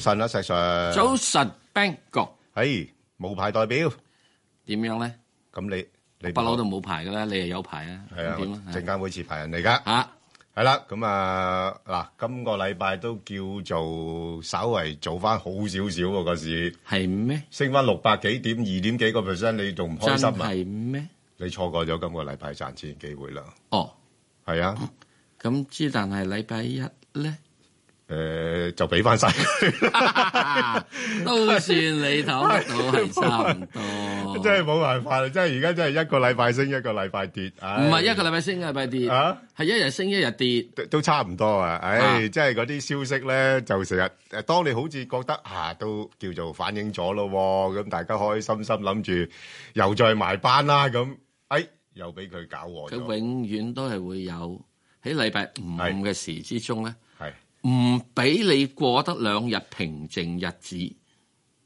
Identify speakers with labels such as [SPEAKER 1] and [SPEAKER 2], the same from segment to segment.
[SPEAKER 1] 晨啊，石 Sir。
[SPEAKER 2] 早晨，Bang 哥
[SPEAKER 1] 係無牌代表，
[SPEAKER 2] 點樣咧？
[SPEAKER 1] 咁你你
[SPEAKER 2] 不嬲都冇牌噶啦，你又有牌啊？
[SPEAKER 1] 係啊
[SPEAKER 2] 咁點啊？，
[SPEAKER 1] 證監會持牌人嚟㗎。
[SPEAKER 2] 嚇
[SPEAKER 1] 係啦，咁啊嗱，今個禮拜都叫做稍為做翻好少少喎個市，
[SPEAKER 2] 係咩？
[SPEAKER 1] 升翻六百幾點、二點幾個 percent，你仲唔
[SPEAKER 2] 真
[SPEAKER 1] 開心啊？
[SPEAKER 2] 係咩？
[SPEAKER 1] 你錯過咗今個禮拜賺錢嘅機會啦。
[SPEAKER 2] 哦，
[SPEAKER 1] 係啊，
[SPEAKER 2] 咁之但係禮拜一咧，
[SPEAKER 1] 誒就俾翻晒佢啦，
[SPEAKER 2] 都算你唞得到係差唔 多。
[SPEAKER 1] 真係冇辦法啦！真係而家真係一個禮拜升一個禮拜跌，
[SPEAKER 2] 唔
[SPEAKER 1] 唔
[SPEAKER 2] 係一個禮拜升，一個禮拜跌，
[SPEAKER 1] 啊
[SPEAKER 2] 係一日升一日跌。
[SPEAKER 1] 都都差唔多啊！唉、
[SPEAKER 2] 啊
[SPEAKER 1] 即係嗰啲消息咧，就成日誒，當你好似覺得啊，都叫做反映咗咯喎，咁大家開開心心諗住又再埋班啦，咁哎又俾佢搞和
[SPEAKER 2] 佢
[SPEAKER 1] 咗，
[SPEAKER 2] 永遠都係會有喺禮拜五
[SPEAKER 1] 係
[SPEAKER 2] 嘅時之中咧，
[SPEAKER 1] 係
[SPEAKER 2] 唔俾你過得兩日平靜日子。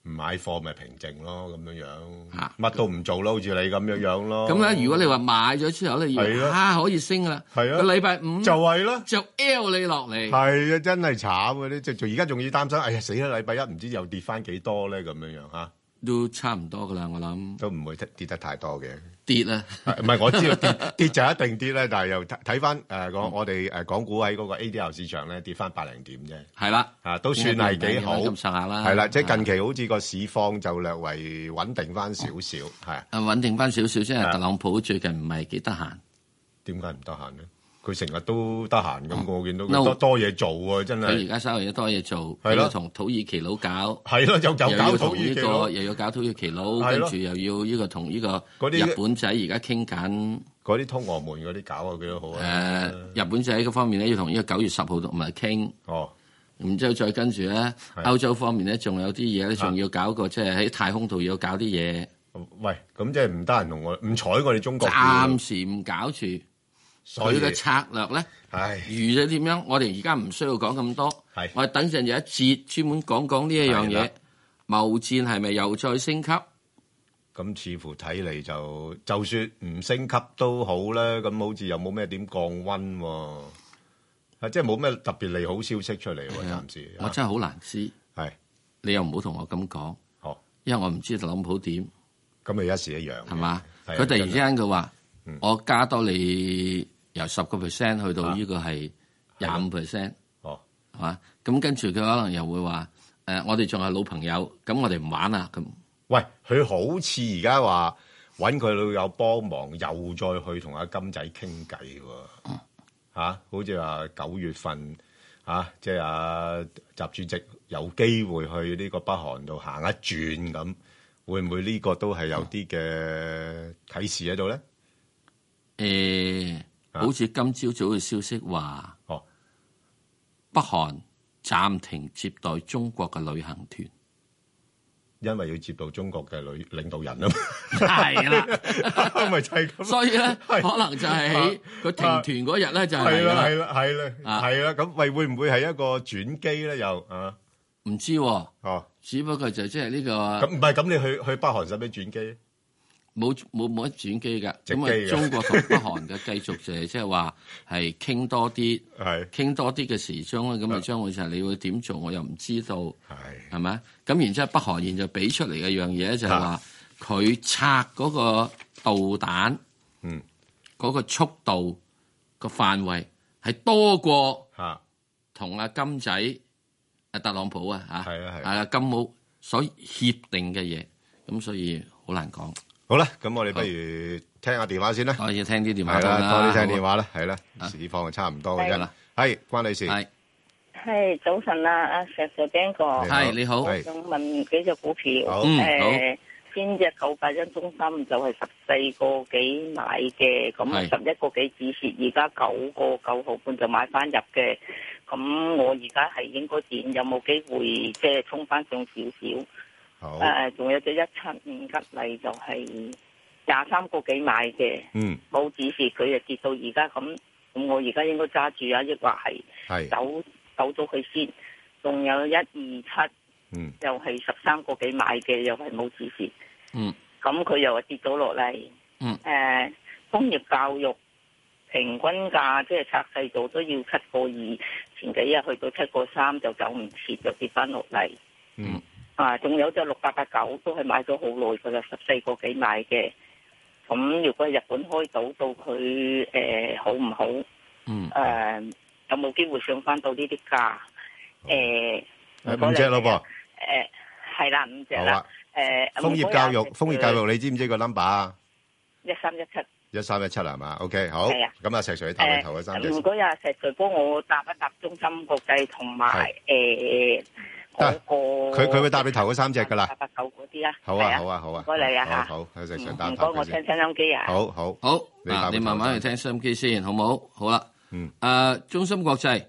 [SPEAKER 1] 唔買貨咪平靜咯，咁樣樣
[SPEAKER 2] 啊
[SPEAKER 1] 乜、都唔做咯，好似你咁樣樣咯。
[SPEAKER 2] 咁咧，如果你話買咗之後咧，
[SPEAKER 1] 係
[SPEAKER 2] 要
[SPEAKER 1] 咯
[SPEAKER 2] 啊可以升噶啦，
[SPEAKER 1] 係啊
[SPEAKER 2] 個禮拜五
[SPEAKER 1] 就係咯，
[SPEAKER 2] 就 L 你落嚟，
[SPEAKER 1] 係啊，真係慘嘅啲，即係而家仲要擔心，哎呀死啦！禮拜一唔知又跌翻幾多咧，咁樣樣嚇，
[SPEAKER 2] 都差唔多噶啦，我諗
[SPEAKER 1] 都唔會跌跌得太多嘅。
[SPEAKER 2] 跌啦，
[SPEAKER 1] 唔 係，我知道跌跌就一定跌咧，但係又睇睇翻誒
[SPEAKER 2] 嗯
[SPEAKER 1] 講我哋誒港股喺嗰個 ADR 市場咧跌翻百零點啫，
[SPEAKER 2] 係啦，
[SPEAKER 1] 啊都算係幾好，
[SPEAKER 2] 咁上下啦，啊
[SPEAKER 1] 係啦，即係近
[SPEAKER 2] 期
[SPEAKER 1] 期好似個市況就略為穩定翻少少，係
[SPEAKER 2] 啊穩定翻少少，即係
[SPEAKER 1] 啊
[SPEAKER 2] 特朗普最近唔係幾得閒，
[SPEAKER 1] 點解唔得閒咧？佢成日都得閒咁，我見到佢
[SPEAKER 2] No
[SPEAKER 1] 多多嘢做喎，真
[SPEAKER 2] 嗯佢而
[SPEAKER 1] 係
[SPEAKER 2] 家稍微有多嘢做，
[SPEAKER 1] 係
[SPEAKER 2] 佢
[SPEAKER 1] 咯
[SPEAKER 2] 要同土耳其佬搞。
[SPEAKER 1] 係咯，又又
[SPEAKER 2] 又要
[SPEAKER 1] 搞土
[SPEAKER 2] 同
[SPEAKER 1] 耳
[SPEAKER 2] 呢
[SPEAKER 1] 其
[SPEAKER 2] 個，
[SPEAKER 1] 咯，
[SPEAKER 2] 又要搞土耳其佬，
[SPEAKER 1] 係
[SPEAKER 2] 跟
[SPEAKER 1] 咯
[SPEAKER 2] 住又要呢個同呢個
[SPEAKER 1] 嗰
[SPEAKER 2] 日
[SPEAKER 1] 啲
[SPEAKER 2] 本仔而家傾緊。
[SPEAKER 1] 嗰啲通俄門嗰啲搞啊幾好
[SPEAKER 2] 誒、
[SPEAKER 1] 啊！
[SPEAKER 2] 日本仔嗰方面咧，要同呢個九月十號同埋傾，
[SPEAKER 1] 哦，
[SPEAKER 2] 然之後再跟住咧，
[SPEAKER 1] 係啊
[SPEAKER 2] 歐洲方面咧，仲有啲嘢咧，仲要搞個即係喺太空度要搞啲嘢，
[SPEAKER 1] 喂，咁即係唔得閒同我唔睬我哋中國
[SPEAKER 2] 暫時唔搞住。
[SPEAKER 1] 所
[SPEAKER 2] 佢
[SPEAKER 1] 以
[SPEAKER 2] 嘅策略咧，
[SPEAKER 1] 唉
[SPEAKER 2] 預咗點樣？我哋而家唔需要講咁多
[SPEAKER 1] 係，
[SPEAKER 2] 我哋等陣有一節專門講講呢一樣
[SPEAKER 1] 係
[SPEAKER 2] 嘢
[SPEAKER 1] 啦，
[SPEAKER 2] 貿戰係咪又再升級？
[SPEAKER 1] 咁似乎睇嚟就就算唔升級都好啦，咁好似又冇咩點降溫喎、啊，即係冇咩特別利好消息出嚟喎、暫時啊
[SPEAKER 2] 我真係好難知，
[SPEAKER 1] 係
[SPEAKER 2] 你又唔好同我咁講，
[SPEAKER 1] 哦，
[SPEAKER 2] 因為我唔知特朗普點。
[SPEAKER 1] 咁咪一時一樣嘅
[SPEAKER 2] 係嘛？
[SPEAKER 1] 係啊
[SPEAKER 2] 佢突然之
[SPEAKER 1] 真係嗯啊
[SPEAKER 2] 間佢話：我加多你由十個 percent 去到呢個係廿五 percent，
[SPEAKER 1] 哦，
[SPEAKER 2] 係嘛？咁跟住佢可能又會話：誒，我哋仲係老朋友，咁我哋唔玩啦。咁
[SPEAKER 1] 喂，佢好似而家話揾佢老友幫忙，又再去同阿金仔傾偈喎，嚇好似話九月份嚇、啊即係阿習主席有機會去呢個北韓度行一轉咁，會唔會呢個都係有啲嘅啟示喺度咧？
[SPEAKER 2] 誒，
[SPEAKER 1] 啊
[SPEAKER 2] 好似今朝早嘅消息話，
[SPEAKER 1] 哦，
[SPEAKER 2] 北韓暫停接待中國嘅旅行團。
[SPEAKER 1] 因為要接到中國嘅領領導人啊
[SPEAKER 2] 係啦，
[SPEAKER 1] 嘛，咪就係咁咯。
[SPEAKER 2] 所以咧，可
[SPEAKER 1] 係啊
[SPEAKER 2] 能就係喺佢停團嗰日咧，就
[SPEAKER 1] 係
[SPEAKER 2] 係
[SPEAKER 1] 啦，
[SPEAKER 2] 啦
[SPEAKER 1] 係，啦，係啦，
[SPEAKER 2] 啊
[SPEAKER 1] 係啦，咁喂，會唔會係一個轉機咧？又啊，
[SPEAKER 2] 唔知喎，
[SPEAKER 1] 哦，
[SPEAKER 2] 只不過就即係呢個
[SPEAKER 1] 咁。唔係咁，你去去北韓使唔使轉機？
[SPEAKER 2] 冇冇冇得轉機㗎，
[SPEAKER 1] 直
[SPEAKER 2] 咁啊
[SPEAKER 1] 機㗎
[SPEAKER 2] 中國同北韓嘅繼續就 係即係話係傾多啲，
[SPEAKER 1] 係
[SPEAKER 2] 傾多啲嘅時鐘咧，咁啊將會就係你會點做，我又唔知道，
[SPEAKER 1] 係。
[SPEAKER 2] 係咪？咁然之後北韓現在俾出嚟嘅樣嘢就係話佢拆嗰個導彈，
[SPEAKER 1] 嗯，
[SPEAKER 2] 嗰個速度個範圍係多過
[SPEAKER 1] 吓
[SPEAKER 2] 同阿金仔、阿特朗普啊嚇，
[SPEAKER 1] 係啊係啊
[SPEAKER 2] 啊金武所協定嘅嘢，咁所以好難講。
[SPEAKER 1] 好啦，咁我哋不如聽下電話先啦，
[SPEAKER 2] 我哦要聽啲電話
[SPEAKER 1] 係
[SPEAKER 2] 多
[SPEAKER 1] 啦，
[SPEAKER 2] 啦，
[SPEAKER 1] 多啲
[SPEAKER 2] 好
[SPEAKER 1] 聽
[SPEAKER 2] 啊
[SPEAKER 1] 電話啦，係啦，市況就差唔多嘅
[SPEAKER 2] 係
[SPEAKER 1] 啫
[SPEAKER 2] 啦，
[SPEAKER 1] 係關女士，
[SPEAKER 2] 係
[SPEAKER 3] 系早晨啊，阿石 Sir 边个？
[SPEAKER 2] 係你好
[SPEAKER 1] 係
[SPEAKER 3] 想问几只股票？
[SPEAKER 1] 好
[SPEAKER 2] 嗯
[SPEAKER 3] 誒先只九八一中心就係十四個幾買嘅，咁
[SPEAKER 2] 係
[SPEAKER 3] 十一個幾止蝕，而家九個九毫半就買翻入嘅。咁我而家係應該點？有冇機會即係衝翻上少少？
[SPEAKER 1] 好，
[SPEAKER 4] 呃
[SPEAKER 3] 誒，呃仲有隻一七五吉利就係廿三個幾買嘅，
[SPEAKER 1] 嗯，
[SPEAKER 3] 冇止蝕，佢就跌到而家咁。咁我而家應該揸住啊，抑或係？
[SPEAKER 1] 係，
[SPEAKER 3] 走走咗佢先，仲有一二七
[SPEAKER 1] 嗯，
[SPEAKER 3] 又係十三個幾買嘅，又係冇指示，
[SPEAKER 2] 嗯
[SPEAKER 3] 咁佢又話跌咗落嚟。
[SPEAKER 2] 嗯
[SPEAKER 3] 誒、工業教育平均價即係拆細咗都要七個二，前幾日去到七個三就走唔切，就跌翻落嚟。
[SPEAKER 1] 嗯
[SPEAKER 3] 啊，仲有隻六八八九都係買咗好耐㗎啦，十四個幾買嘅。咁如果日本開到到佢誒、呃好唔好？誒、
[SPEAKER 2] 嗯，
[SPEAKER 3] 有冇機會上翻到呢啲價？誒、
[SPEAKER 1] 誒五隻咯噃，
[SPEAKER 3] 誒係啦，五隻
[SPEAKER 1] 好
[SPEAKER 3] 啦
[SPEAKER 1] 啊。。
[SPEAKER 3] 誒、
[SPEAKER 1] 楓葉教育，楓葉教育，你知唔知個 number 啊？
[SPEAKER 3] 一三一七。
[SPEAKER 1] 一三一七係嘛？OK，好。
[SPEAKER 3] 係啊
[SPEAKER 1] 咁啊，石 Sir 你答佢頭嗰三隻
[SPEAKER 3] 誒，
[SPEAKER 1] 先
[SPEAKER 3] 唔。該啊，石 Sir 幫我答一答中心國際同埋誒嗰
[SPEAKER 1] 得
[SPEAKER 3] 個。
[SPEAKER 1] 佢佢會答你頭嗰三隻㗎啦
[SPEAKER 3] 八八九嗰啲啊。
[SPEAKER 1] 好
[SPEAKER 3] 係
[SPEAKER 1] 啊，好啊，好啊。
[SPEAKER 3] 唔該你啊嚇
[SPEAKER 1] 好好，石 Sir
[SPEAKER 3] 唔
[SPEAKER 1] 答
[SPEAKER 3] 唔
[SPEAKER 1] 答
[SPEAKER 3] 該，我
[SPEAKER 1] 佢
[SPEAKER 3] 聽
[SPEAKER 1] 先。
[SPEAKER 3] 聲音機啊。
[SPEAKER 1] 好好。
[SPEAKER 2] 好
[SPEAKER 1] 你答
[SPEAKER 2] 嗱，你
[SPEAKER 1] 佢
[SPEAKER 2] 慢
[SPEAKER 1] 頭
[SPEAKER 2] 慢
[SPEAKER 1] 先
[SPEAKER 2] 去聽收音機先，好唔好？好啦，
[SPEAKER 1] 嗯
[SPEAKER 2] 誒，中芯國際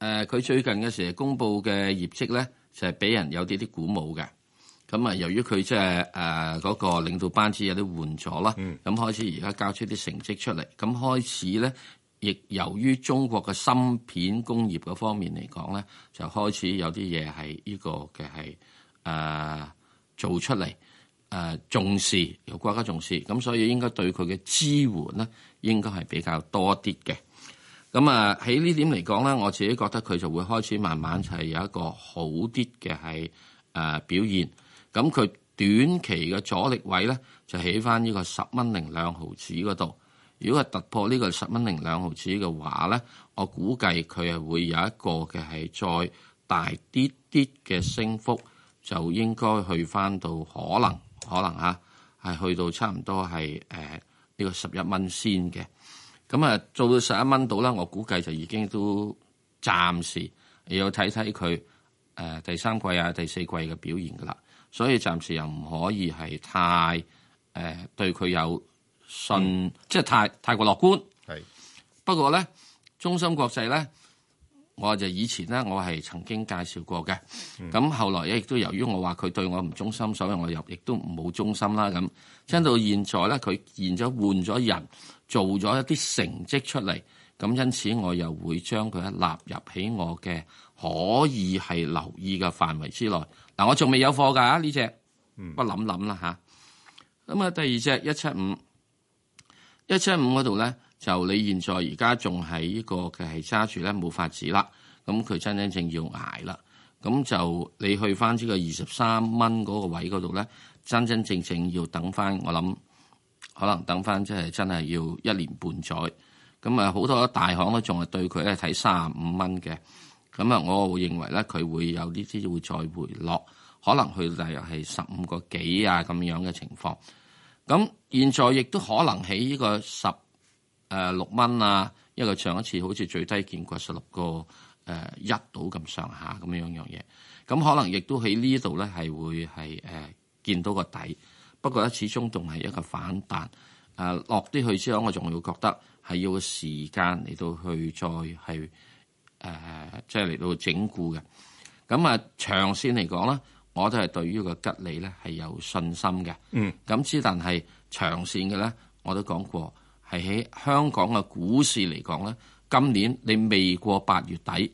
[SPEAKER 2] 誒，佢最近嘅時候公布嘅業績咧，就係俾人有啲啲鼓舞嘅。咁
[SPEAKER 1] 嗯
[SPEAKER 2] 啊，由於佢即係誒嗰個領導班子有啲換咗啦，咁、
[SPEAKER 1] 嗯
[SPEAKER 2] 開始而家交出啲成績出嚟，咁開始咧，亦由於中國嘅芯片工業嗰方面嚟講咧，就開始有啲嘢係呢個嘅係誒做出嚟，誒、呃重視由國家重視，咁所以應該對佢嘅支援咧，應該係比較多啲嘅。咁啊喺呢點嚟講咧，我自己覺得佢就會開始慢慢係有一個好啲嘅係誒表現。咁佢短期嘅阻力位咧就起翻呢個十蚊零兩毫子嗰度。如果係突破呢個十蚊零兩毫子嘅話咧，我估計佢係會有一個嘅係再大啲啲嘅升幅，就應該去翻到可能可能嚇係去到差唔多係誒呢個十一蚊先嘅。咁啊，做到十一蚊度啦，我估計就已經都暫時要睇睇佢誒第三季啊、第四季嘅表現噶啦，所以暫時又唔可以係太誒、呃、對佢有信，即係太太過樂觀。
[SPEAKER 1] 係
[SPEAKER 2] 不過咧，中芯國際咧，我就以前咧，我係曾經介紹過嘅。
[SPEAKER 1] 嗯
[SPEAKER 2] 咁、後來亦都由於我話佢對我唔忠心，所以我又亦都冇忠心啦。咁真到現在咧，佢現咗換咗人，做咗一啲成績出嚟，咁因此我又會將佢納入喺我嘅可以係留意嘅範圍之內。嗱，我仲未有貨㗎呢只，不過諗諗啦吓，咁啊，第二隻一七五。一七五嗰度咧，就你現在而家仲係呢個嘅係揸住咧，冇法子啦。咁佢真真正要挨啦。咁就你去翻呢個二十三蚊嗰個位嗰度咧，真真正正要等翻，我諗可能等翻即係真係要一年半載。咁啊，好多大行都仲係對佢咧睇三十五蚊嘅。咁啊，我會認為咧，佢會有呢啲會再回落，可能去大約係十五個幾啊咁樣嘅情況。咁現在亦都可能喺呢個十誒六蚊啊，因為佢上一次好似最低見過十六個誒呃一到咁上下咁樣樣嘢，咁可能亦都喺呢度咧係會係誒、呃、見到個底，不過咧始終仲係一個反彈誒落啲去之後，我仲會覺得係要個時間嚟到去再係誒即係嚟到整固嘅。咁啊，長線嚟講咧，我都係對於個吉利咧係有信心嘅。
[SPEAKER 1] 嗯
[SPEAKER 2] 咁之但係長線嘅咧，我都講過，係喺香港嘅股市嚟講咧，今年你未過八月底，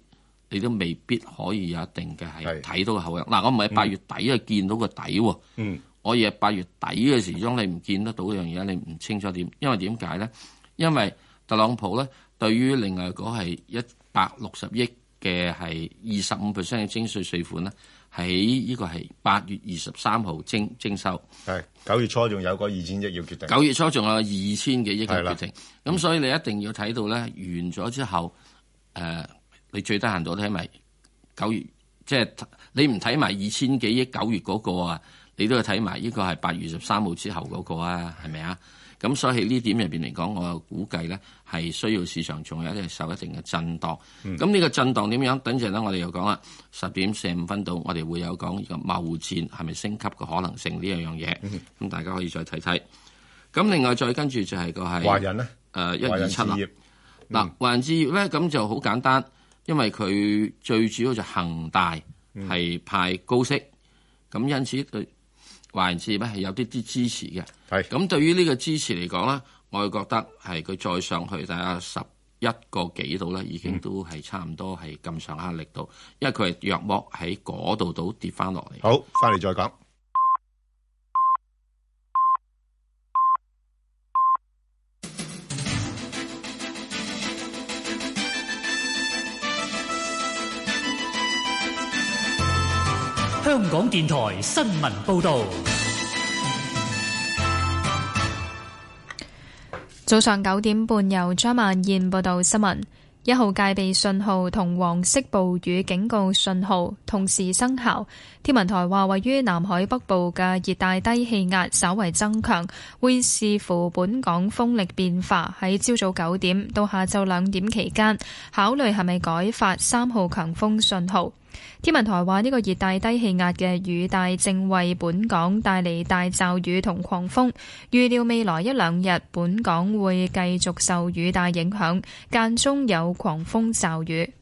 [SPEAKER 2] 你都未必可以有一定嘅
[SPEAKER 1] 係
[SPEAKER 2] 係睇到個後向。嗱，我唔係八月底啊，見到個底喎。
[SPEAKER 1] 嗯
[SPEAKER 2] 我而係八月底嘅時鐘，你唔見得到樣嘢，你唔清楚點，因為點解咧？因為特朗普咧對於另外嗰係一百六十億嘅係二十五 percent 嘅徵税税款咧，喺呢個係八月二十三號徵徵收。
[SPEAKER 1] 係九月初仲有個二千億要決定。
[SPEAKER 2] 九月初仲有二千幾
[SPEAKER 1] 係
[SPEAKER 2] 億嘅
[SPEAKER 1] 啦
[SPEAKER 2] 決定，咁所以你一定要睇到咧完咗之後，誒、你最低限度睇埋九月，即係你唔睇埋二千幾億九月嗰個啊，你都要睇埋呢個係八月十三號之後嗰個啊，係咪啊？咁所以呢點入邊嚟講，我估計咧係需要市場仲有一啲受一定嘅震盪。咁呢、個震盪點樣？等陣咧，我哋又講啦，十點四五分到，我哋會有講呢個貿戰係咪升級嘅可能性呢一樣嘢。咁、大家可以再睇睇。咁另外再跟住就係個
[SPEAKER 1] 華
[SPEAKER 2] 係
[SPEAKER 1] 人咧，
[SPEAKER 2] 誒一
[SPEAKER 1] 華
[SPEAKER 2] 二
[SPEAKER 1] 人
[SPEAKER 2] 七
[SPEAKER 1] 置
[SPEAKER 2] 啦。
[SPEAKER 1] 業嗯
[SPEAKER 2] 嗱，華人置業咧咁就好簡單，因為佢最主要就恒大
[SPEAKER 1] 嗯
[SPEAKER 2] 係派高息，咁因此對華人置業咧係有啲啲支持嘅。
[SPEAKER 1] 係
[SPEAKER 2] 咁對於呢個支持嚟講咧，我係覺得係佢再上去大家十一個幾度咧，已經
[SPEAKER 1] 嗯
[SPEAKER 2] 都係差唔多係咁上下力度，因為佢係約莫喺嗰度度跌翻落嚟。
[SPEAKER 1] 好，翻嚟再講。
[SPEAKER 5] 香港电台文教
[SPEAKER 6] 香港電
[SPEAKER 5] 组制作。
[SPEAKER 6] 台新聞報導。
[SPEAKER 5] 早上九點半，由張曼燕報道新聞。一號戒備信號同黃色暴雨警告信號同時生效。天文台話，位於南海北部嘅熱帶低氣壓稍為增強，會視乎本港風力變化，喺朝早九點到下晝兩點期間，考慮係咪改發三號強風信號。天文台話，呢個熱帶低氣壓嘅雨帶正為本港帶嚟大驟雨同狂風，預料未來一兩日本港會繼續受雨帶影響，間中有狂風驟雨。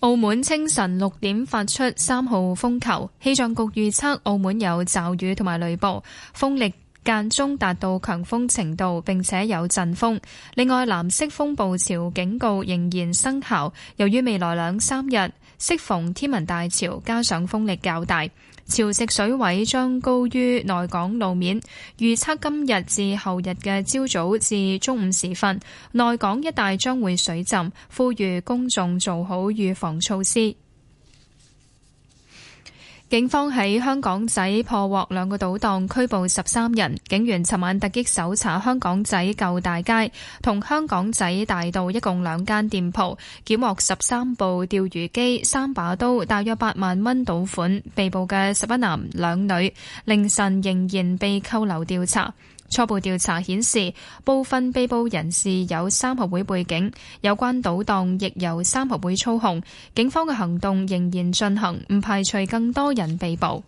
[SPEAKER 5] 澳門清晨六點發出三號風球，氣象局預測澳門有驟雨同埋雷暴，風力間中達到強風程度，並且有陣風。另外，藍色風暴潮警告仍然生效。由於未來兩三日適逢天文大潮，加上風力較大，潮汐水位將高於內港路面。預測今日至後日嘅朝早至中午時分，內港一帶將會水浸，呼籲公眾做好預防措施。警方喺香港仔破獲兩個賭檔，拘捕十三人。警員尋晚突擊搜查香港仔舊大街同香港仔大道一共兩間店鋪，檢獲十三部釣魚機、三把刀，大約八萬蚊賭款。被捕嘅十一男兩女，凌晨仍然被扣留調查。初步調查顯示，部分被捕人士有三合會背景，有關賭檔亦由三合會操控。警方嘅行動仍然進行，唔排除更多人被捕。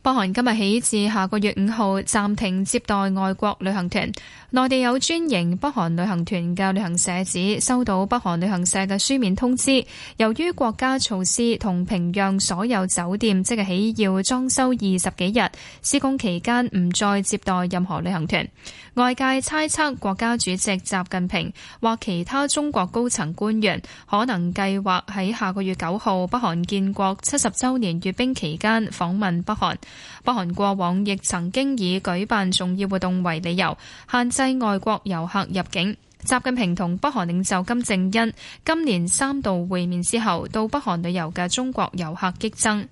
[SPEAKER 5] 北韓今日起至下個月五號暫停接待外國旅行團。內地有專營北韓旅行團嘅旅行社指收到北韓旅行社嘅書面通知，由於國家措施同平壤所有酒店即日起要裝修二十幾日，施工期間唔再接待任何旅行團。外界猜測國家主席習近平或其他中國高層官員可能計劃喺下個月九號北韓建國七十週年閱兵期間訪問北韓。北韓過往亦曾經以舉辦重要活動為理由，限制外國遊客入境。習近平同北韓領袖金正恩今年三度會面之後，到北韓旅遊嘅中國遊客激增。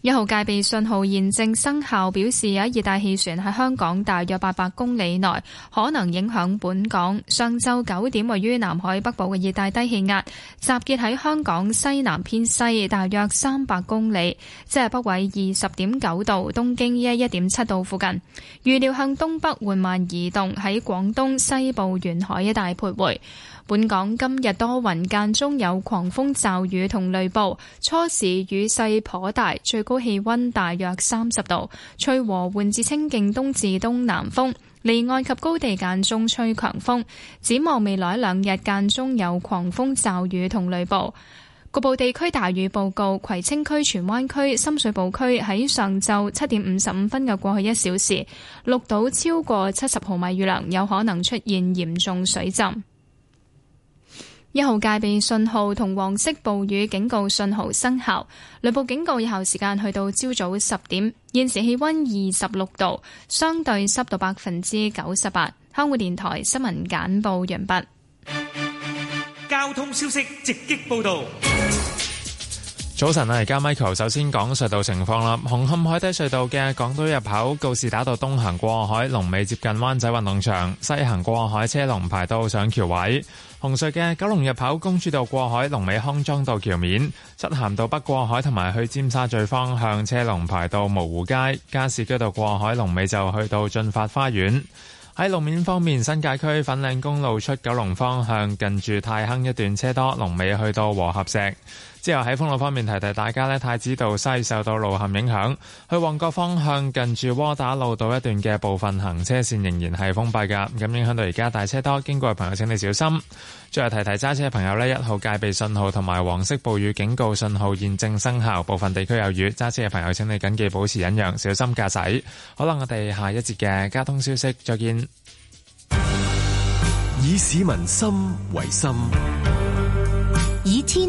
[SPEAKER 5] 一號戒備信號現正生效，表示有一熱帶氣旋喺香港大約八百公里內可能影響本港。上晝九點，位於南海北部嘅熱帶低氣壓集結喺香港西南偏西大約三百公里，即係北緯二十點九度、東經一一點七度附近。預料向東北緩慢移動，喺廣東西部沿海一帶徘徊。本港今日多雲間中有狂風驟雨同雷暴，初時雨勢頗大，最高氣温大約三十度，吹和緩至清勁東至東南風，離岸及高地間中吹強風。展望未來兩日間中有狂風驟雨同雷暴。局部地區大雨報告，葵青區、荃灣區、深水埗區喺上晝七點五十五分嘅過去一小時，錄到超過七十毫米雨量，有可能出現嚴重水浸。一號戒備信號同黃色暴雨警告信號生效，雷暴警告有效時間去到朝早十點。現時氣温二十六度，相對濕度百分之九十八。香港電台新聞簡報完畢。
[SPEAKER 6] 交通消息直擊報導。
[SPEAKER 7] 早晨啊，而家 Michael 首先講隧道情況啦。紅磡海底隧道嘅港島入口告士打道東行過海，龍尾接近灣仔運動場；西行過海車龍排到上橋位。紅隧嘅九龍入口公主道過海，龍尾康莊道橋面；漆咸道北過海同埋去尖沙咀方向車龍排到蕪湖街。加士居道過海龍尾就去到駿發花園。喺路面方面，新界區粉嶺公路出九龍方向近住泰亨一段車多，龍尾去到和合石。之後喺封路方面提提大家咧，太子道西受到路陷影響，去旺角方向近住窩打老道一段嘅部分行車線仍然係封閉㗎，咁影響到而家大車多，經過嘅朋友請你小心。最後提提揸車嘅朋友呢，一號戒備信號同埋黃色暴雨警告信號現正生效，部分地區有雨，揸車嘅朋友請你緊記保持忍讓，小心駕駛。好啦，我哋下一節嘅交通消息再見。
[SPEAKER 8] 以市民心為心，
[SPEAKER 4] 以天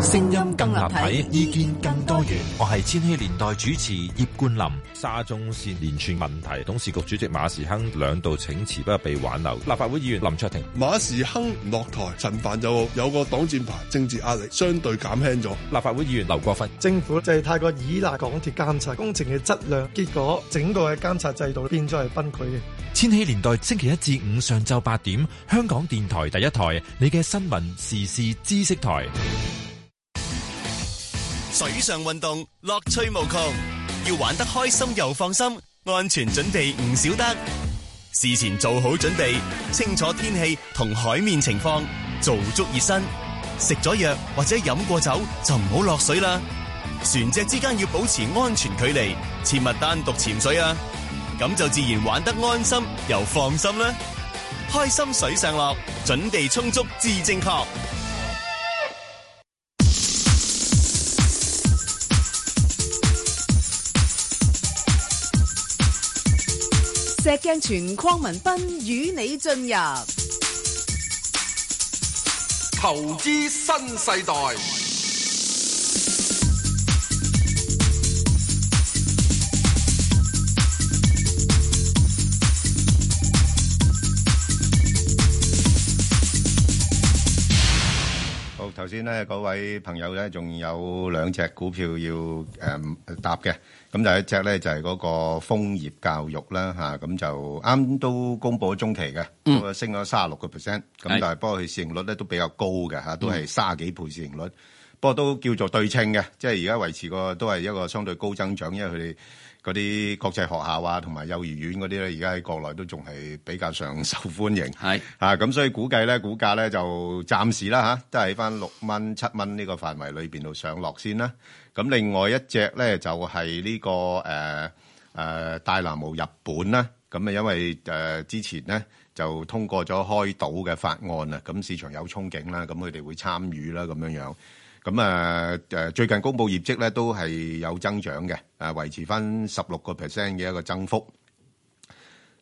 [SPEAKER 4] 聲音更立體，
[SPEAKER 8] 意見更多元。
[SPEAKER 9] 我係千禧年代主持葉冠霖。
[SPEAKER 10] 沙中線連串問題，董事局主席馬時亨兩度請辭，不過被挽留。立法會議員林卓廷，
[SPEAKER 11] 馬時亨唔落台，陳凡就有個擋箭牌，政治壓力相對減輕咗。
[SPEAKER 10] 立法會議員劉國勳，
[SPEAKER 12] 政府就係太過依賴港鐵監察工程嘅質量，結果整個嘅監察制度變咗係崩潰嘅。
[SPEAKER 9] 千禧年代星期一至五上晝八點，香港電台第一台，你嘅新聞時事知識台。
[SPEAKER 13] 水上運動樂趣無窮，要玩得開心又放心，安全準備唔少得。事前做好準備，清楚天氣同海面情況，做足熱身。食咗藥或者飲過酒就唔好落水啦。船隻之間要保持安全距離，切勿單獨潛水啊！咁就自然玩得安心又放心啦。開心水上樂，準備充足至正確。
[SPEAKER 14] 石鏡泉鄺民彬與你進入
[SPEAKER 15] 投資新世代。
[SPEAKER 1] 好，頭先咧嗰位朋友咧，仲有兩隻股票要誒、答嘅。咁就一隻咧就係嗰個楓葉教育啦嚇，咁就啱都公佈咗中期嘅，咁啊升咗三十六個 percent，咁但係不過佢市盈率咧都比較高嘅嚇，都係三十幾倍市盈率，不過都叫做對稱嘅，即係而家維持個都係一個相對高增長，因為佢哋嗰啲國際學校啊同埋幼兒園嗰啲咧，而家喺國內都仲係比較上受歡迎，
[SPEAKER 2] 係
[SPEAKER 1] 啊咁所以估計咧股價咧就暫時啦嚇，都係喺翻六蚊七蚊呢個範圍裏邊度上落先啦。咁另外一隻咧就係呢個誒誒大藍鵠日本啦，咁啊因為誒之前咧就通過咗開賭嘅法案啊，咁市場有憧憬啦，咁佢哋會參與啦咁樣樣，咁啊誒最近公布業績咧都係有增長嘅，誒維持翻十六個 percent 嘅一個增幅。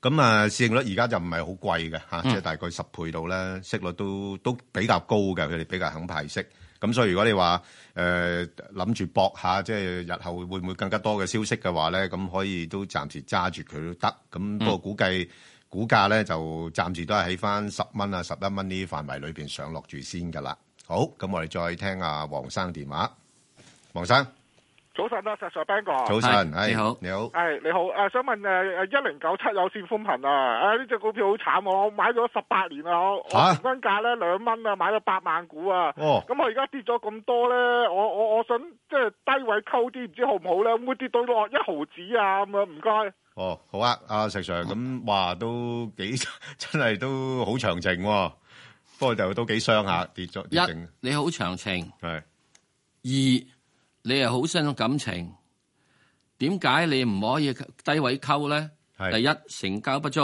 [SPEAKER 1] 咁啊，市盈率而家就唔係好貴嘅嚇，即係大概十倍到啦，息率都都比較高嘅，佢哋比較肯派息。咁所以如果你話誒諗住搏下，即係日後會唔會更加多嘅消息嘅話咧，咁可以都暫時揸住佢都得。咁不過估計股價咧就暫時都係喺翻十蚊啊、十一蚊呢啲範圍裏邊上落住先㗎啦。好，咁我哋再聽阿黃生電話。黃生，
[SPEAKER 16] 早晨啊，石 Sir Ben 哥。
[SPEAKER 1] 早晨，哎
[SPEAKER 2] 係你好
[SPEAKER 1] 你好。
[SPEAKER 16] 係你好，誒、想問誒誒一零九七有線寬頻啊，誒呢隻股票好慘，啊我買咗十八年啊，我
[SPEAKER 1] 嚇
[SPEAKER 16] 我平均價咧兩蚊啊，買咗八萬股啊，
[SPEAKER 1] 哦
[SPEAKER 16] 咁我而家跌咗咁多咧，我我我想即係低位溝啲，唔知好唔好咧，會唔會跌到落一毫子啊咁啊？唔該。
[SPEAKER 1] 哦，好啊，阿石 Sir，咁
[SPEAKER 2] 嗯
[SPEAKER 1] 哇都幾 真係都好長情喎，不過就都幾傷下跌咗跌
[SPEAKER 2] 嗯一
[SPEAKER 1] 剩，
[SPEAKER 2] 你好長情。
[SPEAKER 1] 係
[SPEAKER 2] 二，你係好深感情，點解你唔可以低位溝咧？第一成交不足，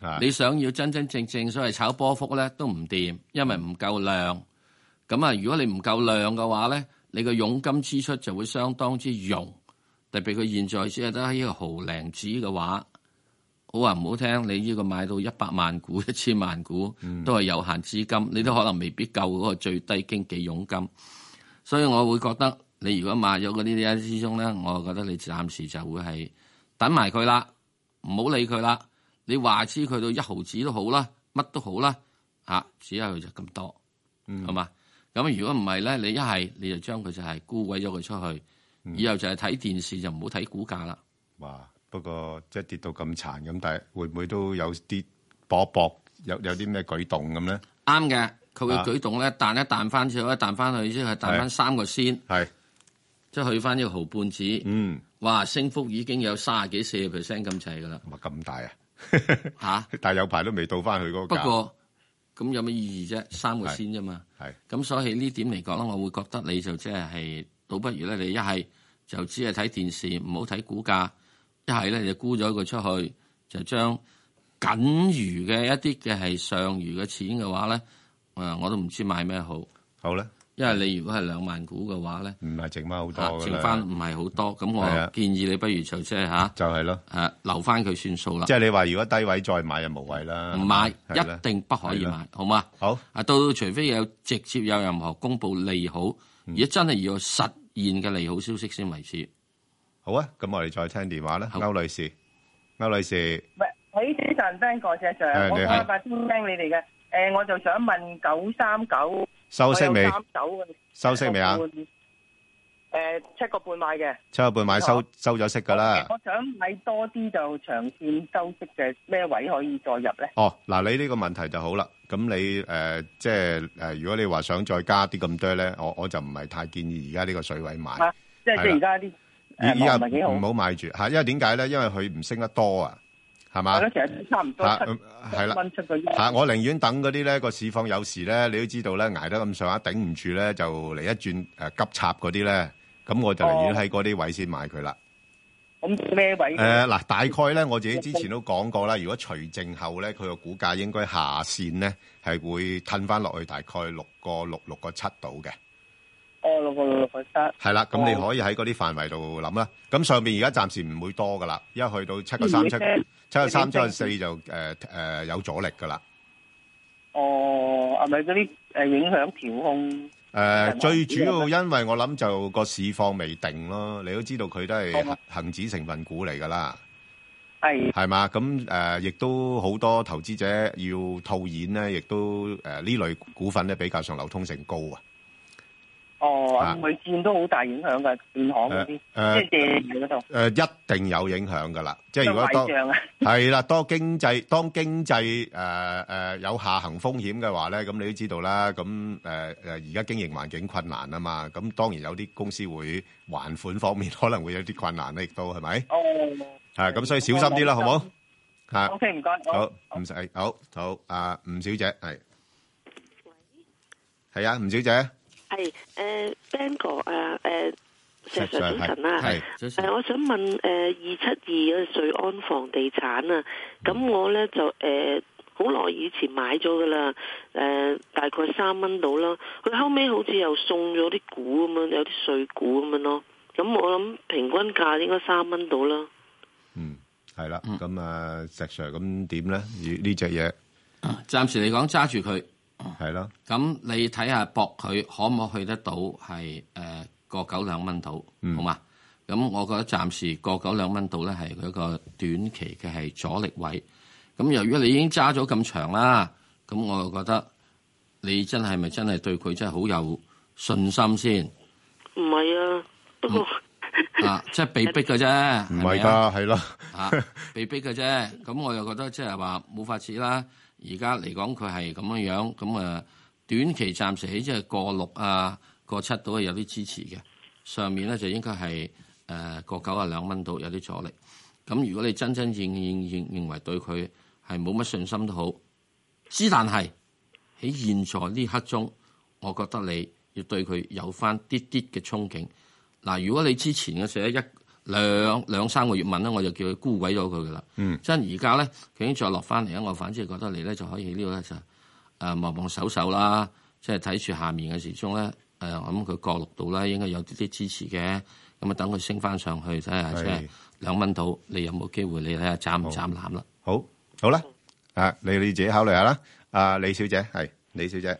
[SPEAKER 1] 係
[SPEAKER 2] 你想要真真正正所謂炒波幅咧都唔掂，因為唔夠量。咁啊，如果你唔夠量嘅話咧，你個佣金支出就會相當之用。特別佢現在只係得呢個毫零子嘅話，好話唔好聽，你呢個買到一百萬股、 一千萬股都係有限資金，你都可能未必夠嗰個最低經紀佣金。所以我會覺得你如果買咗嗰啲嘢之中咧，我覺得你暫時就會係等埋佢啦，唔好理佢啦。你話知佢到一毫子都好啦，乜都好啦，啊，只係佢就咁多，係嘛、咁如果唔係咧，你一係你就將佢就係沽鬼咗佢出去，以後就係睇電視就唔好睇股價啦。
[SPEAKER 1] 哇！不過即係跌到咁殘咁，但係會唔會都有啲搏一搏，有有啲咩舉動咁咧？
[SPEAKER 2] 啱嘅，佢會
[SPEAKER 1] 啊
[SPEAKER 2] 舉動咧彈一彈翻去，一彈翻去之後彈
[SPEAKER 1] 係
[SPEAKER 2] 翻三個先，
[SPEAKER 1] 係
[SPEAKER 2] 即係去翻一個毫半子。
[SPEAKER 1] 嗯，
[SPEAKER 2] 哇！升幅已經有三十幾四十 percent 咁滯噶啦
[SPEAKER 1] 哇咁大啊！
[SPEAKER 2] 嚇。
[SPEAKER 1] 但係有排都未到翻去嗰個
[SPEAKER 2] 不
[SPEAKER 1] 價。
[SPEAKER 2] 過咁有咩意義啫？三個先啫嘛。
[SPEAKER 1] 係
[SPEAKER 2] 咁，所以呢點嚟講咧，我會覺得你就即係倒不如咧，你一係就只係睇電視，唔好睇股價；一係咧就沽咗佢出去，就將僅餘嘅一啲嘅係上餘嘅錢嘅話咧，誒我都唔知買咩好。
[SPEAKER 1] 好啦，
[SPEAKER 2] 因為你如果係兩萬股嘅話咧，
[SPEAKER 1] 唔係剩翻好
[SPEAKER 2] 多
[SPEAKER 1] 㗎啦
[SPEAKER 2] 剩翻唔係好多。咁我
[SPEAKER 1] 係啊
[SPEAKER 2] 建議你不如就即係嚇，
[SPEAKER 1] 就係咯，
[SPEAKER 2] 誒留翻佢算數啦。
[SPEAKER 1] 即係你話如果低位再買就無謂啦，
[SPEAKER 2] 唔買
[SPEAKER 1] 係啦
[SPEAKER 2] 一定不可
[SPEAKER 1] 係
[SPEAKER 2] 以
[SPEAKER 1] 啦
[SPEAKER 2] 買，好嘛？
[SPEAKER 1] 好
[SPEAKER 2] 啊，到到除非有直接有任何公佈利好，
[SPEAKER 1] 嗯
[SPEAKER 2] 而家真係要有實現嘅利好消息先為止。
[SPEAKER 1] 好啊，咁我哋再聽電話啦，歐女士，歐女士，
[SPEAKER 12] 喂，早晨 Ben 哥石 Sir，
[SPEAKER 1] 係
[SPEAKER 12] 我
[SPEAKER 1] 你
[SPEAKER 12] 八
[SPEAKER 1] 好
[SPEAKER 12] 八千聽你哋嘅，誒，我就想問九三九
[SPEAKER 1] 收息未
[SPEAKER 12] 三九
[SPEAKER 1] 收息未啊？
[SPEAKER 12] 誒，七個半買嘅，
[SPEAKER 1] 七個半買收收咗息㗎啦。
[SPEAKER 12] 我想買多啲就長線收息嘅，咩位可以再入咧？
[SPEAKER 1] 哦，嗱，你呢個問題就好啦。咁你誒、呃即係誒、呃如果你話想再加啲咁多咧，我我就唔係太建議而家呢個水位買。
[SPEAKER 12] 啊，即係即係而家啲
[SPEAKER 1] 而
[SPEAKER 12] 誒
[SPEAKER 1] 家
[SPEAKER 12] 唔係幾好
[SPEAKER 1] 唔，好買住嚇，因為點解咧？因為佢唔升得多啊，係嘛？
[SPEAKER 12] 係咯，其實差唔多
[SPEAKER 1] 嚇
[SPEAKER 12] 七
[SPEAKER 1] 嗯係啦
[SPEAKER 12] 七蚊出個一，
[SPEAKER 1] 嚇、我寧願等嗰啲咧個市況有時咧，你都知道咧捱得咁上下頂唔住咧，就嚟一轉誒、呃急插嗰啲咧，咁我就
[SPEAKER 12] 哦
[SPEAKER 1] 寧願喺嗰啲位先買佢啦。
[SPEAKER 12] 咁咩位？
[SPEAKER 1] 誒嗱、大概咧，我自己之前都講過啦。如果除淨後咧，佢個股價應該下線咧係會褪翻落去大概六個六六個七度嘅，
[SPEAKER 12] 哦，六個六六個七，
[SPEAKER 1] 係啦。咁你
[SPEAKER 12] 哦
[SPEAKER 1] 可以喺嗰啲範圍度諗啦。咁上邊而家暫時唔會多噶啦，因為去到七個三七
[SPEAKER 12] 嗯
[SPEAKER 1] 七個三七個四就誒誒、呃有阻力噶啦。
[SPEAKER 12] 哦，係咪嗰啲誒影響調控？
[SPEAKER 1] 誒、最主要因為我諗就個市況未定咯，你都知道佢都係恒恒指成分股嚟㗎啦，
[SPEAKER 12] 係
[SPEAKER 1] 係嘛？咁誒、呃亦都好多投資者要套現咧，亦都誒呢、類股份咧比較上流通性高啊。
[SPEAKER 12] 哦，
[SPEAKER 1] 啊
[SPEAKER 12] 匯佔都好大影響㗎，建行嗰啲，即
[SPEAKER 1] 誒誒
[SPEAKER 12] 係借嘢嗰度
[SPEAKER 1] 誒、。一定有影響㗎啦，即係如果
[SPEAKER 12] 就壞帳
[SPEAKER 1] 當
[SPEAKER 12] 啊
[SPEAKER 1] 係啦，當經濟當經濟誒誒、呃有下行風險嘅話咧，咁你都知道啦，咁誒誒而家經營環境困難啊嘛，咁當然有啲公司會還款方面 可能會有啲困難咧，亦都係咪？
[SPEAKER 12] 哦，
[SPEAKER 1] 啊，咁所以小心啲啦，好冇？嚇
[SPEAKER 12] OK，唔該
[SPEAKER 1] 好，唔使，好好，啊，吳小姐係，係啊，吳小姐，
[SPEAKER 11] 系诶 Ben 哥啊，诶石
[SPEAKER 12] Dạ,
[SPEAKER 11] Sir
[SPEAKER 1] 石 Sir，
[SPEAKER 11] 早晨啦，
[SPEAKER 1] 係係早晨
[SPEAKER 11] 诶我想問诶二七二嘅瑞安房地產
[SPEAKER 1] 嗯
[SPEAKER 11] 啊，咁我咧就诶好耐以前買咗噶啦，诶大概三蚊到啦，佢後尾好似又送咗啲股咁樣，有啲碎股咁樣咯，咁我諗平均價應該三蚊到啦。
[SPEAKER 1] 係啦，咁啊，石 Sir，咁點咧？呢呢只嘢
[SPEAKER 2] 暫時嚟講揸住佢，
[SPEAKER 1] 係咯。
[SPEAKER 2] 咁你睇下博佢可唔可以去得到係誒個九兩蚊度，
[SPEAKER 1] 嗯
[SPEAKER 2] 好嘛？咁我覺得暫時個九兩蚊度咧係佢一個短期嘅係阻力位。咁由於你已經揸咗咁長啦，咁我就覺得你真係咪真係對佢真係好有信心先？
[SPEAKER 11] 唔係啊，
[SPEAKER 1] 嗯
[SPEAKER 11] 不過
[SPEAKER 2] 啊，即係被逼嘅啫，
[SPEAKER 1] 唔
[SPEAKER 2] 咪
[SPEAKER 1] 係
[SPEAKER 2] 啊
[SPEAKER 1] 㗎，係咯，
[SPEAKER 2] 啊，被逼嘅啫。咁我又覺得即係話冇法子啦。而家嚟講佢係咁樣樣，咁啊短期暫時起即係過六啊過七度係有啲支持嘅，上面咧就應該係誒過九啊兩蚊度有啲阻力。咁如果你真真正正認認為對佢係冇乜信心都好，之但係喺現在呢刻中，我覺得你要對佢有翻啲啲嘅憧憬。嗱，如果你之前嘅時候一兩兩三個月問咧，我就叫佢沽鬼咗佢噶啦。
[SPEAKER 1] 嗯，
[SPEAKER 2] 真而家咧，佢已經再落翻嚟咧，我反之覺得你咧就可以呢度咧就誒望望手手啦，即係睇住下面嘅時鐘咧誒，我諗佢過六度啦，應該有啲啲支持嘅。咁啊，等佢升翻上去睇下，
[SPEAKER 1] 係
[SPEAKER 2] 即係兩蚊到，你有冇機會？你睇下斬唔斬攬啦。
[SPEAKER 1] 好，好啦，啊，你你自己考慮下啦。啊，李小姐係，李小姐，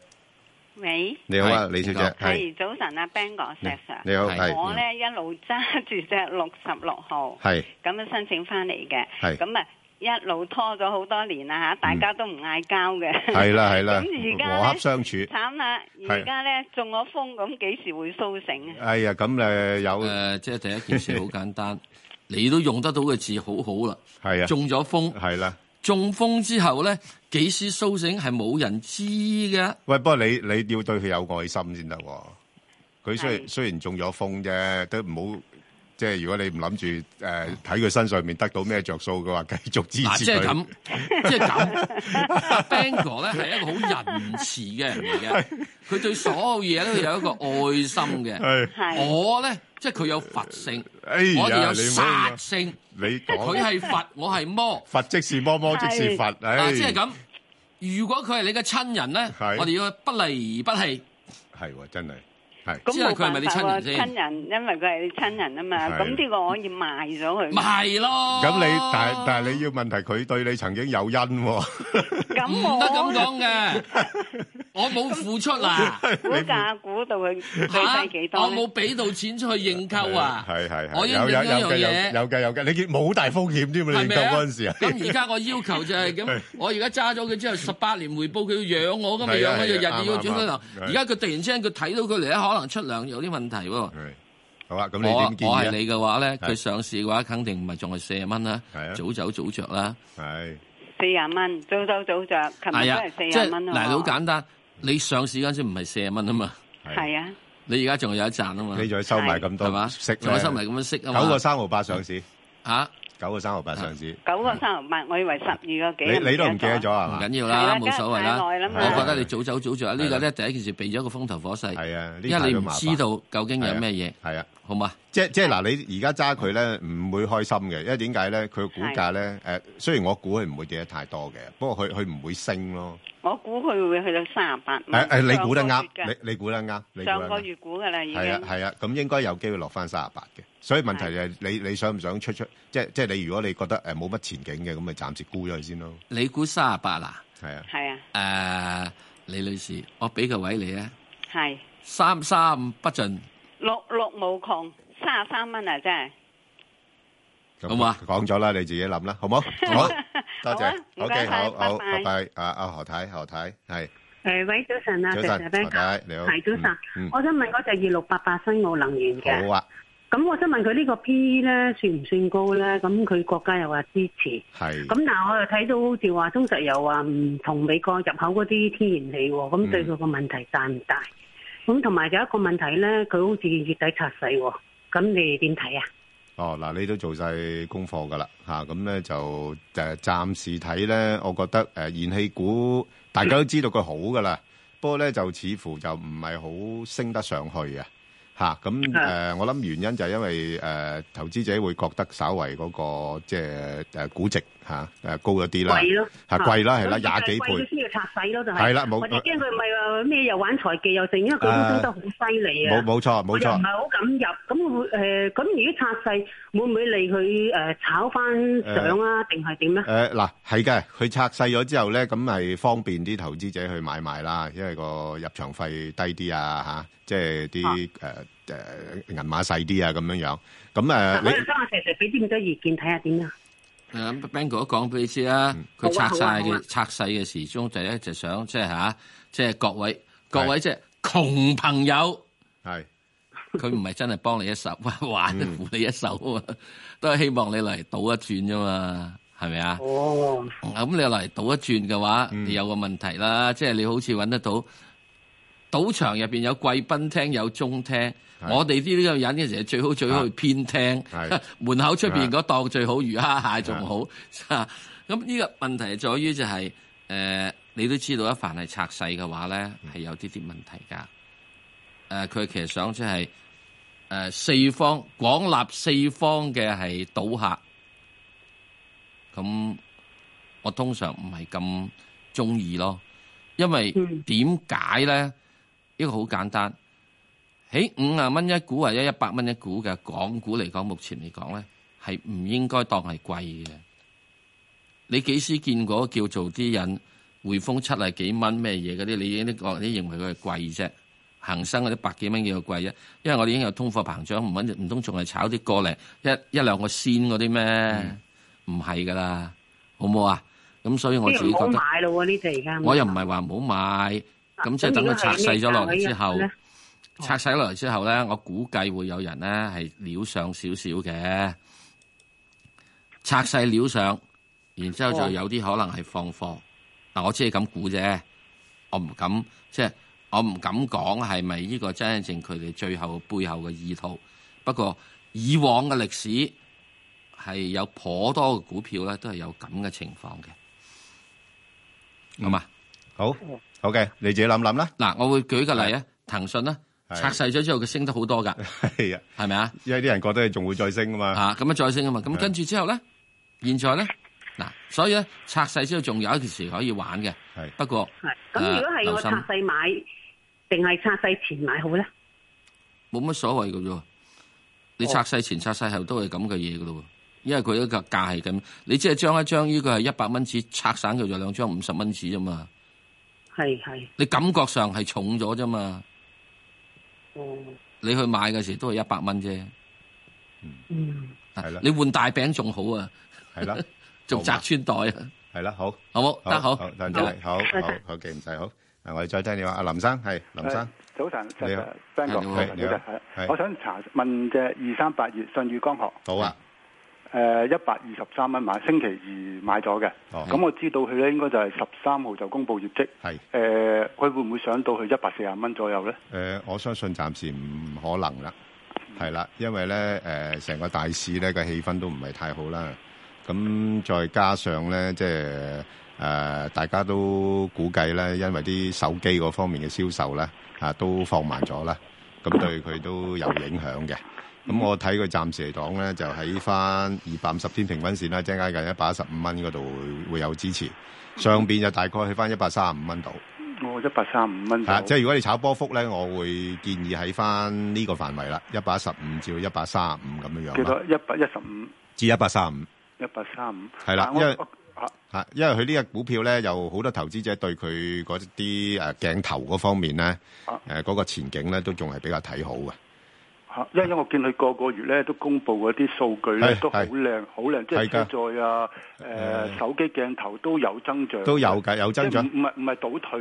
[SPEAKER 17] 喂，
[SPEAKER 1] 你好啊，李小姐係，
[SPEAKER 17] 係早晨啊，Bang 哥石 Sir，
[SPEAKER 1] 你好係
[SPEAKER 17] 我咧一路揸住只六十六號，
[SPEAKER 1] 係
[SPEAKER 17] 咁樣申請翻嚟嘅，
[SPEAKER 1] 係
[SPEAKER 17] 咁啊一路拖咗好多年啦嚇，大家都唔嗌交嘅，
[SPEAKER 1] 係啦係啦，
[SPEAKER 17] 咁而家
[SPEAKER 1] 和
[SPEAKER 17] 呢
[SPEAKER 1] 洽相處。
[SPEAKER 17] 慘啦，
[SPEAKER 1] 係
[SPEAKER 17] 而家咧中咗風，咁幾時會甦醒啊？
[SPEAKER 1] 哎呀，咁誒有
[SPEAKER 2] 誒，呃即係第一件事好簡單， 你都用得到嘅字好好啦。
[SPEAKER 1] 係啊，
[SPEAKER 2] 中咗風
[SPEAKER 1] 係啦。
[SPEAKER 2] 中風之後咧，幾時甦醒係冇人知嘅。
[SPEAKER 1] 喂，不過你你要對佢有愛心先得喎。佢雖然雖然中咗風啫，都唔好即係如果你唔諗住誒睇佢身上面得到咩着數嘅話，繼續支
[SPEAKER 2] 嗱，
[SPEAKER 1] 持
[SPEAKER 2] 即係
[SPEAKER 1] 佢
[SPEAKER 2] 咁。，即係 咁。Bang 哥咧係一個好仁慈嘅人嚟嘅， 佢對所有嘢咧有一個愛心嘅。
[SPEAKER 1] 係
[SPEAKER 2] 我咧即係佢有佛性，
[SPEAKER 1] 哎呀
[SPEAKER 2] 我哋有
[SPEAKER 1] 你唔好啊咁
[SPEAKER 2] 殺
[SPEAKER 1] 講
[SPEAKER 2] 性，
[SPEAKER 1] 你講
[SPEAKER 2] 佢係佛，我係魔。
[SPEAKER 1] 佛即是 魔，魔即是佛。哎唉
[SPEAKER 2] 嗱，即係咁。如果佢係你嘅親人咧，我哋要不離不棄。
[SPEAKER 1] 係喎，真係係。
[SPEAKER 17] 咁冇辦法喎，親人，因為佢係你親人啊嘛，
[SPEAKER 1] 係
[SPEAKER 17] 咁呢個我可以賣咗佢。
[SPEAKER 2] 賣咯
[SPEAKER 1] 咁你但但係你要問題，佢對你曾經有恩喎。
[SPEAKER 17] 咁
[SPEAKER 2] 唔得咁 講嘅，我冇付出啊，
[SPEAKER 17] 估價估到佢
[SPEAKER 2] 嚇
[SPEAKER 17] 最低幾多
[SPEAKER 2] 我
[SPEAKER 17] 呢
[SPEAKER 2] 冇俾到錢出去認購啊，
[SPEAKER 1] 係係係，
[SPEAKER 2] 我
[SPEAKER 1] 有
[SPEAKER 2] 要
[SPEAKER 1] 有
[SPEAKER 2] 認一
[SPEAKER 1] 有嘅
[SPEAKER 2] 樣
[SPEAKER 1] 有
[SPEAKER 2] 嘢。
[SPEAKER 1] 有嘅有嘅，你見冇大風險 添嘛？
[SPEAKER 2] 係
[SPEAKER 1] 你
[SPEAKER 2] 咪
[SPEAKER 1] 研
[SPEAKER 2] 啊
[SPEAKER 1] 嗰陣時啊，
[SPEAKER 2] 咁而家我要求 就係咁，我而家揸咗佢之後十八年回報，佢要養我噶嘛，
[SPEAKER 1] 係
[SPEAKER 2] 養
[SPEAKER 1] 啊
[SPEAKER 2] 我日
[SPEAKER 1] 係
[SPEAKER 2] 日
[SPEAKER 1] 啊
[SPEAKER 2] 要
[SPEAKER 1] 啱
[SPEAKER 2] 轉佢糧
[SPEAKER 1] 啱。啱
[SPEAKER 2] 而家佢突然之間佢睇到佢嚟咧，可能出糧有啲問題喎。
[SPEAKER 1] 好啊，咁你
[SPEAKER 2] 我
[SPEAKER 1] 點建議
[SPEAKER 2] 我
[SPEAKER 1] 啊
[SPEAKER 2] 係你嘅話咧，
[SPEAKER 1] 係啊
[SPEAKER 2] 佢上市嘅話，肯定唔係仲係四十蚊啦，早走早着啦。
[SPEAKER 1] 係
[SPEAKER 17] 四廿蚊，早走早着，
[SPEAKER 2] 係
[SPEAKER 17] 琴日都
[SPEAKER 2] 啊
[SPEAKER 17] 係，四
[SPEAKER 2] 即
[SPEAKER 17] 廿
[SPEAKER 2] 係
[SPEAKER 17] 蚊
[SPEAKER 2] 嗱，好簡單。你上市嗰陣時唔係四十蚊啊嘛，
[SPEAKER 17] 係啊，
[SPEAKER 2] 你而家仲有一賺啊嘛。
[SPEAKER 1] 你仲要收埋咁多
[SPEAKER 2] 係嘛？
[SPEAKER 1] 息咧
[SPEAKER 2] 仲有收埋咁樣息啊嘛。啊
[SPEAKER 1] 九個三毫八上市
[SPEAKER 2] 嚇，
[SPEAKER 1] 九個三毫八上市，
[SPEAKER 17] 九個三毫八，我以為十二個幾。
[SPEAKER 1] 嗯你你都唔記得咗啊係嘛
[SPEAKER 2] 啊唔緊要
[SPEAKER 17] 係
[SPEAKER 2] 啦，
[SPEAKER 17] 啦
[SPEAKER 2] 冇所謂啦。
[SPEAKER 17] 梗係太耐啦嘛
[SPEAKER 2] 我覺得你早走早着，呢
[SPEAKER 1] 啊係
[SPEAKER 2] 個
[SPEAKER 1] 啦
[SPEAKER 2] 咧第一件事避咗個風頭火勢。
[SPEAKER 1] 係啊，呢
[SPEAKER 2] 因
[SPEAKER 1] 排
[SPEAKER 2] 為你
[SPEAKER 1] 都
[SPEAKER 2] 唔
[SPEAKER 1] 麻煩
[SPEAKER 2] 知道究竟有咩嘢。
[SPEAKER 1] 係啊，
[SPEAKER 2] 好嘛？
[SPEAKER 1] 即即係嗱，你而家揸佢咧唔會開心嘅，因為點解咧？佢股價咧
[SPEAKER 2] 嗯
[SPEAKER 1] 誒，雖然我估佢唔會跌得太多嘅，不過佢佢唔會升咯。
[SPEAKER 17] 我估佢會去到三十八蚊。
[SPEAKER 1] 誒誒，你估得啱
[SPEAKER 17] 上個月，㗎
[SPEAKER 1] 你你估得啱，你估得
[SPEAKER 17] 上個
[SPEAKER 1] 啱。
[SPEAKER 17] 月估㗎啦，已經。
[SPEAKER 1] 係啊，係啊，咁應該有機會落翻三十八嘅。所以問題就係你你想唔想出出？即係即係你如果你覺得誒冇乜前景嘅，咁咪暫時沽咗佢先咯。
[SPEAKER 2] 你估三十八啦？
[SPEAKER 1] 係啊。
[SPEAKER 17] 係啊，
[SPEAKER 2] 誒，呃李女士，我俾個位你啊，
[SPEAKER 17] 係
[SPEAKER 2] 三三五不盡，
[SPEAKER 17] 六六無窮，三十三蚊啊，真係。
[SPEAKER 1] 好嘛？講咗啦，你自己諗啦，好冇？ 好，多謝。
[SPEAKER 17] 好啊唔
[SPEAKER 1] O
[SPEAKER 17] 該
[SPEAKER 1] K，
[SPEAKER 17] 晒
[SPEAKER 1] 好好，
[SPEAKER 17] 拜
[SPEAKER 1] 拜
[SPEAKER 17] 拜
[SPEAKER 1] 拜。阿阿何太，何太係
[SPEAKER 18] 诶，喂，早晨啊，
[SPEAKER 1] 早
[SPEAKER 18] 石
[SPEAKER 1] 晨
[SPEAKER 18] Sir Ben
[SPEAKER 1] 何太你好
[SPEAKER 18] 系早晨
[SPEAKER 1] 嗯嗯，
[SPEAKER 18] 我想問嗰只二六八八新奧能源嘅，
[SPEAKER 1] 好啊，
[SPEAKER 18] 咁我想問佢呢個 P E 咧算唔算高咧？咁佢國家又話支持，
[SPEAKER 1] 係。
[SPEAKER 18] 咁但係我又睇到好似話中石油話唔同美國入口嗰啲天然氣喎，
[SPEAKER 1] 嗯
[SPEAKER 18] 咁對佢個問題大唔大？咁同埋有一個問題咧，佢好似月底拆細喎，咁你點睇啊？
[SPEAKER 1] 哦，嗱，你都做晒功課噶啦，嚇、咁咧就誒暫時睇咧，我覺得誒、呃燃氣股大家都知道佢好噶啦，不過咧就似乎就唔係好升得上去啊，嚇咁誒，呃我諗原因就係因為誒、呃投資者會覺得稍為嗰、個即係誒估值嚇誒、呃高咗啲啦，
[SPEAKER 18] 貴咯，
[SPEAKER 1] 嚇貴啦係啦，
[SPEAKER 18] 咁
[SPEAKER 1] 廿幾
[SPEAKER 18] 貴佢
[SPEAKER 1] 倍。
[SPEAKER 18] 先要拆細咯，就係
[SPEAKER 1] 係啦冇
[SPEAKER 18] 我哋驚佢唔係話咩又玩財技又剩，因為佢都升得好犀利啊！
[SPEAKER 1] 冇冇錯冇
[SPEAKER 18] 我又
[SPEAKER 1] 錯
[SPEAKER 18] 唔係好敢入，咁會誒咁如果拆細，會唔會嚟佢誒炒翻上啊？定係點咧？
[SPEAKER 1] 誒嗱，係嘅，佢拆細咗之後咧，咁係方便啲投資者去買賣啦，因為個入場費低啲啊嚇，即係啲誒誒銀碼細啲啊咁樣樣。咁誒、
[SPEAKER 18] 嗱 我
[SPEAKER 1] 你
[SPEAKER 18] 哋想阿石石俾啲咁多意見，睇下點啊？
[SPEAKER 2] 誒呃 Ben 哥講俾你知啦，佢
[SPEAKER 18] 好啊
[SPEAKER 2] 拆晒
[SPEAKER 18] 好啊好啊
[SPEAKER 2] 嘅拆細嘅時鐘就咧就想即係嚇，即係各位各位即係窮朋友
[SPEAKER 1] 係。
[SPEAKER 2] 佢唔係真係幫你一手， 玩扶你一手啊嘛，都係希望你嚟賭一轉啫嘛，係咪啊？
[SPEAKER 18] 哦，
[SPEAKER 2] 咁你嚟賭一轉嘅話，你有個問題啦，即係你好似揾得到賭場入邊有貴賓廳有中廳，我哋啲呢個人嘅時候最好最好去偏廳，門口出邊嗰檔最好魚蝦蟹仲好。 咁呢個問題在於就係、誒，你都知道一凡係拆細嘅話咧，係有啲啲問題㗎。誒、佢其實想即係誒四方廣納四方嘅係賭客，咁我通常唔係咁中意咯，因為點解咧？一個好簡單，喺五啊蚊一股或者一百蚊一股嘅港股嚟講，目前嚟講咧係唔應該當係貴嘅。你幾時見過叫做啲人匯豐七啊幾蚊咩嘢嗰啲？你已經啲你認為佢係貴啫。恒生嗰啲百幾蚊叫做貴啫，因為我哋已經有通貨膨脹，唔揾唔通仲係炒啲過零一一兩個仙嗰啲咩？唔係噶啦，好唔好啊？咁所以我
[SPEAKER 18] 即
[SPEAKER 2] 自
[SPEAKER 18] 係
[SPEAKER 2] 己
[SPEAKER 18] 唔好
[SPEAKER 2] 覺得。
[SPEAKER 18] 買咯喎，呢啲而家
[SPEAKER 2] 我又唔係話唔好買，咁即係等佢拆細咗落嚟之後
[SPEAKER 18] 咁如果係咩價位入咧，
[SPEAKER 1] 哦
[SPEAKER 2] 拆細落嚟之後咧，我估計會有人咧係料上少少嘅，拆細料上，然之後就
[SPEAKER 9] 哦
[SPEAKER 2] 有啲可能係放貨。嗱，我只係咁估啫，我唔敢即係我唔敢講係咪呢個真真正佢哋最後背後嘅意圖。不過以往嘅歷史係有頗多嘅股票咧，都係有咁嘅情況嘅。好嘛？
[SPEAKER 1] 好，好嘅，你自己諗諗啦。
[SPEAKER 2] 嗱，我會舉個例啊，騰訊啦，
[SPEAKER 1] 係
[SPEAKER 2] 拆細咗之後佢升得好多㗎，
[SPEAKER 1] 係啊，
[SPEAKER 2] 係咪啊？
[SPEAKER 1] 因為啲人覺得仲會再升啊嘛。
[SPEAKER 2] 嚇咁啊，再升啊嘛。咁跟住之後咧，現在咧，嗱，所以咧拆細之後仲有一件事可以玩嘅，
[SPEAKER 1] 係
[SPEAKER 2] 不過
[SPEAKER 18] 咁如果
[SPEAKER 2] 呃
[SPEAKER 18] 係
[SPEAKER 2] 留
[SPEAKER 18] 我
[SPEAKER 2] 心
[SPEAKER 18] 拆細買，
[SPEAKER 19] 定係拆細前買好咧？
[SPEAKER 2] 冇乜所謂嘅啫。你拆細前拆細後都係咁嘅嘢嘅咯喎，因為佢一個價係咁，你只係將一張呢個係一百蚊紙拆散佢就兩張五十蚊紙啫嘛，
[SPEAKER 19] 係係，
[SPEAKER 2] 你感覺上係重咗啫嘛，
[SPEAKER 19] 哦，
[SPEAKER 2] 你去買嘅時都係一百蚊啫，
[SPEAKER 19] 嗯。
[SPEAKER 2] 係啦，你換大餅仲好啊，
[SPEAKER 1] 係啦，
[SPEAKER 2] 仲擲穿袋啊，
[SPEAKER 1] 係啦，好，
[SPEAKER 2] 好冇得好，
[SPEAKER 1] 多謝你，好好好嘅，唔使好。嗱，我哋再聽電話，阿林生係林生，
[SPEAKER 20] 呃早晨，
[SPEAKER 1] 你好
[SPEAKER 20] Ben 哥，
[SPEAKER 1] 你好你好係
[SPEAKER 20] 我想查問隻二三八二信宇光學，呃
[SPEAKER 1] 好啊，
[SPEAKER 20] 誒一百二十三蚊買，星期二買咗嘅，
[SPEAKER 1] 哦
[SPEAKER 20] 咁我知道佢咧應該就係十三號就公佈業績，
[SPEAKER 1] 係
[SPEAKER 20] 誒佢會唔會上到去一百四十蚊左右咧？
[SPEAKER 1] 誒，呃我相信暫時唔可能啦，係啦，因為咧誒，成個大市咧個氣氛都唔係太好啦。咁再加上咧，即係誒、呃大家都估計咧，因為啲手機嗰方面嘅銷售咧啊都放慢咗啦，咁對佢都有影響嘅。咁我睇佢暫時嚟講咧，就喺翻二百五十天平均線啦，即係接近一百一十五蚊嗰度會會有支持。上邊就大概去翻一百三十五蚊度。
[SPEAKER 20] 我哦一百三五蚊
[SPEAKER 1] 啊，即係如果你炒波幅咧，我會建議喺翻呢個範圍啦，一百一十五至到一百三十五咁樣樣
[SPEAKER 20] 幾多？
[SPEAKER 1] 啦，
[SPEAKER 20] 一百一十五，
[SPEAKER 1] 至一百三十五。
[SPEAKER 20] 一百三五，
[SPEAKER 1] 係啦
[SPEAKER 20] 但我
[SPEAKER 1] 因為
[SPEAKER 20] 我啊
[SPEAKER 1] 嚇，因為佢呢只股票咧，有好多投資者對佢嗰啲誒鏡頭嗰方面咧，誒嗰、個前景咧都仲係比較睇好嘅。
[SPEAKER 20] 嚇啊因為我見佢個個月咧都公布嗰啲數據咧
[SPEAKER 1] 係
[SPEAKER 20] 都好
[SPEAKER 1] 係
[SPEAKER 20] 靚，好靚，即
[SPEAKER 1] 係
[SPEAKER 20] 係
[SPEAKER 1] 㗎
[SPEAKER 20] 車載啊、誒、
[SPEAKER 1] 誒
[SPEAKER 20] 手機鏡頭都有增長，
[SPEAKER 1] 都有㗎有增長
[SPEAKER 20] 即係唔唔係唔係倒退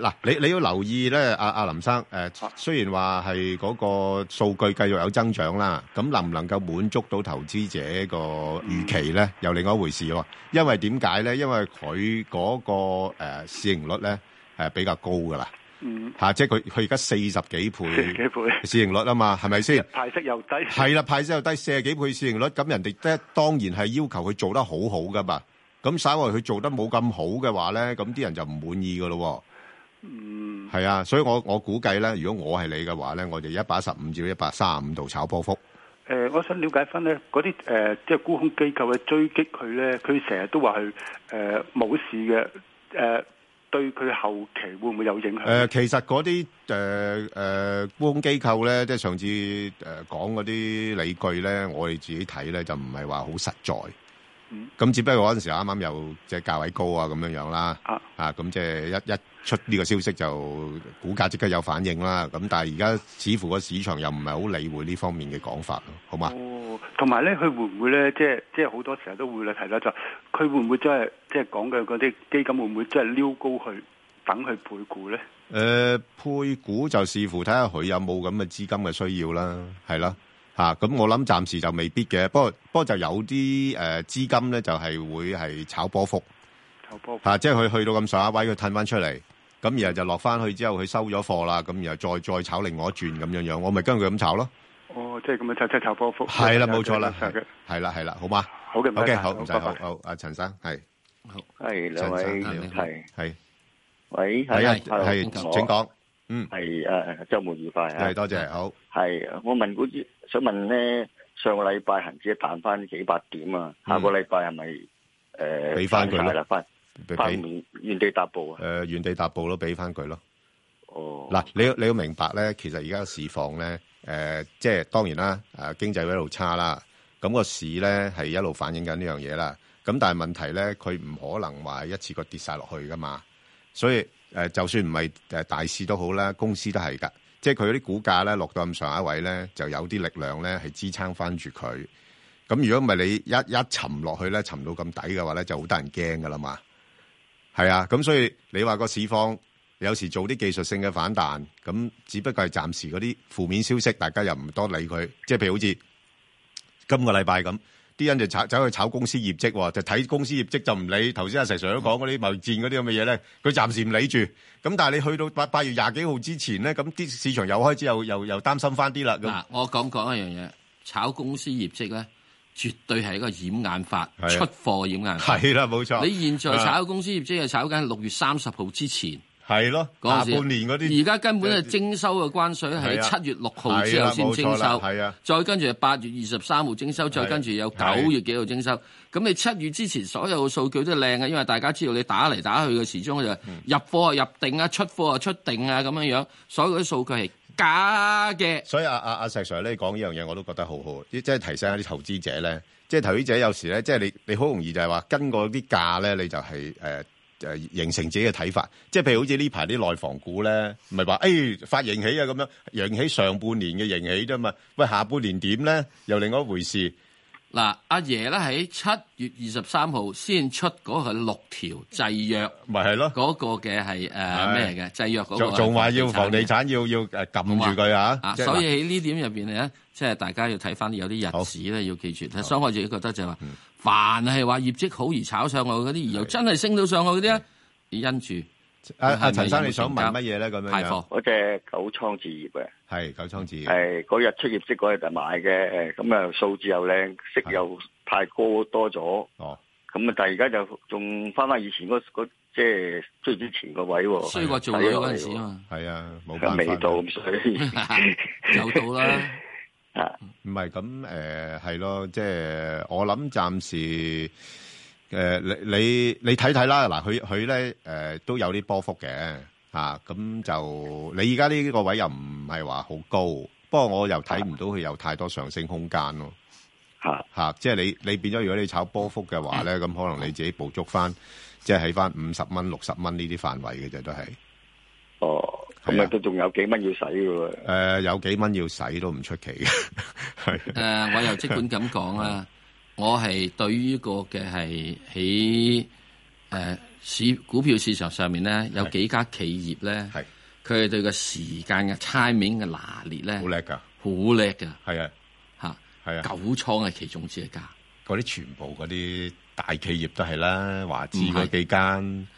[SPEAKER 1] 誒嗱、你你要留意咧，阿、阿林生誒、雖然話係嗰個數據繼續有增長啦，咁能唔能夠滿足到投資者個預期咧，又另外一回事喎。因為點解咧？因為佢嗰、個誒、市盈率咧誒、比較高㗎啦。
[SPEAKER 20] 嗯，
[SPEAKER 1] 嚇、即係佢佢而家四十幾倍
[SPEAKER 20] 40幾倍
[SPEAKER 1] 市盈率啊嘛，係咪先？
[SPEAKER 20] 派息又低，
[SPEAKER 1] 係啦，派息又低四十幾倍市盈率，咁人哋咧當然係要求佢做得好好噶嘛。咁稍為佢做得冇咁好嘅話咧，咁啲人就唔滿意噶咯喎。係啊，所以我我估計咧，如果我係你嘅話咧，我就一百一十五至一百三十五度炒波幅。
[SPEAKER 20] 誒、我想了解翻咧，嗰啲誒即係沽空機構嘅追擊佢咧，佢成日都話佢誒冇事嘅，誒、對佢後期會唔會有影響？
[SPEAKER 1] 誒、其實嗰啲誒誒沽空機構咧，即係上次誒講嗰啲理據咧，我哋自己睇咧就唔係話好實在。
[SPEAKER 20] 嗯
[SPEAKER 1] 咁只不過嗰陣時啱啱有即係價位高啊咁樣樣啦，啊咁即係一一出呢個消息就股價即刻有反應啦。咁但係而家似乎個市場又唔係好理會呢方面嘅講法咯，好嘛？
[SPEAKER 20] 哦，同埋咧，佢會唔會咧，即係即係好多時候都會咧提啦，就佢會唔會真係即係講嘅嗰啲基金會唔會真係撩高佢等佢配股咧？
[SPEAKER 1] 誒、配股就視乎睇下佢有冇咁嘅資金嘅需要啦，係啦，嚇、咁我諗暫時就未必嘅，不過不過就有啲誒、呃、資金咧就係、會係炒波幅，
[SPEAKER 20] 炒波
[SPEAKER 1] 嚇、即係佢去到咁上下位，佢褪翻出嚟，咁然後就落翻去之後，佢收咗貨啦，咁然後再再炒另外一轉咁樣樣，我咪跟佢咁炒咯，
[SPEAKER 20] 哦，即係咁樣炒即係炒波幅。
[SPEAKER 1] 係啦，冇錯啦，
[SPEAKER 20] 係
[SPEAKER 1] 係係啦係啦，好嘛？
[SPEAKER 20] 好嘅唔該
[SPEAKER 1] o k
[SPEAKER 20] 晒
[SPEAKER 1] 好，唔使
[SPEAKER 20] 好
[SPEAKER 1] 好
[SPEAKER 20] 拜拜
[SPEAKER 1] 好，阿陳生係，
[SPEAKER 21] 係兩位係
[SPEAKER 1] 係，
[SPEAKER 21] 喂，
[SPEAKER 1] 係啊，
[SPEAKER 21] hello，
[SPEAKER 1] 係，
[SPEAKER 21] 我
[SPEAKER 1] 請講，嗯，
[SPEAKER 21] 係誒週末愉快啊！
[SPEAKER 1] 係多謝，好。
[SPEAKER 21] 係我問嗰啲想問咧，上個禮拜恆指彈翻幾百點啊，
[SPEAKER 1] 嗯
[SPEAKER 21] 下個禮拜係咪誒
[SPEAKER 1] 俾返佢咯
[SPEAKER 21] 彈晒啦？翻
[SPEAKER 1] 俾
[SPEAKER 21] 翻原原地踏步啊！
[SPEAKER 1] 誒、呃原地踏步咯，俾翻佢咯。
[SPEAKER 21] 哦，
[SPEAKER 1] 嗱，你要你要明白咧，其實而家嘅市況咧，誒、即係當然啦，誒、經濟一路差啦，咁、個市咧係一路反映緊呢樣嘢啦。咁但係問題咧，佢唔可能話一次過跌晒落去噶嘛。所以誒、呃就算唔係誒大市都好啦，公司都係㗎，即係佢啲股價咧落到咁上下位咧，就有啲力量咧係支撐翻住佢。咁如果唔係你一一沉落去咧，沉到咁底嘅話咧，就好得人驚㗎啦嘛。係啊，咁所以你話個市況有時做啲技術性嘅反彈，咁只不過係暫時嗰啲負面消息，大家又唔多理佢。即係譬如好似今個禮拜咁，啲人就炒走去炒公司業績喎，就睇公司業績就唔理。頭先阿石 Sir 都講嗰啲貿易戰嗰啲咁嘅嘢咧，佢暫時唔理住。咁但係你去到八八月廿幾號之前咧，咁啲市場又開始又又又擔心翻啲啦。咁
[SPEAKER 2] 嗱，我講講一樣嘢，炒公司業績咧，絕對係一個掩眼法，
[SPEAKER 1] 係啊
[SPEAKER 2] 出貨掩眼法。
[SPEAKER 1] 係啦，冇錯。
[SPEAKER 2] 你現在
[SPEAKER 1] 啊
[SPEAKER 2] 炒公司業績係炒緊六月三十號之前，
[SPEAKER 1] 係咯，
[SPEAKER 2] 嗰
[SPEAKER 1] 下
[SPEAKER 2] 陣時
[SPEAKER 1] 半年嗰啲
[SPEAKER 2] 而家根本係徵收嘅關税
[SPEAKER 1] 係啊
[SPEAKER 2] 係七月六號之後先徵
[SPEAKER 1] 係啦冇錯啦
[SPEAKER 2] 收，
[SPEAKER 1] 係啊
[SPEAKER 2] 再跟住係八月二十三號徵收，再
[SPEAKER 1] 係
[SPEAKER 2] 跟住有
[SPEAKER 1] 係
[SPEAKER 2] 九月幾號徵收。咁你七月之前所有嘅數據都靚啊嘅，因為大家知道你打嚟打去嘅時鐘就係
[SPEAKER 1] 嗯
[SPEAKER 2] 入貨啊入定啊，出貨啊出定啊咁樣樣，所有嗰啲數據係假嘅。
[SPEAKER 1] 所以阿阿阿石 Sir 咧講呢樣嘢，我都覺得好好，即係提醒下啲投資者咧，即係投資者有時咧，即係你你好容易就係話跟嗰啲價咧，你就係誒誒形成自己嘅睇法。即係譬如好似呢排啲內房股咧，唔係話誒發盈喜啊咁樣，盈喜上半年嘅盈喜啫嘛，喂下半年點咧又另外一回事。
[SPEAKER 2] 嗱，阿爺咧喺七月二十三號先出嗰個六條制約，
[SPEAKER 1] 咪係咯，
[SPEAKER 2] 嗰個嘅係誒咩嘅制約嗰個
[SPEAKER 1] 仲仲話要
[SPEAKER 2] 房
[SPEAKER 1] 房地
[SPEAKER 2] 地產嘅
[SPEAKER 1] 產要要誒撳住佢啊
[SPEAKER 2] 啊，
[SPEAKER 1] 即係
[SPEAKER 2] 所以喺呢點入邊咧，即係大家要睇翻有啲日子咧要記住。所以我自己覺得就係話，
[SPEAKER 1] 嗯
[SPEAKER 2] 凡係話業績好而炒上去嗰啲，而又真係升到上去嗰啲咧，要因住。
[SPEAKER 1] 阿
[SPEAKER 2] 係咪
[SPEAKER 1] 阿陳生
[SPEAKER 2] 有
[SPEAKER 1] 你想問
[SPEAKER 2] 成交
[SPEAKER 1] 乜嘢咧咁樣樣
[SPEAKER 2] 派貨
[SPEAKER 21] 嗰隻九倉置業啊，
[SPEAKER 1] 係九倉置業，
[SPEAKER 21] 係嗰日出業績嗰日就買嘅，誒咁啊數字又靚，息又太高多咗，
[SPEAKER 1] 哦，
[SPEAKER 21] 咁啊但係而家就仲翻翻以前嗰嗰即係追之前個位喎，
[SPEAKER 2] 衰過做女嗰陣時啊嘛，
[SPEAKER 1] 係啊，冇辦法
[SPEAKER 21] 咁未到咁 衰，
[SPEAKER 2] 有到啦。
[SPEAKER 1] 唔係咁誒，係咯，即係我諗暫時誒，你你你睇睇啦，嗱，佢佢咧誒都有啲波幅嘅嚇，咁就你而家呢個位又唔係話好高，不過我又睇唔到佢有太多上升空間咯。
[SPEAKER 21] 嚇
[SPEAKER 1] 嚇，即係你你變咗，如果你炒波幅嘅話咧，咁可能你自己捕捉翻，即係喺翻五十蚊、六十蚊呢啲範圍嘅啫，都係。
[SPEAKER 21] 哦，咁啊都仲有幾蚊要使嘅喎。
[SPEAKER 1] 誒、有幾蚊要使都唔出 奇嘅， 係
[SPEAKER 2] 誒、呃我又即管咁講啦，我係對於呢個嘅係喺誒市股票市場上面咧，有幾家企業咧，佢係對個時間嘅 timing 嘅拿捏咧，好
[SPEAKER 1] 叻㗎，
[SPEAKER 2] 好叻㗎，
[SPEAKER 1] 係啊，
[SPEAKER 2] 嚇，
[SPEAKER 1] 係啊，
[SPEAKER 2] 九倉係其中之一家，
[SPEAKER 1] 嗰啲全部嗰啲大企業都係啦，華資嗰幾間，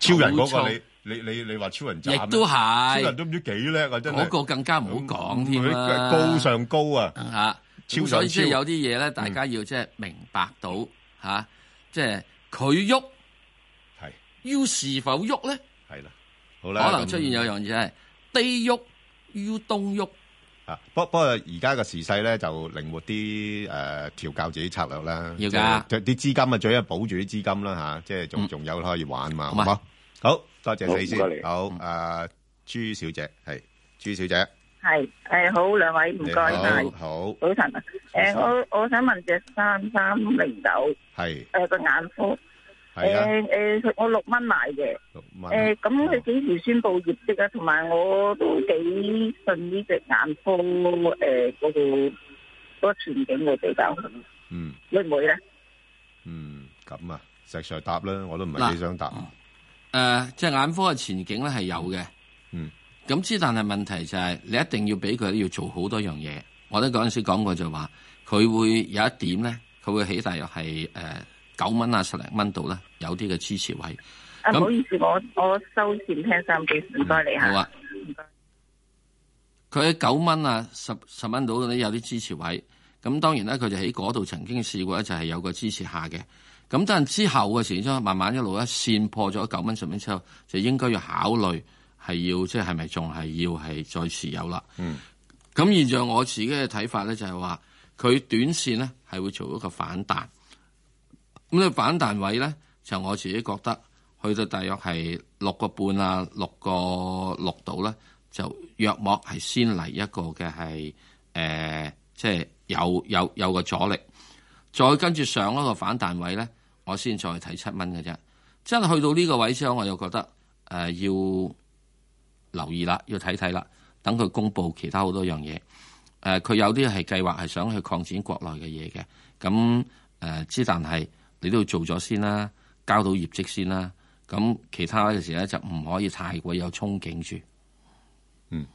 [SPEAKER 1] 超人嗰個你你你你話超人渣咩
[SPEAKER 2] 亦都係
[SPEAKER 1] 超人都唔知幾叻啊！真係
[SPEAKER 2] 嗰個更加唔好講添啦，
[SPEAKER 1] 佢高上高啊，
[SPEAKER 2] 嚇，
[SPEAKER 1] 超上
[SPEAKER 2] 咁所以即係
[SPEAKER 1] 超嗯
[SPEAKER 2] 有啲嘢咧，大家要即係明白到嚇、即係佢喐，
[SPEAKER 1] 係
[SPEAKER 2] 要是否喐咧？
[SPEAKER 1] 係啦，好啦，
[SPEAKER 2] 可能出現有樣嘢係低喐要東喐。
[SPEAKER 1] 啊，不不過而家嘅時勢咧就靈活啲誒、呃、調教自己策略啦，
[SPEAKER 2] 要㗎
[SPEAKER 1] 即係啲資金啊，最緊要保住啲資金啦吓、即係仲仲有可以玩嘛，好
[SPEAKER 2] 嘛
[SPEAKER 1] 嘛？好多謝你先
[SPEAKER 21] 好唔該，你
[SPEAKER 1] 好誒、呃朱小姐係朱小姐，
[SPEAKER 3] 系诶，好兩位唔
[SPEAKER 1] 你
[SPEAKER 3] 該晒，
[SPEAKER 1] 好
[SPEAKER 3] 早晨啊！诶、
[SPEAKER 1] 早晨
[SPEAKER 3] 我我想問隻三三零九
[SPEAKER 1] 好係
[SPEAKER 3] 诶個眼科
[SPEAKER 1] 係啊，
[SPEAKER 3] 诶诶、誒我六蚊買嘅，
[SPEAKER 1] 問
[SPEAKER 2] 啊
[SPEAKER 3] 诶呃咁佢幾時宣布業績啊？同埋我都幾信呢隻眼科诶嗰、個嗰個前景會比較好，
[SPEAKER 1] 嗯
[SPEAKER 3] 會唔會咧？
[SPEAKER 1] 嗯咁啊，石 Sir 答啦，我都唔
[SPEAKER 2] 嗱
[SPEAKER 1] 係幾想答，
[SPEAKER 2] 誒、即係眼科嘅前景咧係有嘅。
[SPEAKER 1] 嗯。
[SPEAKER 2] 咁之，但係問題就係、你一定要俾佢要做好多樣嘢。我都嗰陣時講過就話，佢會有一點咧，佢會起大約係誒九蚊啊十零蚊度啦，有啲嘅支持位。
[SPEAKER 3] 啊，
[SPEAKER 2] 咁
[SPEAKER 3] 唔好意思，我我收線聽收音機，唔該你
[SPEAKER 2] 好
[SPEAKER 3] 吓。
[SPEAKER 2] 啊。佢喺九蚊啊十十蚊度咧有啲支持位，咁當然咧佢就喺嗰度曾經試過咧就係有個支持下嘅。咁但係之後嘅時鐘慢慢一路一線破咗九蚊十蚊之後，就應該要考慮係要即係係咪仲係要係再持有啦。
[SPEAKER 1] 嗯。
[SPEAKER 2] 咁現在我自己嘅睇法咧就係話，佢短線咧係會做一個反彈。咁呢反彈位咧，就我自己覺得去到大約係六個半啊，六個六度咧，就約莫係先嚟一個嘅係誒，即係有有有個阻力，再跟住上一個反彈位咧，我先再睇七蚊嘅啫。真係去到呢個位之後，我又覺得誒、呃要留意啦，要睇睇啦，等佢公布其他好多樣嘢。誒、呃佢有啲係計劃係想去擴展國內嘅嘢嘅，咁誒之但係你都要做咗先啦，交到業績先啦。咁其他嘅時咧就唔可以太過有憧憬住。
[SPEAKER 1] 嗯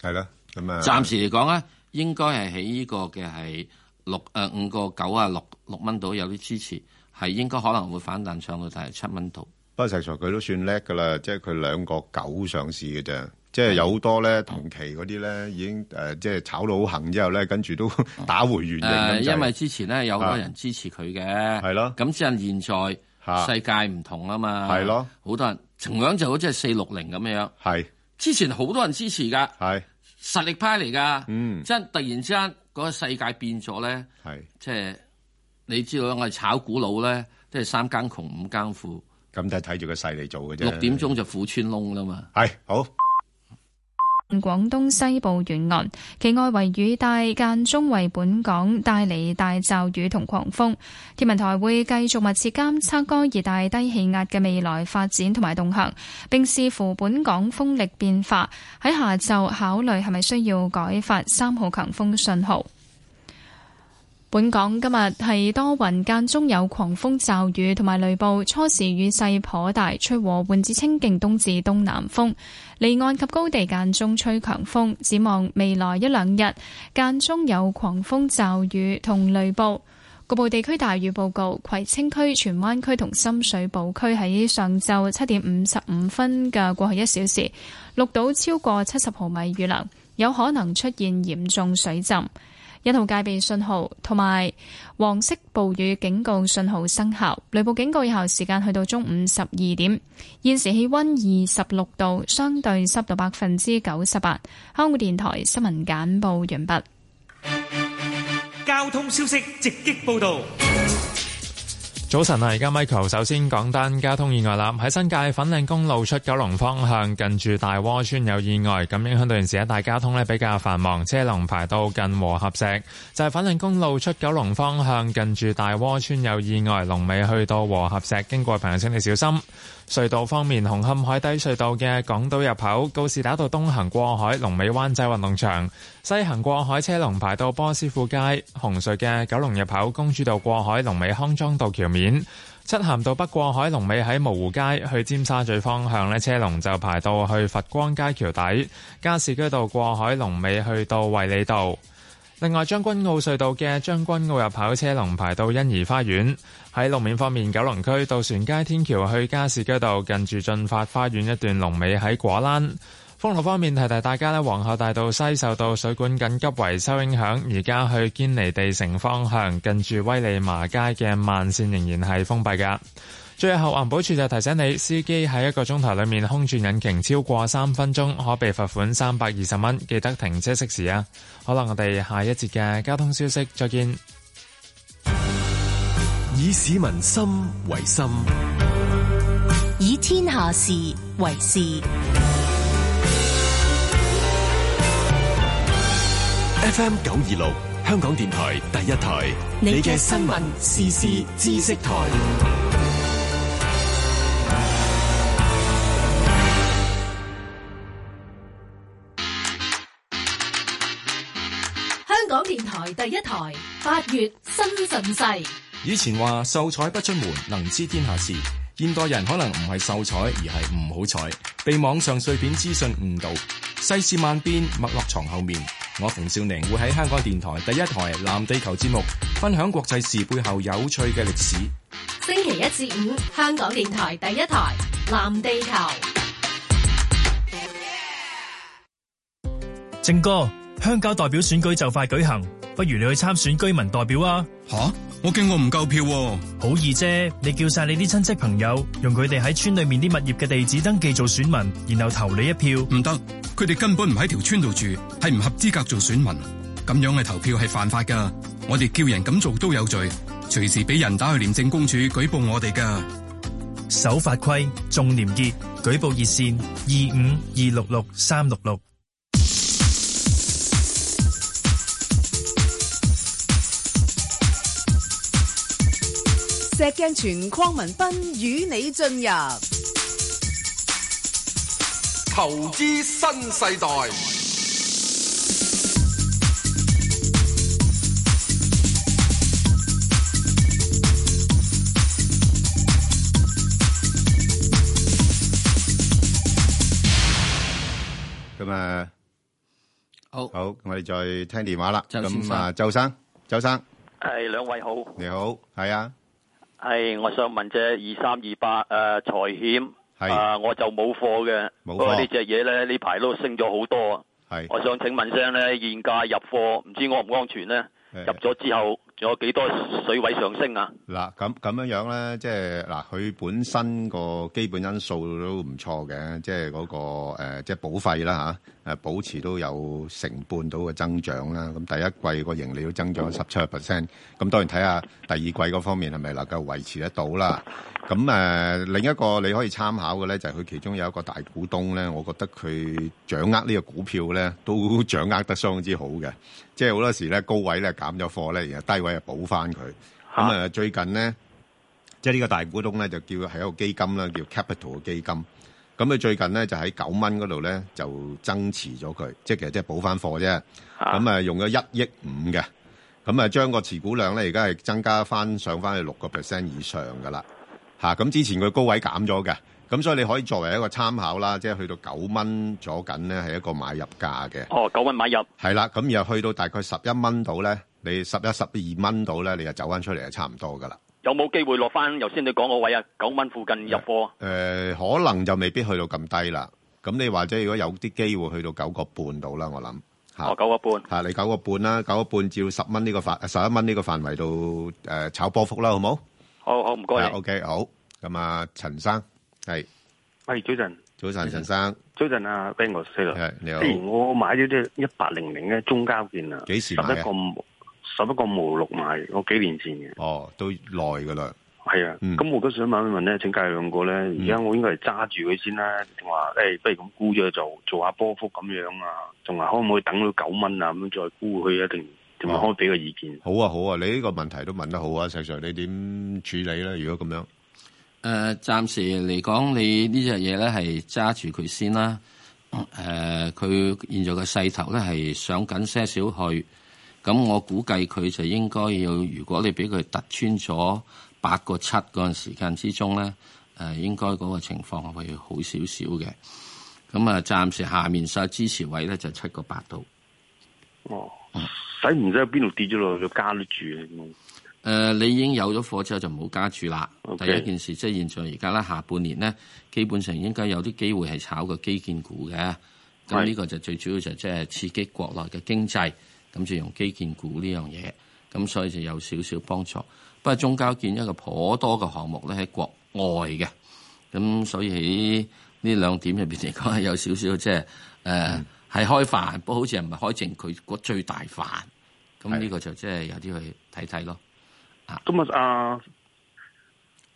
[SPEAKER 1] 係啦，咁啊，
[SPEAKER 2] 暫時嚟講咧，應該係喺呢個嘅係六誒五個九啊六六蚊度有啲支持，係應該可能會反彈上到大係七蚊度。
[SPEAKER 1] 不過石 Sir 佢都算叻噶啦，即係佢兩個九上市嘅啫，即係有好多咧同期嗰啲咧已經誒、呃即係炒到好行之後咧，跟住都 打回原形咁
[SPEAKER 2] 誒、
[SPEAKER 1] 滯
[SPEAKER 2] 呃因為之前咧有好多
[SPEAKER 1] 啊
[SPEAKER 2] 人支持佢嘅，
[SPEAKER 1] 係咯。
[SPEAKER 2] 咁即係現在世界唔同啊嘛。
[SPEAKER 1] 係咯，
[SPEAKER 2] 好多人同樣就好似係四六零咁樣。
[SPEAKER 1] 係
[SPEAKER 2] 之前好多人支持㗎。
[SPEAKER 1] 係
[SPEAKER 2] 實力派嚟㗎。
[SPEAKER 1] 嗯，
[SPEAKER 2] 即係突然之間嗰個世界變咗咧。
[SPEAKER 1] 係
[SPEAKER 2] 即係你知道啦我哋炒股佬咧，即係三更窮五更富。
[SPEAKER 1] 咁就睇住個勢嚟做嘅啫。
[SPEAKER 2] 六點鐘就苦穿窿啦嘛。
[SPEAKER 1] 係好。
[SPEAKER 5] 廣東西部沿岸，其外圍雨帶間中為本港帶嚟大驟雨同狂風。天文台會繼續密切監測該熱帶低氣壓嘅未來發展同埋動向，並視乎本港風力變化，喺下晝考慮係咪需要改發三號強風信號。本港今日係多雲間中有狂風驟雨同埋雷暴，初時雨勢頗大，吹和緩至清勁東至東南風，離岸及高地間中吹強風。展望未來一兩日間中有狂風驟雨同雷暴。局部地區大雨報告，葵青區、荃灣區同深水埗區喺上晝七點五十五分嘅過去一小時，錄到超過七十毫米雨量，有可能出現嚴重水浸。一號戒備信號同埋黃色暴雨警告信號生效，雷暴警告有效時間去到中午十二點。現時氣温二十六度，相對濕度百分之九十八。香港電台新聞簡報完畢。
[SPEAKER 6] 交通消息直擊報道。
[SPEAKER 7] 早晨啊，而家 Michael 首先講單交通意外啦。喺新界粉嶺公路出九龍方向，近住大窩村有意外，咁影響到現時一帶交通呢比較繁忙，車龍排到近和合石。就係、是、粉嶺公路出九龍方向，近住大窩村有意外，龍尾去到和合石，經過朋友請你小心。隧道方面，紅磡海底隧道嘅港島入口告士打道東行過海，龍尾灣仔運動場；西行過海車龍排到波斯富街。紅隧嘅九龍入口公主道過海，龍尾康莊道橋面；漆咸道北過海，龍尾喺蕪湖街去尖沙咀方向呢車龍就排到去佛光街橋底；加士居道過海，龍尾去到衛理道。另外，將軍澳隧道嘅將軍澳入口車龍排到欣怡花園。喺路面方面，九龍區渡船街天橋去加士居道近住進發花園一段龍尾喺果欄。封路方面，提提大家呢，皇后大道西受到水管緊急維修影響，而家去堅尼地城方向近住威利麻街嘅慢線仍然係封閉㗎。最後，環保署就提醒你，司機喺一個鐘頭裏面空轉引擎超過三分鐘，可被罰款三百二十蚊。記得停車熄匙啊！好啦，我哋下一節嘅交通消息再見。
[SPEAKER 8] 以市民心為心，
[SPEAKER 4] 以天下事為事。
[SPEAKER 8] FM 九二六香港電台第一台，你嘅新聞時事知識台。
[SPEAKER 22] 香港電台第一台，八月新盛世。
[SPEAKER 23] 以前話秀才不出門，能知天下事。現代人可能唔係秀才，而係唔好彩，被網上碎片資訊誤導。世事萬變，脈絡藏後面。我馮少寧會喺香港電台第一台《藍地球》節目，分享國際事背後有趣嘅歷史。
[SPEAKER 22] 星期一至五，香港電台第一台《藍地球》。
[SPEAKER 24] 正哥，鄉郊代表選舉就快舉行，不如你去參選居民代表啊！
[SPEAKER 25] 吓，我驚我唔夠票喎、
[SPEAKER 24] 好易啫，你叫晒你啲親戚朋友，用佢哋喺村裏面啲物業嘅地址登記做選民，然後投你一票。
[SPEAKER 25] 唔得，佢哋根本唔喺條村度住，係唔合資格做選民。咁樣嘅投票係犯法噶，我哋叫人咁做都有罪，隨時俾人打去廉政公署舉報我哋噶。
[SPEAKER 24] 守法規，重廉潔，舉報熱線二五二六六三六六。
[SPEAKER 14] 石鏡泉鄺民彬與你進入
[SPEAKER 15] 投資新世代，
[SPEAKER 1] 咁啊，
[SPEAKER 2] 好，
[SPEAKER 1] 好，咁我哋再聽電話啦。
[SPEAKER 26] 周先
[SPEAKER 1] 咁
[SPEAKER 26] 生
[SPEAKER 1] 啊，周生，周生
[SPEAKER 26] 係兩位好，
[SPEAKER 1] 你好，係啊，
[SPEAKER 26] 係我想問隻二三二八誒財險，
[SPEAKER 1] 係
[SPEAKER 26] 啊我就冇貨嘅，
[SPEAKER 1] 冇貨
[SPEAKER 26] 不過呢隻嘢咧呢排都升咗好多啊，
[SPEAKER 1] 係，
[SPEAKER 26] 我想請問聲咧現價入貨，唔知安唔安全咧？
[SPEAKER 1] 誒
[SPEAKER 26] 入咗之後仲有幾多水位上升啊？
[SPEAKER 1] 嗱，咁咁樣樣咧，即係嗱，佢本身個基本因素都唔錯嘅，即係嗰個、呃、即係保費啦嚇，誒、保持都有成半到嘅增長啦。咁第一季個盈利都增長十七個 percent，咁當然睇下第二季嗰方面係咪能夠維持得到啦。咁誒、呃另一個你可以參考嘅咧，就係、佢其中有一個大股東咧，我覺得佢掌握呢個股票咧，都掌握得相當之好嘅。即係好多時咧高位咧減咗貨咧，然後低位啊補翻佢。咁啊、最近咧，即係呢個大股東咧就叫係一個基金啦，叫 Capital 嘅基金。咁佢最近咧就喺九蚊嗰度咧就增持咗佢，即係其實即係補翻貨啫。咁啊用咗一億五嘅，咁啊將個持股量咧而家係增加翻上翻去六個 percent 以上噶啦。嚇，咁之前佢高位減咗嘅，咁所以你可以作為一個參考啦，即係去到九蚊左緊咧係一個買入價嘅。
[SPEAKER 26] 哦，九蚊買入，
[SPEAKER 1] 係啦，咁然後去到大概十一蚊度咧，你十一、十二蚊度咧，你就走翻出嚟就差唔多噶啦。
[SPEAKER 26] 有冇機會落翻？頭先你講個位啊，九蚊附近入貨啊。
[SPEAKER 1] 誒、可能就未必去到咁低啦。咁你或者如果有啲機會去到九個半度啦，我諗嚇。
[SPEAKER 26] 哦，九個半。
[SPEAKER 1] 嚇、你九個半啦，九個半至到十蚊呢個範，十一蚊呢個範圍度誒、炒波幅啦，好冇？
[SPEAKER 26] 好好，唔該
[SPEAKER 1] 啊
[SPEAKER 26] 你。
[SPEAKER 1] ，OK，好。咁啊，陳生係
[SPEAKER 9] 喂，早晨，
[SPEAKER 1] 早晨，陳生
[SPEAKER 9] 早晨啊，Ben 哥，四
[SPEAKER 1] 係你好
[SPEAKER 9] 之前我買咗啲一八零零嘅中交建啊，
[SPEAKER 1] 幾時
[SPEAKER 9] 十
[SPEAKER 1] 買啊
[SPEAKER 9] 一個五十一個無六買，我幾年前嘅。
[SPEAKER 1] 哦，都耐噶啦。嗯
[SPEAKER 9] 係啊，咁、我都想問一問咧，請介兩個咧，而家我應該係揸住佢先啦，定話誒，不如咁沽咗佢做做下波幅咁樣啊，仲話可唔可以等到九蚊啊咁樣再沽佢啊？定定
[SPEAKER 1] 哦
[SPEAKER 9] 話可唔可以俾個意見？
[SPEAKER 1] 好啊，好啊，你呢個問題都問得好啊，石 Sir，你點處理咧？如果咁樣，
[SPEAKER 2] 誒、暫時呃嚟講，你呢只嘢咧係揸住佢先啦。誒、佢現在嘅勢頭咧係上緊些少去，咁我估計佢就應該要，如果你俾佢突穿咗八個七嗰陣時間之中咧，誒、應該嗰個情況會好少少嘅。咁啊，暫時下面所有支持位咧就七個八度。
[SPEAKER 9] 哦，使唔使喺邊度跌咗落去加得住啊？
[SPEAKER 2] 誒、呃你已經有咗貨之後就唔好加住啦。
[SPEAKER 9] OK
[SPEAKER 2] 第一件事即係現在而家啦，下半年咧基本上應該有啲機會係炒個基建股嘅。咁
[SPEAKER 9] 係
[SPEAKER 2] 呢個就最主要就即係刺激國內嘅經濟，咁就用基建股呢樣嘢，咁所以就有少少幫助。不過中交建一個頗多嘅項目咧喺國外嘅，咁所以喺呢兩點入邊嚟講係有少少即係
[SPEAKER 9] 嗯
[SPEAKER 2] 誒係開飯，不過好似唔係開正佢個最大飯。咁呢個就即係有啲去睇睇咯。
[SPEAKER 9] 咁啊，阿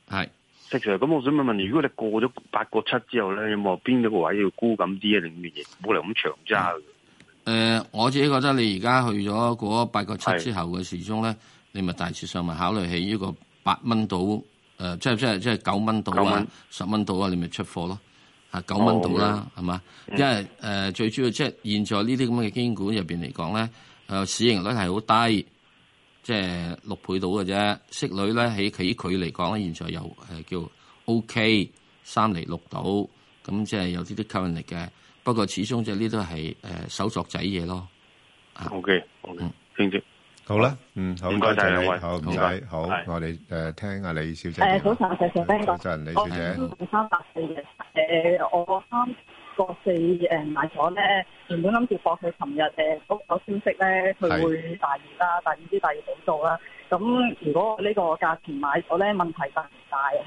[SPEAKER 2] 係
[SPEAKER 9] 石 Sir，咁我想問問，如果你過咗八個七之後咧，有冇話邊一個位要沽咁啲啊？定乜嘢？冇嚟咁長揸嘅。
[SPEAKER 2] 誒、呃我自己覺得你而家去咗嗰八個七之後嘅時鐘咧，你咪大致上咪考慮起呢個八蚊到誒，即係即係即係九蚊到
[SPEAKER 9] 九
[SPEAKER 2] 啊
[SPEAKER 9] 蚊，哦
[SPEAKER 2] 十蚊到啊，你咪出貨咯。啊，九蚊到啦，係嘛、因為誒、最主要即係現在呢啲咁嘅經管入邊嚟講咧，誒、市盈率係好低，即係六倍到嘅啫。息率咧喺佢佢嚟講咧，現在又誒、呃叫 OK 三厘六到，咁即係有啲啲吸引力嘅。不過始終就呢都係誒手作仔嘢咯。
[SPEAKER 9] O K O K，清晰。
[SPEAKER 1] 好啦，嗯，好，
[SPEAKER 9] 唔
[SPEAKER 1] 多
[SPEAKER 9] 該
[SPEAKER 1] 謝
[SPEAKER 9] 晒
[SPEAKER 1] 你，
[SPEAKER 9] 兩位
[SPEAKER 1] 好，唔
[SPEAKER 9] 好
[SPEAKER 1] 使，好，我哋誒聽下李小姐
[SPEAKER 10] 誒，
[SPEAKER 1] 電話。
[SPEAKER 10] 早晨，石 Sir，Ben 哥，
[SPEAKER 1] 早晨李小姐
[SPEAKER 10] 我係三百四嘅，誒，我三個四誒買咗咧，原本諗住博佢琴日誒嗰個消息咧，佢會大二啦，大二啲大二補做啦。咁如果我呢個價錢買咗咧，問題大唔大啊？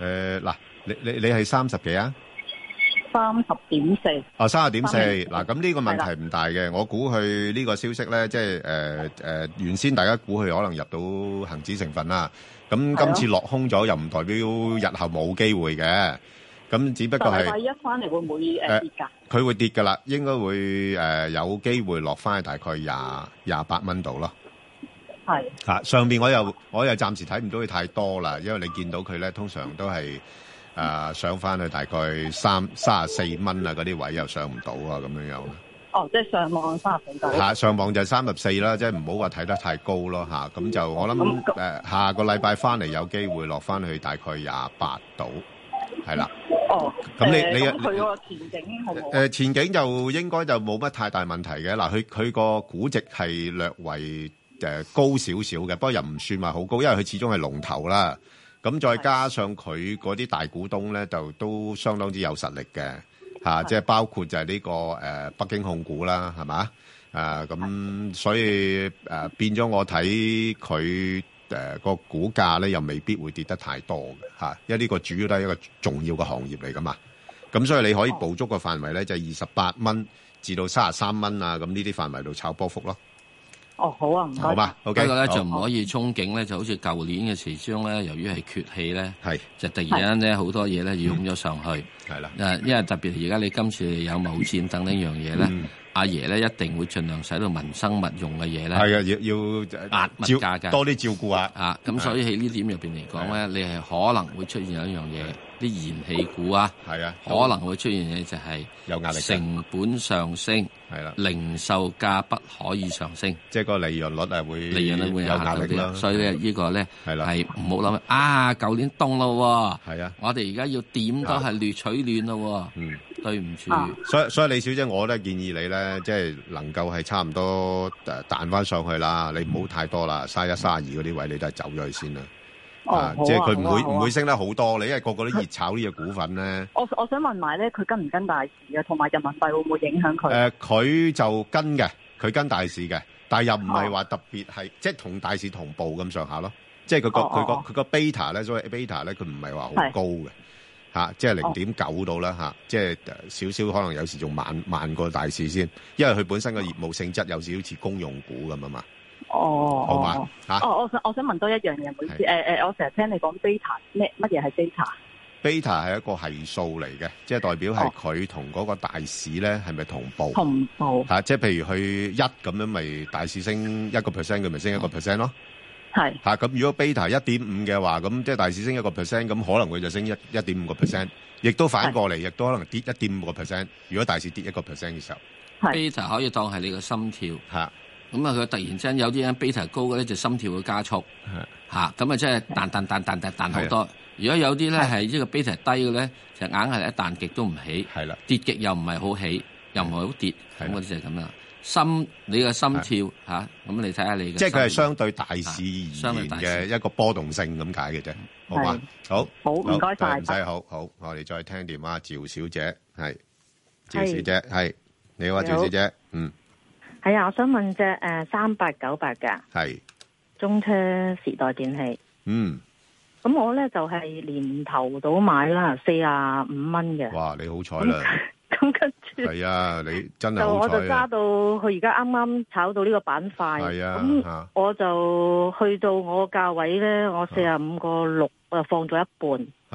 [SPEAKER 1] 誒嗱，你你你係三十幾啊？
[SPEAKER 10] 三十點四，
[SPEAKER 1] 啊，三十點四。
[SPEAKER 10] 30.4
[SPEAKER 1] 嗱，咁呢個問題唔大嘅，我估佢呢個消息咧，即係誒誒，原先大家估佢可能入到恒指成分啦。咁
[SPEAKER 10] 係
[SPEAKER 1] 今
[SPEAKER 10] 咯
[SPEAKER 1] 次落空咗，又唔代表日後冇機會嘅。咁只不過
[SPEAKER 10] 但係
[SPEAKER 1] 係
[SPEAKER 10] 禮拜一翻嚟會唔會誒
[SPEAKER 1] 誒
[SPEAKER 10] 跌㗎？
[SPEAKER 1] 佢會跌㗎啦，應該會誒有機會落翻去大概廿廿八蚊度咯。
[SPEAKER 10] 係
[SPEAKER 1] 啊，上邊我又我又暫時睇唔到佢太多啦，因為你見到佢咧，通常都係啊、上翻去大概三三十四蚊啊嗰啲位又上唔到啊咁樣樣。
[SPEAKER 10] 哦，即係上網三十點九。
[SPEAKER 1] 下上網就三十四啦，即係唔好話睇得太高咯嚇。咁就我諗誒、下個禮拜翻嚟有機會落翻去大概廿八度，係啦。
[SPEAKER 10] 哦，
[SPEAKER 1] 咁你
[SPEAKER 10] 誒
[SPEAKER 1] 你
[SPEAKER 10] 咁佢個前景好唔好
[SPEAKER 1] 誒、？呃前景就應該就冇乜太大問題嘅。嗱，佢佢個估值係略為誒、高少少嘅，不過又唔算話好高，因為佢始終係龍頭啦。咁再加上佢嗰啲大股東咧，就都相當之有實力嘅嚇，即係包括就係呢個誒北京控股啦，係嘛？誒咁，所以誒變咗我睇佢誒個股價咧，又未必會跌得太多嘅嚇，因為呢個主要都係一個重要嘅行業嚟噶嘛。咁所以你可以捕捉個範圍咧，就係二十八蚊至到三十三蚊啊，咁呢啲範圍度炒波幅咯。
[SPEAKER 10] 哦，好啊，唔
[SPEAKER 1] 好
[SPEAKER 10] 該。
[SPEAKER 1] 嘛
[SPEAKER 2] 不
[SPEAKER 1] ，OK，
[SPEAKER 2] 過咧
[SPEAKER 1] 好
[SPEAKER 2] 就唔可以憧憬咧，就好似舊年嘅時鐘咧，由於係缺氣咧，就突然間咧好多嘢咧要湧咗上去，
[SPEAKER 1] 係啦。
[SPEAKER 2] 誒，因為特別而家你今次有貿戰等呢樣嘢咧，
[SPEAKER 1] 嗯
[SPEAKER 2] 阿爺咧一定會盡量使到民生物用嘅嘢咧，
[SPEAKER 1] 係啊，要要
[SPEAKER 2] 壓物
[SPEAKER 1] 照
[SPEAKER 2] 價㗎，
[SPEAKER 1] 多啲照顧下
[SPEAKER 2] 啊。咁所以喺呢點入邊嚟
[SPEAKER 1] 啊
[SPEAKER 2] 講咧，你係可能會出現一樣嘢，啲燃氣股啊，
[SPEAKER 1] 係啊，
[SPEAKER 2] 可能會出現嘢就係
[SPEAKER 1] 有壓力㗎
[SPEAKER 2] 成本上升，
[SPEAKER 1] 係啦，
[SPEAKER 2] 零售價不可以上升，
[SPEAKER 1] 即係個利潤率係會
[SPEAKER 2] 利潤率會
[SPEAKER 1] 有
[SPEAKER 2] 下
[SPEAKER 1] 壓
[SPEAKER 2] 降
[SPEAKER 1] 力
[SPEAKER 2] 啲啊
[SPEAKER 1] 啦
[SPEAKER 2] 所以咧呢個咧
[SPEAKER 1] 係
[SPEAKER 2] 唔好諗啊！舊年凍咯
[SPEAKER 1] 喎，係啊，嗯
[SPEAKER 2] 我哋而家要點都係劣取暖咯
[SPEAKER 1] 喎，
[SPEAKER 2] 對唔住，
[SPEAKER 1] 所以所以李小姐，我咧建議你咧，即係能夠係差唔多誒彈翻上去啦，你唔好太多啦，嘥一嘥二嗰啲位你都係走咗去先啦。
[SPEAKER 10] 哦好啊
[SPEAKER 1] 即係佢唔會
[SPEAKER 10] 好啊好啊
[SPEAKER 1] 唔會升得好多，你因為個個都熱炒呢隻股份咧。
[SPEAKER 10] 我我想問埋咧，佢跟唔跟大市啊？同埋人民幣會唔會影響佢？
[SPEAKER 1] 誒，佢就跟嘅，佢跟大市嘅，但係又唔係話特別係即係同大市同步咁上下咯。即係佢個
[SPEAKER 10] 哦哦哦
[SPEAKER 1] 佢個
[SPEAKER 10] 哦
[SPEAKER 1] 佢個 beta 咧，所謂 beta 咧，佢唔係話好
[SPEAKER 10] 係
[SPEAKER 1] 高嘅嚇，即係
[SPEAKER 10] 哦
[SPEAKER 1] 零點九到啦嚇，即係誒少少可能有時仲慢慢過大市先，因為佢本身個業務性質有少少似公用股咁啊嘛。
[SPEAKER 10] 哦，
[SPEAKER 1] 好嘛嚇
[SPEAKER 10] 哦，我想我想問多一樣嘢，唔好意思，誒誒，我成日聽你講 beta 咩乜嘢係 beta？
[SPEAKER 1] beta 係一個係數嚟嘅，即係代表係佢同嗰個大市咧係咪同步？
[SPEAKER 10] 哦同步
[SPEAKER 1] 嚇，即係譬如佢一咁樣，咪大市升一個 percent，佢咪升一個 percent 咯。
[SPEAKER 10] 係
[SPEAKER 1] 嚇咁，如果 beta 一點五嘅話，咁即係大市升一個 percent，咁可能佢就升一一點五個 percent，亦都反過嚟，亦都可能跌一點五個 percent。如果大市跌一個 percent 嘅時候，
[SPEAKER 2] beta 可以當係你個心跳
[SPEAKER 1] 嚇。
[SPEAKER 2] 咁啊，佢突然之間有啲人 beta 高嘅咧，就心跳會加速嚇。咁啊，即係彈彈彈彈彈彈好
[SPEAKER 1] 啊
[SPEAKER 2] 多。如果有啲咧係呢個 beta 低嘅咧，就硬係一彈極都唔起，
[SPEAKER 1] 係啦，
[SPEAKER 2] 跌極又唔係好起，又唔係好跌，咁嗰啲就係咁啦。心你個心跳嚇，咁你睇下你嘅心跳。啊
[SPEAKER 1] 即係佢係相對大市而
[SPEAKER 2] 相對
[SPEAKER 1] 言
[SPEAKER 2] 大
[SPEAKER 1] 嘅
[SPEAKER 2] 市
[SPEAKER 1] 一個波動性咁解嘅啫，好嘛？好，
[SPEAKER 10] 好唔該晒
[SPEAKER 1] 唔使好好，我哋再聽電話，趙小姐係，趙小
[SPEAKER 11] 係
[SPEAKER 1] 姐係，你好啊，
[SPEAKER 11] 你
[SPEAKER 1] 趙
[SPEAKER 11] 好
[SPEAKER 1] 小姐，嗯，
[SPEAKER 11] 系啊，我想問只诶三八九八嘅
[SPEAKER 1] 係，
[SPEAKER 11] 中車時代電器，
[SPEAKER 1] 嗯，
[SPEAKER 11] 咁我咧就係年頭到買啦，四啊五蚊嘅，
[SPEAKER 1] 哇，你好彩啦，
[SPEAKER 11] 咁跟住
[SPEAKER 1] 係啊，你真係
[SPEAKER 11] 就我
[SPEAKER 1] 好
[SPEAKER 11] 就
[SPEAKER 1] 彩
[SPEAKER 11] 揸
[SPEAKER 1] 啊，
[SPEAKER 11] 到佢而家啱啱炒到呢個板塊，
[SPEAKER 1] 係啊
[SPEAKER 11] 咁、
[SPEAKER 1] 嚇
[SPEAKER 11] 我就去到我價位咧，我四啊五個六，我就放咗一半，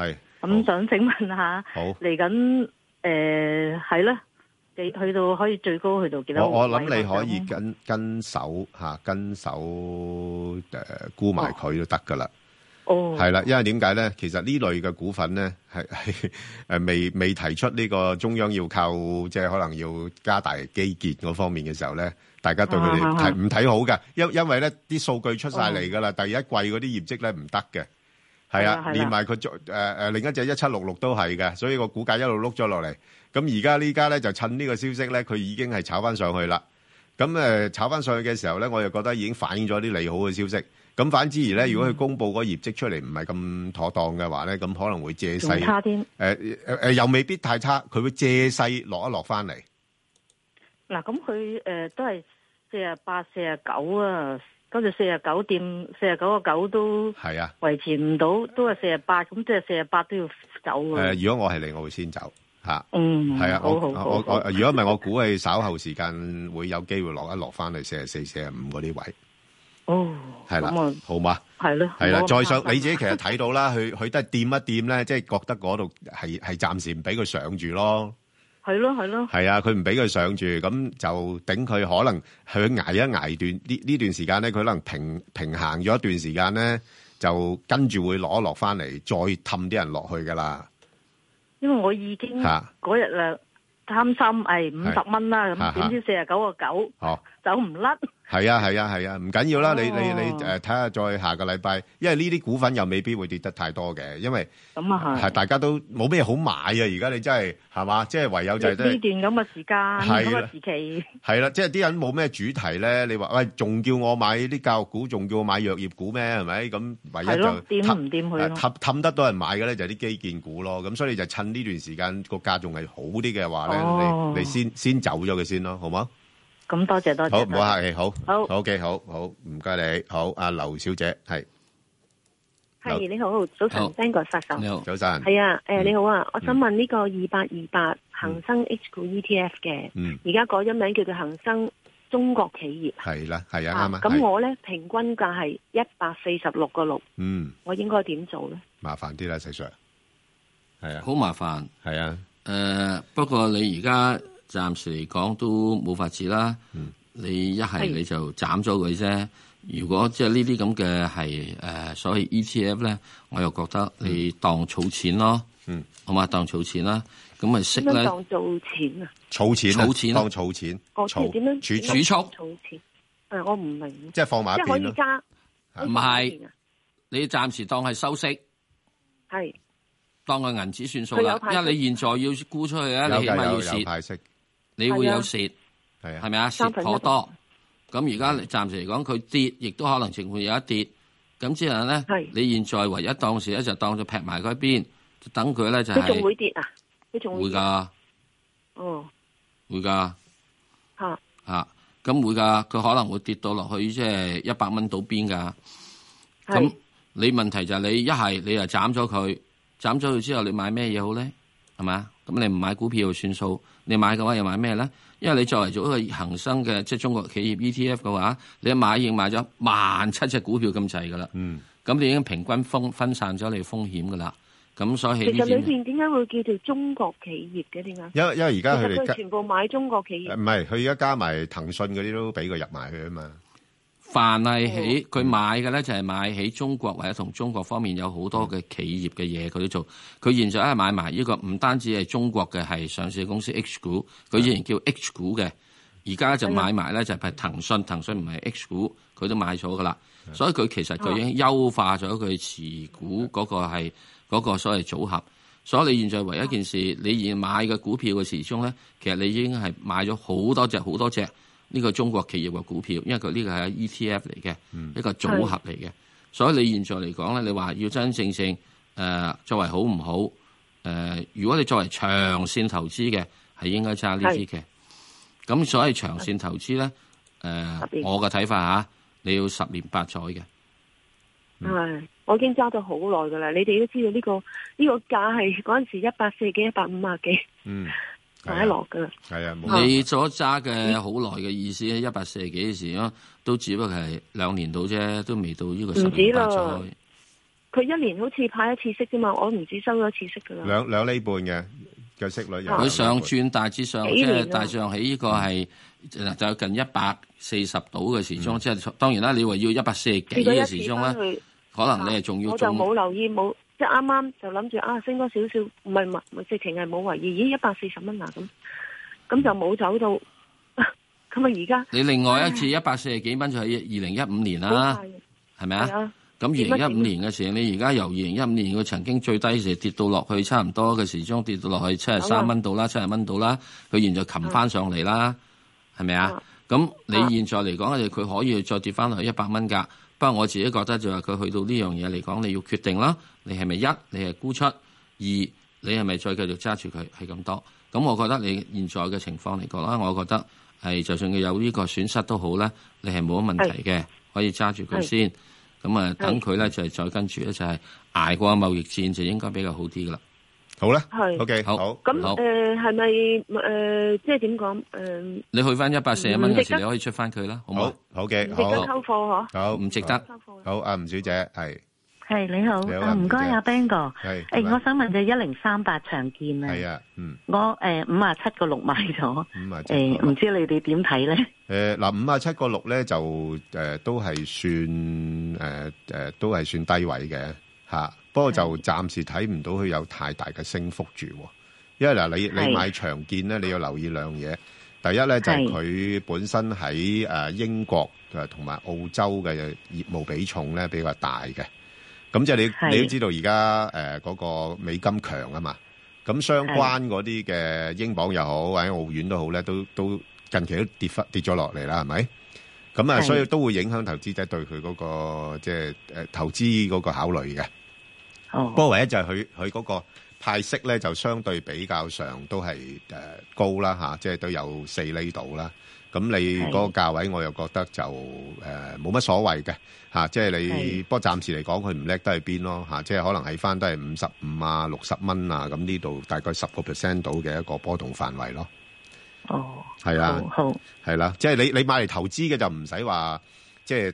[SPEAKER 1] 係，
[SPEAKER 11] 咁想請問下，
[SPEAKER 1] 好
[SPEAKER 11] 嚟緊诶係啦，你去到可以最高去到幾多
[SPEAKER 1] 我
[SPEAKER 11] 位？
[SPEAKER 1] 我諗你可以跟跟手嚇，跟手誒沽埋佢都得噶啦。
[SPEAKER 11] 哦，
[SPEAKER 1] 係啦，因為點解咧？其實呢類嘅股份咧，係 係誒未未提出呢個中央要靠，即係可能要加大基建嗰方面嘅時候咧，大家對佢哋
[SPEAKER 11] 啊哦
[SPEAKER 1] 睇唔睇好嘅？因因為咧啲數據出晒嚟㗎啦，第一季嗰啲業績咧唔得嘅。係
[SPEAKER 11] 係啊係
[SPEAKER 1] 啊，
[SPEAKER 11] 啊
[SPEAKER 1] 連埋佢做誒誒另一隻一七六六都係嘅，所以個股價一路碌咗落嚟。咁而家呢家咧就趁呢個消息咧，佢已經係炒翻上去啦。咁誒炒翻上去嘅時候咧，我又覺得已經反映咗啲利好嘅消息。咁反之而咧，如果佢公布個業績出嚟唔係咁妥當嘅話咧，咁可能會借勢
[SPEAKER 11] 仲差添
[SPEAKER 1] 誒誒誒又未必太差，佢會借勢落一落翻嚟。
[SPEAKER 11] 嗱，咁佢誒都係四啊八、四啊九啊，跟住四啊九點、四啊九個九都
[SPEAKER 1] 係啊，
[SPEAKER 11] 維持唔到，都係四啊八，咁即係四啊八都要走
[SPEAKER 1] 誒、
[SPEAKER 11] 啊。
[SPEAKER 1] 呃如果我係你，我會先走嚇。
[SPEAKER 11] 嗯
[SPEAKER 1] 係啊，我
[SPEAKER 11] 好好好
[SPEAKER 1] 我我
[SPEAKER 11] 好
[SPEAKER 1] 如果唔係，我估係稍後時間會有機會落一落翻去四十四、四十五嗰啲位，
[SPEAKER 11] 哦，
[SPEAKER 1] 係啦
[SPEAKER 11] 咁啊，
[SPEAKER 1] 好嘛？
[SPEAKER 11] 係咯，
[SPEAKER 1] 係啦，
[SPEAKER 11] 冇咁
[SPEAKER 1] 再上
[SPEAKER 11] 擔心
[SPEAKER 1] 你自己其實睇到啦，佢佢都係掂一掂咧，即係覺得嗰度係係暫時唔俾佢上住咯。
[SPEAKER 11] 係咯係咯，
[SPEAKER 1] 係啊，佢唔俾佢上住，咁就頂佢可能佢捱一捱段呢呢段時間咧，佢可能平平行咗一段時間咧，就跟住會攞一落翻嚟，再氹啲人落去噶啦。
[SPEAKER 11] 因為我已經
[SPEAKER 1] 嚇
[SPEAKER 11] 嗰日啊貪心，誒五十蚊啦，
[SPEAKER 1] 嚇
[SPEAKER 11] 咁點知四啊九個九
[SPEAKER 1] 哦，
[SPEAKER 11] 走唔甩，
[SPEAKER 1] 係啊係啊係啊，唔緊要啦，你你
[SPEAKER 11] 哦
[SPEAKER 1] 你誒睇下再下個禮拜，因為呢啲股份又未必會跌得太多嘅，因為
[SPEAKER 11] 咁啊係
[SPEAKER 1] 係大家都冇咩好買啊，而家你真係係嘛，即係唯有就係
[SPEAKER 11] 呢
[SPEAKER 1] 都
[SPEAKER 11] 段
[SPEAKER 1] 係
[SPEAKER 11] 咁嘅時間
[SPEAKER 1] 係
[SPEAKER 11] 咁
[SPEAKER 1] 啦
[SPEAKER 11] 嘅時期，
[SPEAKER 1] 係啦，即係啲人冇咩主題咧，你話喂仲叫我買啲教育股，仲叫我買藥業股咩？係咪咁唯一
[SPEAKER 11] 係咯，
[SPEAKER 1] 就
[SPEAKER 11] 掂
[SPEAKER 1] 氹
[SPEAKER 11] 唔掂佢
[SPEAKER 1] 誒
[SPEAKER 11] 咯？
[SPEAKER 1] 氹氹得到人買嘅咧就係啲基建股咯，咁所以就趁呢段時間個價仲係好啲嘅話咧，
[SPEAKER 11] 哦
[SPEAKER 1] 你你先先走咗佢先咯，好嗎？
[SPEAKER 11] 咁多謝多謝，
[SPEAKER 1] 好，唔好客氣，好，
[SPEAKER 11] 好
[SPEAKER 1] ，OK，好好，唔該你，好，阿劉小姐係，
[SPEAKER 12] 系你好，早晨
[SPEAKER 1] 好嗯
[SPEAKER 12] ，Ben 哥殺手，
[SPEAKER 1] 早晨，
[SPEAKER 12] 系啊，
[SPEAKER 1] Ừ.
[SPEAKER 12] 诶、你好啊，我想問呢個二八二八恒生 H 股 ETF 嘅，
[SPEAKER 1] 嗯，
[SPEAKER 12] 而家改咗名叫做恒生中國企業。
[SPEAKER 1] 係啦，
[SPEAKER 12] À,
[SPEAKER 1] 係啊，啱啊，
[SPEAKER 12] 咁
[SPEAKER 1] 係
[SPEAKER 12] 我呢，平均價係一百四十六個六，
[SPEAKER 1] 嗯，
[SPEAKER 12] 我應該點做呢？
[SPEAKER 1] 麻煩啲啦，石 Sir，係啊，
[SPEAKER 2] 好麻煩。
[SPEAKER 1] 係啊，
[SPEAKER 2] 誒，不過你而家暫時嚟講都冇法子啦。
[SPEAKER 1] 嗯
[SPEAKER 2] 你一係
[SPEAKER 12] 係
[SPEAKER 2] 你就斬咗佢啫。如果即係呢啲咁嘅係誒，所謂 E ETF 咧，我又覺得你當儲錢咯，
[SPEAKER 1] 嗯，
[SPEAKER 2] 好嘛，當儲錢啦。咁咪息
[SPEAKER 12] 點樣
[SPEAKER 2] 咧，
[SPEAKER 12] 當做錢啊？
[SPEAKER 1] 儲錢啊，
[SPEAKER 2] 儲錢啊
[SPEAKER 1] 當儲錢，
[SPEAKER 12] 我即係
[SPEAKER 1] 儲
[SPEAKER 12] 點樣
[SPEAKER 1] 儲
[SPEAKER 12] 點樣儲錢？诶，我唔明，
[SPEAKER 1] 即係放埋啊一
[SPEAKER 12] 即係可
[SPEAKER 1] 邊
[SPEAKER 12] 以
[SPEAKER 1] 咯，
[SPEAKER 12] 加，
[SPEAKER 2] 唔係你暫時當係收息，
[SPEAKER 12] 係
[SPEAKER 2] 當個銀紙算數
[SPEAKER 12] 佢
[SPEAKER 2] 啦
[SPEAKER 12] 有。派息
[SPEAKER 2] 因為你現在要沽出去啊，
[SPEAKER 1] 有
[SPEAKER 2] 你起
[SPEAKER 1] 㗎
[SPEAKER 2] 碼要
[SPEAKER 1] 有有
[SPEAKER 2] 蝕
[SPEAKER 1] 派。息，
[SPEAKER 2] 你會有蝕，
[SPEAKER 1] 係啊
[SPEAKER 2] 係咪啊？
[SPEAKER 12] 三
[SPEAKER 2] 蝕
[SPEAKER 12] 分一
[SPEAKER 2] 頗多。咁而家暫時嚟講，佢跌，亦都可能情況有一跌。咁之後咧，你現在唯一當時咧就當咗劈埋佢一邊，就等佢咧就
[SPEAKER 12] 佢仲
[SPEAKER 2] 係
[SPEAKER 12] 會跌啊？佢仲
[SPEAKER 2] 會
[SPEAKER 12] 會跌？
[SPEAKER 2] 㗎，
[SPEAKER 12] 哦，
[SPEAKER 2] 會㗎
[SPEAKER 12] 吓，
[SPEAKER 2] 嚇。咁會㗎，佢可能會跌到落去即係一百蚊到邊㗎。
[SPEAKER 12] 係
[SPEAKER 2] 咁你問題就係你一係你又斬咗佢，斬咗佢之後你買咩嘢好咧？係咪啊？咁你唔買股票就算數，你買嘅話又買咩咧？因為你作為做一個恒生嘅即係中國企業 ETF 嘅話，你一買已經買咗萬七隻股票咁滯㗎啦。
[SPEAKER 1] 嗯，
[SPEAKER 2] 咁你已經平均分分散咗你風險㗎啦。咁所以
[SPEAKER 12] 其
[SPEAKER 2] 呢
[SPEAKER 12] 實裏
[SPEAKER 2] 點
[SPEAKER 12] 邊點解會叫做中國企業嘅？點解？
[SPEAKER 1] 啊因為因為而家佢哋
[SPEAKER 12] 其實
[SPEAKER 1] 加
[SPEAKER 12] 全部買中國企業
[SPEAKER 1] 唔。係佢而家加埋騰訊嗰啲都俾佢入埋去啊嘛，
[SPEAKER 2] 凡係起佢買嘅咧，就係買起中國或者同中國方面有好多嘅企業嘅嘢，佢都做。佢現在係啊買埋呢個唔單止係中國嘅係上市公司 H 股，佢以前叫 H 股嘅，而家就買埋咧就係騰訊，騰訊唔係 H 股，佢都買咗噶啦。所以佢其實佢已經優化咗佢持股嗰個係嗰個所謂組合。所以你現在唯一一件事，你現買嘅股票嘅時鐘咧，其實你已經係買咗好多隻好多隻呢個中國企業嘅股票，因為佢呢個係 ETF E 嚟嘅、
[SPEAKER 14] 嗯
[SPEAKER 2] 一個組合嚟嘅。所以你現在嚟講咧，你話要真真正正誒、呃作為好唔好誒、呃如果你作為長線投資嘅，係應該揸呢啲嘅。咁所以長線投資咧，誒、
[SPEAKER 12] 別
[SPEAKER 2] 我嘅睇法嚇，你要十年八載嘅。
[SPEAKER 1] 嗯
[SPEAKER 12] 唉，我已經揸咗好耐㗎啦。你哋都知道呢、個呢、個價係嗰陣時一百四幾、一百五啊幾
[SPEAKER 1] 嗯，
[SPEAKER 12] 買落㗎啦。
[SPEAKER 1] 係啊，冇
[SPEAKER 2] 你所揸嘅好耐嘅意思，一百四十幾時咯，都只不過係兩年到啫，都未到呢個十
[SPEAKER 12] 唔止
[SPEAKER 2] 年
[SPEAKER 12] 啦
[SPEAKER 2] 八載。
[SPEAKER 12] 佢一年好似派一次息啫嘛，我唔止收咗一次息㗎啦。
[SPEAKER 1] 兩兩厘半嘅嘅息
[SPEAKER 12] 啊
[SPEAKER 1] 率有
[SPEAKER 2] 佢
[SPEAKER 1] 兩
[SPEAKER 2] 上
[SPEAKER 1] 厘半
[SPEAKER 2] 轉大致上，
[SPEAKER 12] 幾
[SPEAKER 2] 即係
[SPEAKER 12] 年啊
[SPEAKER 2] 大致上喺呢個係就近一百四十度嘅時鐘，即係當然啦，你話要一百四十幾
[SPEAKER 12] 試過一
[SPEAKER 2] 嘅時
[SPEAKER 12] 次
[SPEAKER 2] 鐘
[SPEAKER 12] 翻
[SPEAKER 2] 咧，
[SPEAKER 12] 去，
[SPEAKER 2] 可能你係仲要
[SPEAKER 12] 嗯我就
[SPEAKER 2] 中
[SPEAKER 12] 冇留意冇，即係啱啱就諗住啊升多少少，唔係唔係直情係冇為意。咦，一百四十蚊啊咁，咁就冇走到。 咁啊，
[SPEAKER 2] 你另外一次一百四十幾蚊就係二零一五年
[SPEAKER 12] 而家好
[SPEAKER 2] 啦
[SPEAKER 12] 快，
[SPEAKER 2] 係咪
[SPEAKER 12] 係
[SPEAKER 2] 啊
[SPEAKER 12] 啊？
[SPEAKER 2] 咁二零
[SPEAKER 12] 點啊
[SPEAKER 2] 一五年嘅時候，你而家由二零一五年佢曾經最低時跌到落去差唔多嘅時鐘跌到落去七十
[SPEAKER 12] 啊
[SPEAKER 2] 三蚊度啦，七十蚊度啦，佢現在擒翻上嚟
[SPEAKER 12] 嗯
[SPEAKER 2] 啦，係咪啊？咁你現在嚟講咧，佢可以再跌翻落去一百蚊㗎。不過我自己覺得就係佢去到呢樣嘢嚟講，你要決定啦，你係咪一你係沽出，二你係咪再繼續揸住佢係咁多？咁我覺得你現在嘅情況嚟講啦，我覺得係就算佢有呢個損失都好咧，你係冇乜問題嘅，可以揸住佢
[SPEAKER 13] 係
[SPEAKER 2] 先。咁
[SPEAKER 12] 嗯
[SPEAKER 2] 啊，等佢咧就係再跟住咧就係捱過貿易戰就應該比較好啲噶啦。
[SPEAKER 1] 好啦
[SPEAKER 12] 係
[SPEAKER 1] ，OK，
[SPEAKER 2] 好，
[SPEAKER 12] 咁呃
[SPEAKER 2] 好，
[SPEAKER 12] 誒係咪誒即係點講誒？
[SPEAKER 2] 你去翻一百四十蚊
[SPEAKER 12] 唔值
[SPEAKER 2] 嗰
[SPEAKER 12] 得
[SPEAKER 2] 時，你可以出翻佢啦，好唔好？
[SPEAKER 1] 好嘅
[SPEAKER 12] 唔值得溝貨嗬？
[SPEAKER 1] 好
[SPEAKER 2] 唔值得。
[SPEAKER 1] 好啊，吳小姐係
[SPEAKER 16] 係你好
[SPEAKER 1] 你好，
[SPEAKER 16] 啊唔該
[SPEAKER 1] 林小姐
[SPEAKER 16] 阿 Bang 哥，
[SPEAKER 1] 係
[SPEAKER 16] 誒我想問就一零三八長建啊，
[SPEAKER 1] 係啊，嗯，
[SPEAKER 16] 我誒五啊七個六買咗，
[SPEAKER 1] 五啊
[SPEAKER 16] 誒唔知你哋點睇咧？
[SPEAKER 1] 誒嗱五啊七個六咧就誒、都係算誒誒、都係算低位嘅嚇、不過就暫時睇唔到佢有太大嘅升幅住喎，因為嗱你
[SPEAKER 27] 係
[SPEAKER 1] 你買長建咧，你要留意兩嘢。第一咧就係
[SPEAKER 13] 係
[SPEAKER 1] 佢本身喺誒英國誒同埋澳洲嘅業務比重咧比較大嘅。咁即係
[SPEAKER 13] 係
[SPEAKER 1] 你你都知道而家誒嗰個美金強啊嘛，咁相關嗰啲嘅英鎊又好或者澳元都好咧，都都近期都跌翻跌咗落嚟啦，係咪？咁啊，
[SPEAKER 13] 係
[SPEAKER 1] 所以都會影響投資者對佢嗰、個即係誒投資嗰個考慮嘅。
[SPEAKER 13] 哦
[SPEAKER 1] 不過唯一就係佢佢嗰個派息咧，就相對比較上都係誒、呃高啦嚇、即係都有四厘度啦。咁你
[SPEAKER 13] 係
[SPEAKER 1] 嗰個價位，我又覺得就誒冇乜所謂嘅嚇，即係你
[SPEAKER 13] 係
[SPEAKER 1] 不過暫時嚟講，佢唔叻得去邊咯嚇，即係可能喺翻都係五十五啊、六十蚊啊咁呢度，大概十個 percent 到嘅一個波動範圍咯。
[SPEAKER 13] 哦，
[SPEAKER 1] 係啊，
[SPEAKER 13] 好
[SPEAKER 1] 係啦，即係你你買嚟投資嘅就唔使話即係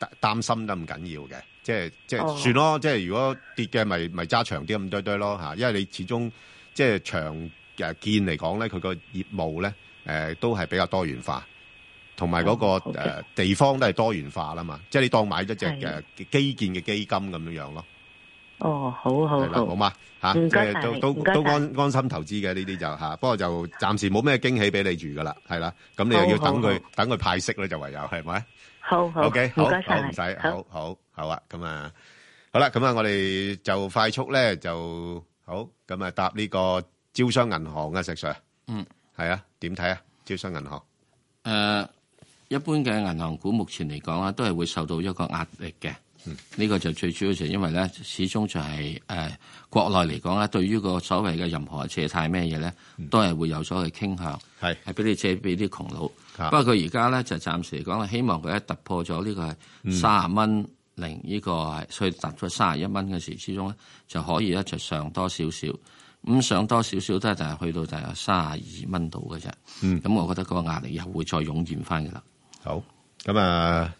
[SPEAKER 1] 誒擔心得咁緊要嘅，即係即係
[SPEAKER 13] 哦
[SPEAKER 1] 算咯，即係如果跌嘅咪咪揸長啲咁堆堆咯嚇，因為你始終即係長誒見嚟講咧，佢個業務咧誒、呃都係比較多元化。同埋嗰個
[SPEAKER 13] 好嘅
[SPEAKER 1] 呃地方都係多元化啦嘛，即係你當買咗隻
[SPEAKER 13] 係
[SPEAKER 1] 誒基建嘅基金咁樣樣咯，
[SPEAKER 13] 哦，好好
[SPEAKER 1] 係啦，
[SPEAKER 13] 好，
[SPEAKER 1] 好嘛嚇，
[SPEAKER 13] 唔
[SPEAKER 1] 即
[SPEAKER 13] 該
[SPEAKER 1] 係
[SPEAKER 13] 晒
[SPEAKER 1] 都
[SPEAKER 13] 你，
[SPEAKER 1] 都
[SPEAKER 13] 唔該
[SPEAKER 1] 都
[SPEAKER 13] 晒
[SPEAKER 1] 安安心投資嘅呢啲就嚇，不過就暫時冇咩驚喜俾你住噶啦，係啦，咁你又
[SPEAKER 13] 好
[SPEAKER 1] 要
[SPEAKER 13] 好
[SPEAKER 1] 等佢
[SPEAKER 13] 好
[SPEAKER 1] 等佢派息咧就唯有係咪？
[SPEAKER 13] 好好
[SPEAKER 1] OK，
[SPEAKER 13] 唔
[SPEAKER 1] 好，
[SPEAKER 13] 該晒
[SPEAKER 1] 好，唔
[SPEAKER 13] 你
[SPEAKER 1] 使，好好好啊，咁啊，好啦，咁啊，我哋就快速咧就好，咁啊答呢個招商銀行啊，石 Sir，
[SPEAKER 2] 嗯，
[SPEAKER 1] 係啊，點睇啊？招商銀行
[SPEAKER 2] 誒、呃一般嘅銀行股目前嚟講啊，都係會受到一個壓力嘅。
[SPEAKER 1] 嗯
[SPEAKER 2] 呢、個就最主要就係因為咧，始終就係、誒、國內嚟講咧，啊對於個所謂嘅任何借貸咩嘢咧，都係會有所謂傾向，
[SPEAKER 1] 嗯係
[SPEAKER 2] 係俾你借俾啲窮佬。
[SPEAKER 1] 啊
[SPEAKER 2] 不過佢而家咧就暫時嚟講，希望佢一突破咗呢
[SPEAKER 1] 嗯
[SPEAKER 2] 個係三十蚊零呢個係，所以突咗三十一蚊嘅時之中咧，就可以咧就上多少少。咁上多少少都係就係去到大約三十二蚊度嘅啫。
[SPEAKER 1] 嗯
[SPEAKER 2] 咁我覺得嗰個壓力又會再湧現翻嘅啦。
[SPEAKER 1] 好，咁啊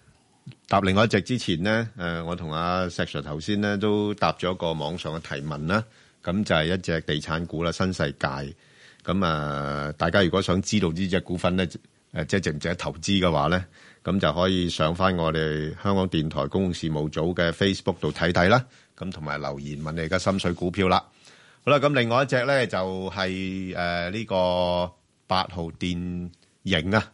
[SPEAKER 1] 答另外一隻之前咧，誒，我同阿石 Sir 頭先咧都答咗個網上嘅提問啦，咁就係一隻地產股啦，新世界。咁啊，大家如果想知道呢只股份咧，誒即係值唔值得投資嘅話咧，咁就可以上翻我哋香港電台公共事務組嘅 Facebook 度睇睇啦。咁同埋留言問你而家心水股票啦。好啦，咁另外一隻咧就係誒呢個八號電影啊。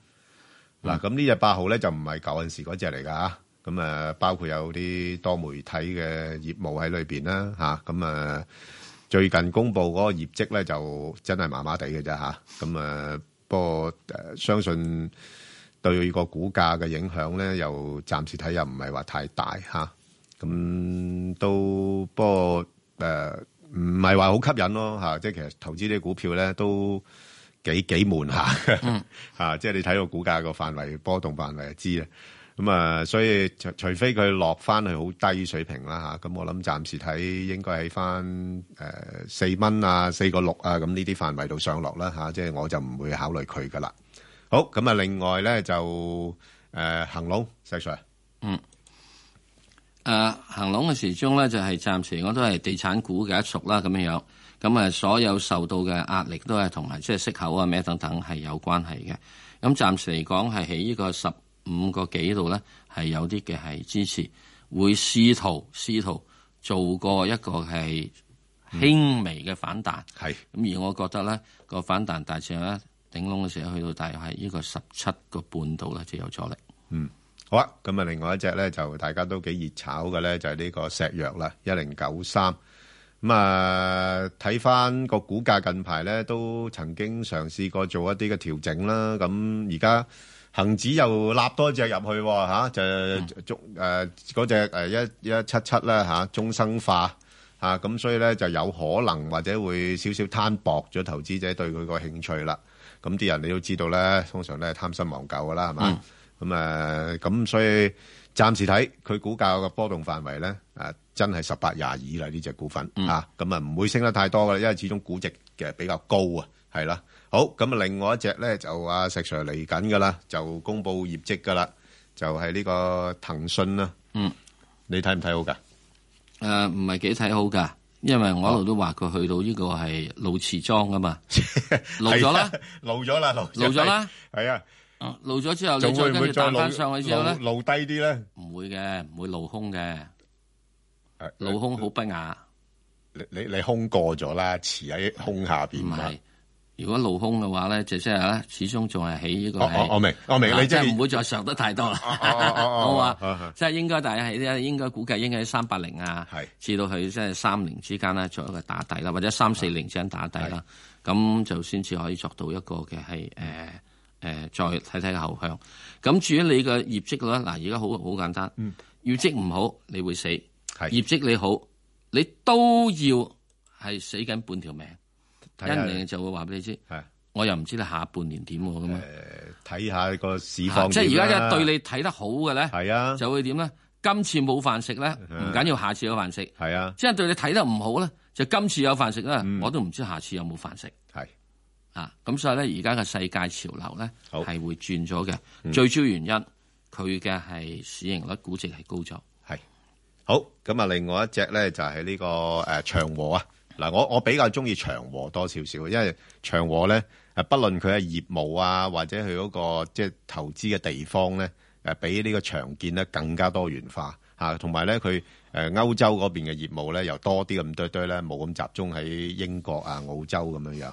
[SPEAKER 1] 嗱，咁呢只八號咧就唔係舊陣時嗰只嚟㗎嚇，咁誒包括有啲多媒體嘅業務喺裏邊啦嚇，咁誒最近公布嗰個業績咧就真係麻麻地嘅啫嚇，咁誒不過誒相信對個股價嘅影響咧又暫時睇又唔係話太大嚇，咁都不過誒唔係話好吸引咯嚇，即係其實投資呢啲股票咧都。幾幾悶下， 嚇，啊即係你睇到股價個範圍波動範圍就知啦。咁啊，所以除除非佢落翻去好低水平啦嚇，咁我諗暫時睇應該喺翻誒四蚊啊、四個六啊咁呢啲範圍度上落啦嚇，即係我就唔會考慮佢噶啦。好，咁啊，另外咧就誒恒隆石 Sir，
[SPEAKER 2] 嗯，誒、恒呃隆嘅時鐘咧就係、暫時我都係地產股嘅一屬啦，咁樣樣。咁啊，所有受到嘅壓力都係同埋即係息口啊咩等等係有關係嘅。咁暫時嚟講係喺呢個十五個幾度咧係有啲嘅係支持，會試圖試圖做過一個係輕嗯微嘅反彈。
[SPEAKER 1] 係
[SPEAKER 2] 咁而我覺得咧個反彈大致咧頂籠嘅時候去到大約係呢個十七個半度咧就有阻力。
[SPEAKER 1] 嗯，好啊。咁啊，另外一隻咧就大家都幾熱炒嘅咧，就係、呢個石藥啦，一零九三。咁啊，睇翻個股價近排咧都曾經嘗試過做一啲嘅調整啦。咁而家恒指又立多隻入去喎、吓就中誒嗰只誒一一七七啦嚇，中生化嚇，咁、所以咧就有可能或者會少少攤薄咗投資者對佢個興趣啦。咁啲人你都知道咧，通常都係貪新忘舊噶啦，係嘛？咁誒咁所以暫時睇佢股價嘅波動範圍咧，誒、真係十八廿二啦呢只股份、啊，咁啊唔會升得太多噶啦，因為始終估值嘅比較高啊，係啦。好，咁啊另外一隻咧就阿石 Sir 嚟緊噶啦，就公布業績噶啦，就係、呢個騰訊啦。
[SPEAKER 2] 嗯，
[SPEAKER 1] 你睇唔睇好㗎？
[SPEAKER 2] 誒唔係幾睇好㗎， 因為
[SPEAKER 1] 哦
[SPEAKER 2] 我一路都話佢去到呢個係露臍裝㗎 啊嘛，露咗啦，
[SPEAKER 1] 啊露咗啦，露
[SPEAKER 2] 露咗啦，
[SPEAKER 1] 係啊，
[SPEAKER 2] 露咗之後你
[SPEAKER 1] 仲
[SPEAKER 2] 再
[SPEAKER 1] 會唔
[SPEAKER 2] 跟
[SPEAKER 1] 會
[SPEAKER 2] 住
[SPEAKER 1] 再
[SPEAKER 2] 彈
[SPEAKER 1] 露
[SPEAKER 2] 翻上去之後咧，
[SPEAKER 1] 露露低啲咧？
[SPEAKER 2] 唔會嘅，唔會露胸嘅，
[SPEAKER 1] 啊
[SPEAKER 2] 露胸好不雅。
[SPEAKER 1] 你你你空過咗啦，遲喺空下邊
[SPEAKER 2] 唔
[SPEAKER 1] 嘛
[SPEAKER 2] 係，而如果露空嘅話咧，就即係咧，始終仲係喺呢個
[SPEAKER 1] 哦
[SPEAKER 2] 係
[SPEAKER 1] 我我明我明
[SPEAKER 2] 啊
[SPEAKER 1] 你即
[SPEAKER 2] 即
[SPEAKER 1] 係
[SPEAKER 2] 係唔會再上得太多啦。啊
[SPEAKER 1] 哦哦
[SPEAKER 2] 我
[SPEAKER 1] 哦
[SPEAKER 2] 話
[SPEAKER 1] 哦
[SPEAKER 2] 即係應該大家係應該估計應該喺三八零啊，至到去即係三零之間咧做一個打底啦，或者三四零之間打底啦，咁就先至可以作到一個嘅係誒。呃誒、再睇睇後向。咁至於你嘅業績咧，嗱而家好好簡單，
[SPEAKER 1] 嗯
[SPEAKER 2] 業績唔好你會死，業績你好你都要係死緊半條命，
[SPEAKER 1] 睇下
[SPEAKER 2] 一年就會話俾你知。我又唔知你下半年點喎咁啊。
[SPEAKER 1] 睇下個市
[SPEAKER 2] 啊
[SPEAKER 1] 況
[SPEAKER 2] 即係而
[SPEAKER 1] 點
[SPEAKER 2] 家
[SPEAKER 1] 啦
[SPEAKER 2] 一對你睇得好嘅咧，
[SPEAKER 1] 係啊，
[SPEAKER 2] 就會點咧？今次冇飯食咧，唔緊要，下次有飯食。
[SPEAKER 1] 係啊，嗯
[SPEAKER 2] 即係對你睇得唔好咧，就今次有飯食啦，我都唔知下次有冇飯食。
[SPEAKER 1] 係
[SPEAKER 2] 啊，咁所以咧，而家嘅世界潮流咧係會轉咗嘅，
[SPEAKER 1] 嗯
[SPEAKER 2] 最主要原因佢嘅係市盈率估值係高咗。
[SPEAKER 1] 好，咁啊，另外一隻咧就係呢、個誒長和啊。嗱，我我比較中意長和多少少，因為長和咧誒，不論佢嘅業務啊，或者佢嗰、個即係投資嘅地方咧，誒比呢個長建咧更加多元化嚇，同埋咧佢誒歐洲嗰邊嘅業務咧又多啲咁堆堆咧，冇咁集中喺英國啊、澳洲咁樣樣。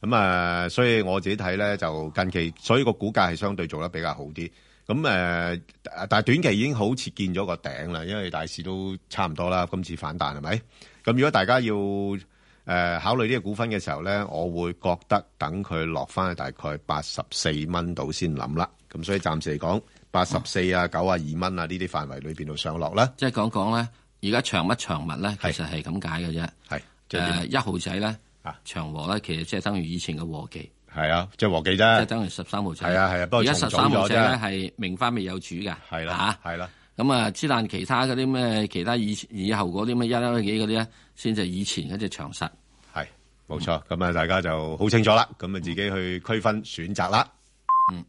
[SPEAKER 1] 咁啊、所以我自己睇咧，就近期所以個股價係相對做得比較好啲。咁誒、但係短期已經好似見咗個頂啦，因為大市都差唔多啦，今次反彈係咪？咁如果大家要誒、考慮呢個股份嘅時候咧，我會覺得等佢落翻去大概八十四蚊度先諗啦。咁所以暫時嚟講，八十四啊、九啊二蚊啊呢啲範圍裏邊度上落啦。
[SPEAKER 2] 即係講講咧，而家長乜長物咧，其實係咁解嘅啫。
[SPEAKER 1] 係即係點啊
[SPEAKER 2] 誒一號仔咧，長和咧，其實即係等於以前嘅和記。
[SPEAKER 1] 啊係啊，即係和記啫。即
[SPEAKER 2] 係等於十三號仔。
[SPEAKER 1] 係啊係啊不過
[SPEAKER 2] 而家
[SPEAKER 1] 重
[SPEAKER 2] 十
[SPEAKER 1] 組
[SPEAKER 2] 三號仔
[SPEAKER 1] 咗
[SPEAKER 2] 咧
[SPEAKER 1] 啫
[SPEAKER 2] 係名花未有主㗎。係
[SPEAKER 1] 啦，係啦。
[SPEAKER 2] 咁啊，之但其他嗰啲咩，其他以以後嗰啲咩一一幾嗰啲咧，先就以前嗰只長實。
[SPEAKER 1] 係冇錯，咁啊，大家就好清楚啦，咁啊，自己去區分選擇啦。
[SPEAKER 2] 嗯，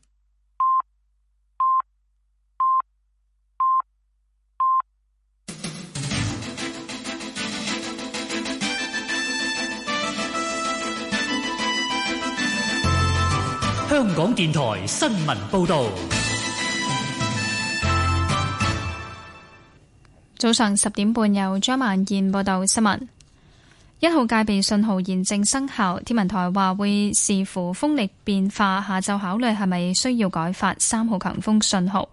[SPEAKER 6] 香港電台新聞報道，
[SPEAKER 5] 早上十點半由張曼燕報道新聞。一號戒備信號現正生效，天文台話會視乎風力變化，下晝考慮係咪需要改發三號強風信號。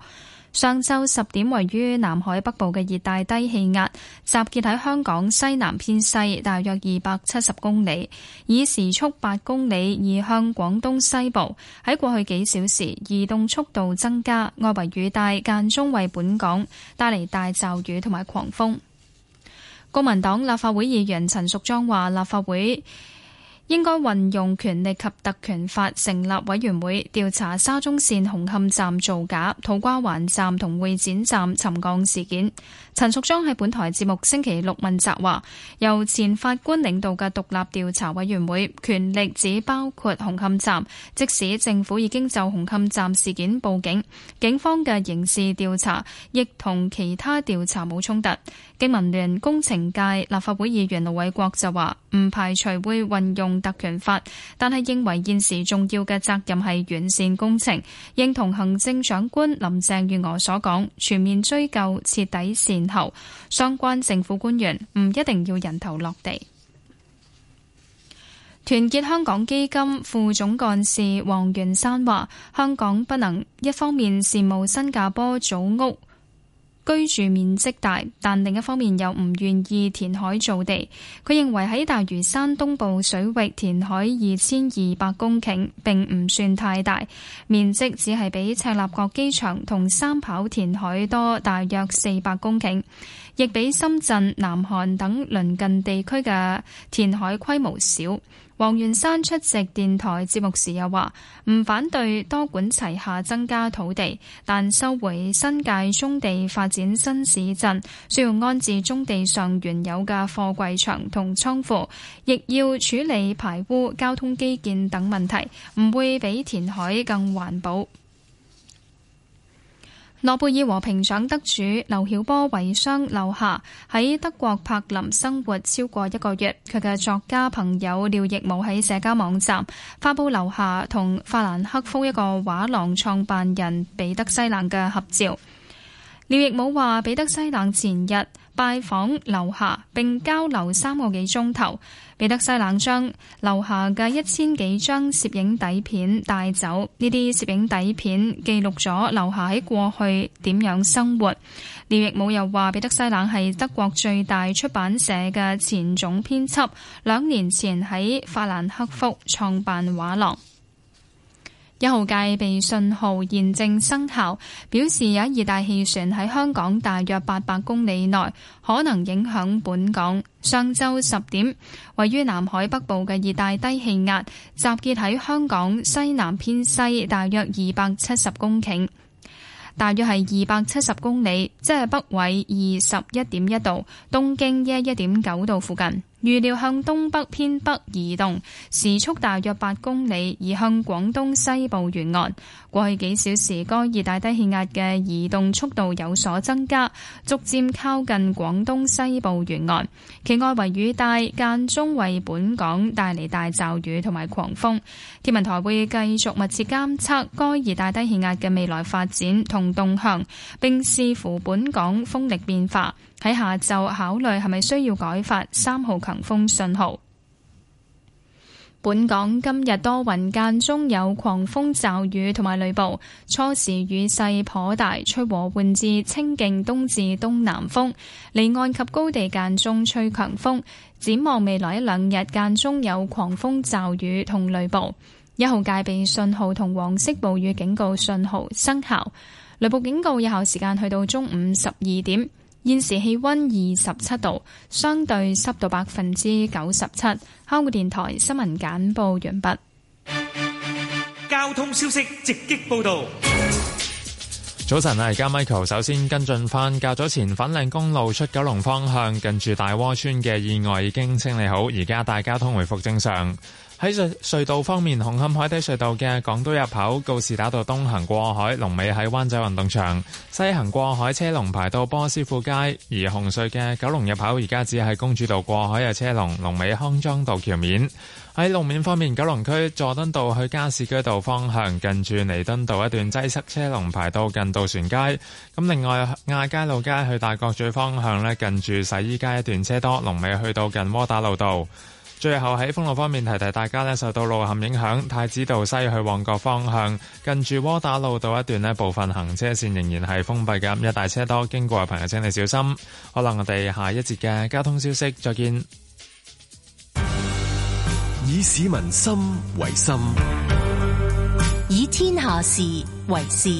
[SPEAKER 5] 上晝十點，位於南海北部嘅熱帶低氣壓集結喺香港西南偏西，大約二百七十公里，以時速八公里移向廣東西部。喺過去幾小時，移動速度增加，外圍雨帶間中為本港帶嚟大驟雨同埋狂風。公民黨立法會議員陳淑莊話：立法會應該運用權力及特權法成立委員會調查沙中線紅磡站造假、土瓜灣站同會展站沉降事件。陳淑莊喺本台節目星期六問責話，由前法官領導嘅獨立調查委員會權力只包括紅磡站，即使政府已經就紅磡站事件報警，警方嘅刑事調查亦同其他調查冇衝突。經民聯工程界立法會議員盧偉國就話：唔排除會運用特權法，但係認為現時重要嘅責任係完善工程，認同行政長官林鄭月娥所講，全面追究徹底善後，相關政府官員唔一定要人頭落地。團結香港基金副總幹事黃元山話：香港不能一方面羨慕新加坡祖屋居住面積大，但另一方面又唔願意填海造地。佢認為喺大嶼山東部水域填海二千二百公頃並唔算太大，面積只係比赤鱲角機場同三跑填海多大約四百公頃，亦比深圳、南韓等鄰近地區嘅填海規模少。黃元山出席電台節目時又話：唔反對多管齊下增加土地，但收回新界棕地發展新市鎮，需要安置棕地上原有嘅貨櫃場同倉庫，亦要處理排污、交通基建等問題，唔會比填海更環保。諾貝爾和平獎得主劉曉波遺孀劉霞喺德國柏林生活超過一個月，佢嘅作家朋友廖亦武喺社交網站發布劉霞同法蘭克福一個畫廊創辦人彼得西冷嘅合照。廖亦武話：彼得西冷前日拜訪樓下並交流三個幾鐘頭。彼得西冷將樓下嘅一千幾張攝影底片帶走，呢啲攝影底片記錄咗樓下喺過去點樣生活。廖亦武又話：彼得西冷係德國最大出版社嘅前總編輯，兩年前喺法蘭克福創辦畫廊。一號戒備信號現正生效，表示有一熱帶氣旋喺香港大約八百公里內可能影響本港。上晝十點，位於南海北部嘅熱帶低氣壓集結喺香港西南偏西大約二百七十公頃。大約係二百七十公里，即係北緯二十一點一度，東經一一點九度附近。預料向東北偏北移動，時速大約八公里，移向廣東西部沿岸。過去幾小時，該熱帶低氣壓嘅移動速度有所增加，逐漸靠近廣東西部沿岸。其外圍雨帶間中為本港帶嚟大驟雨同埋狂風。天文台會繼續密切監測該熱帶低氣壓嘅未來發展同動向，並視乎本港風力變化。喺下晝考慮係咪需要改發三號強風信號。本港今日多雲間中有狂風驟雨同埋雷暴，初時雨勢頗大，吹和緩至清勁東至東南風，離岸及高地間中吹強風。展望未來一兩日間中有狂風驟雨同雷暴，一號戒備信號同黃色暴雨警告信號生效，雷暴警告有效時間去到中午十二點。現時氣溫二十七度，相對濕度百分之九十七。香港電台新聞簡報完畢。
[SPEAKER 6] 交通消息直擊報道。
[SPEAKER 7] 早晨啊，而家 Michael 首先跟進翻，較早前粉嶺公路出九龍方向近住大窩村嘅意外已經清理好，而家大交通回復正常。喺隧隧道方面，紅磡海底隧道嘅港島入口告士打道東行過海，龍尾喺灣仔運動場；西行過海車龍排到波斯富街。而紅隧嘅九龍入口而家只係公主道過海有車龍，龍尾康莊道橋面。喺路面方面，九龍區佐敦道去加士居道方向，近住彌敦道一段擠塞車龍排到近渡船街。咁另外亞皆老街去大角咀方向呢，近住洗衣街一段車多，龍尾去到近窩打老道。最後喺封路方面提提大家咧，受到路陷影響，太子道西去旺角方向，近住窩打老道一段咧，部分行車線仍然係封閉嘅，一大車多經過嘅朋友請你小心。可能我哋下一節嘅交通消息再見。
[SPEAKER 8] 以市民心為心，
[SPEAKER 4] 以天下事為事。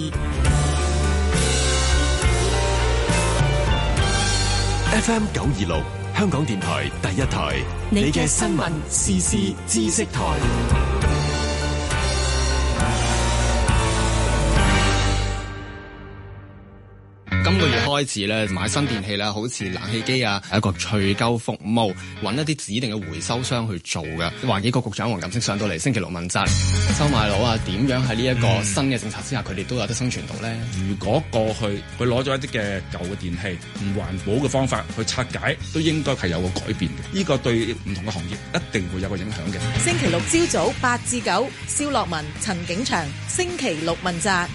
[SPEAKER 8] FM 九二六。香港電台第一台，你嘅新聞時事知識台。
[SPEAKER 3] 今個月開始咧，買新電器啦，好似冷氣機啊，有一個除舊服務，揾一啲指定嘅回收商去做嘅。環境局局長黃錦星上到嚟星期六問責，收買佬啊，點樣喺呢一個新嘅政策之下，佢哋都有得生存到咧？
[SPEAKER 27] 嗯如果過去佢攞咗一啲嘅舊嘅電器，唔環保嘅方法去拆解，都應該係有個改變嘅。呢個對唔同嘅行業一定會有個影響嘅。
[SPEAKER 14] 星期六朝早八至九，蕭樂文、陳景祥，星期六問責。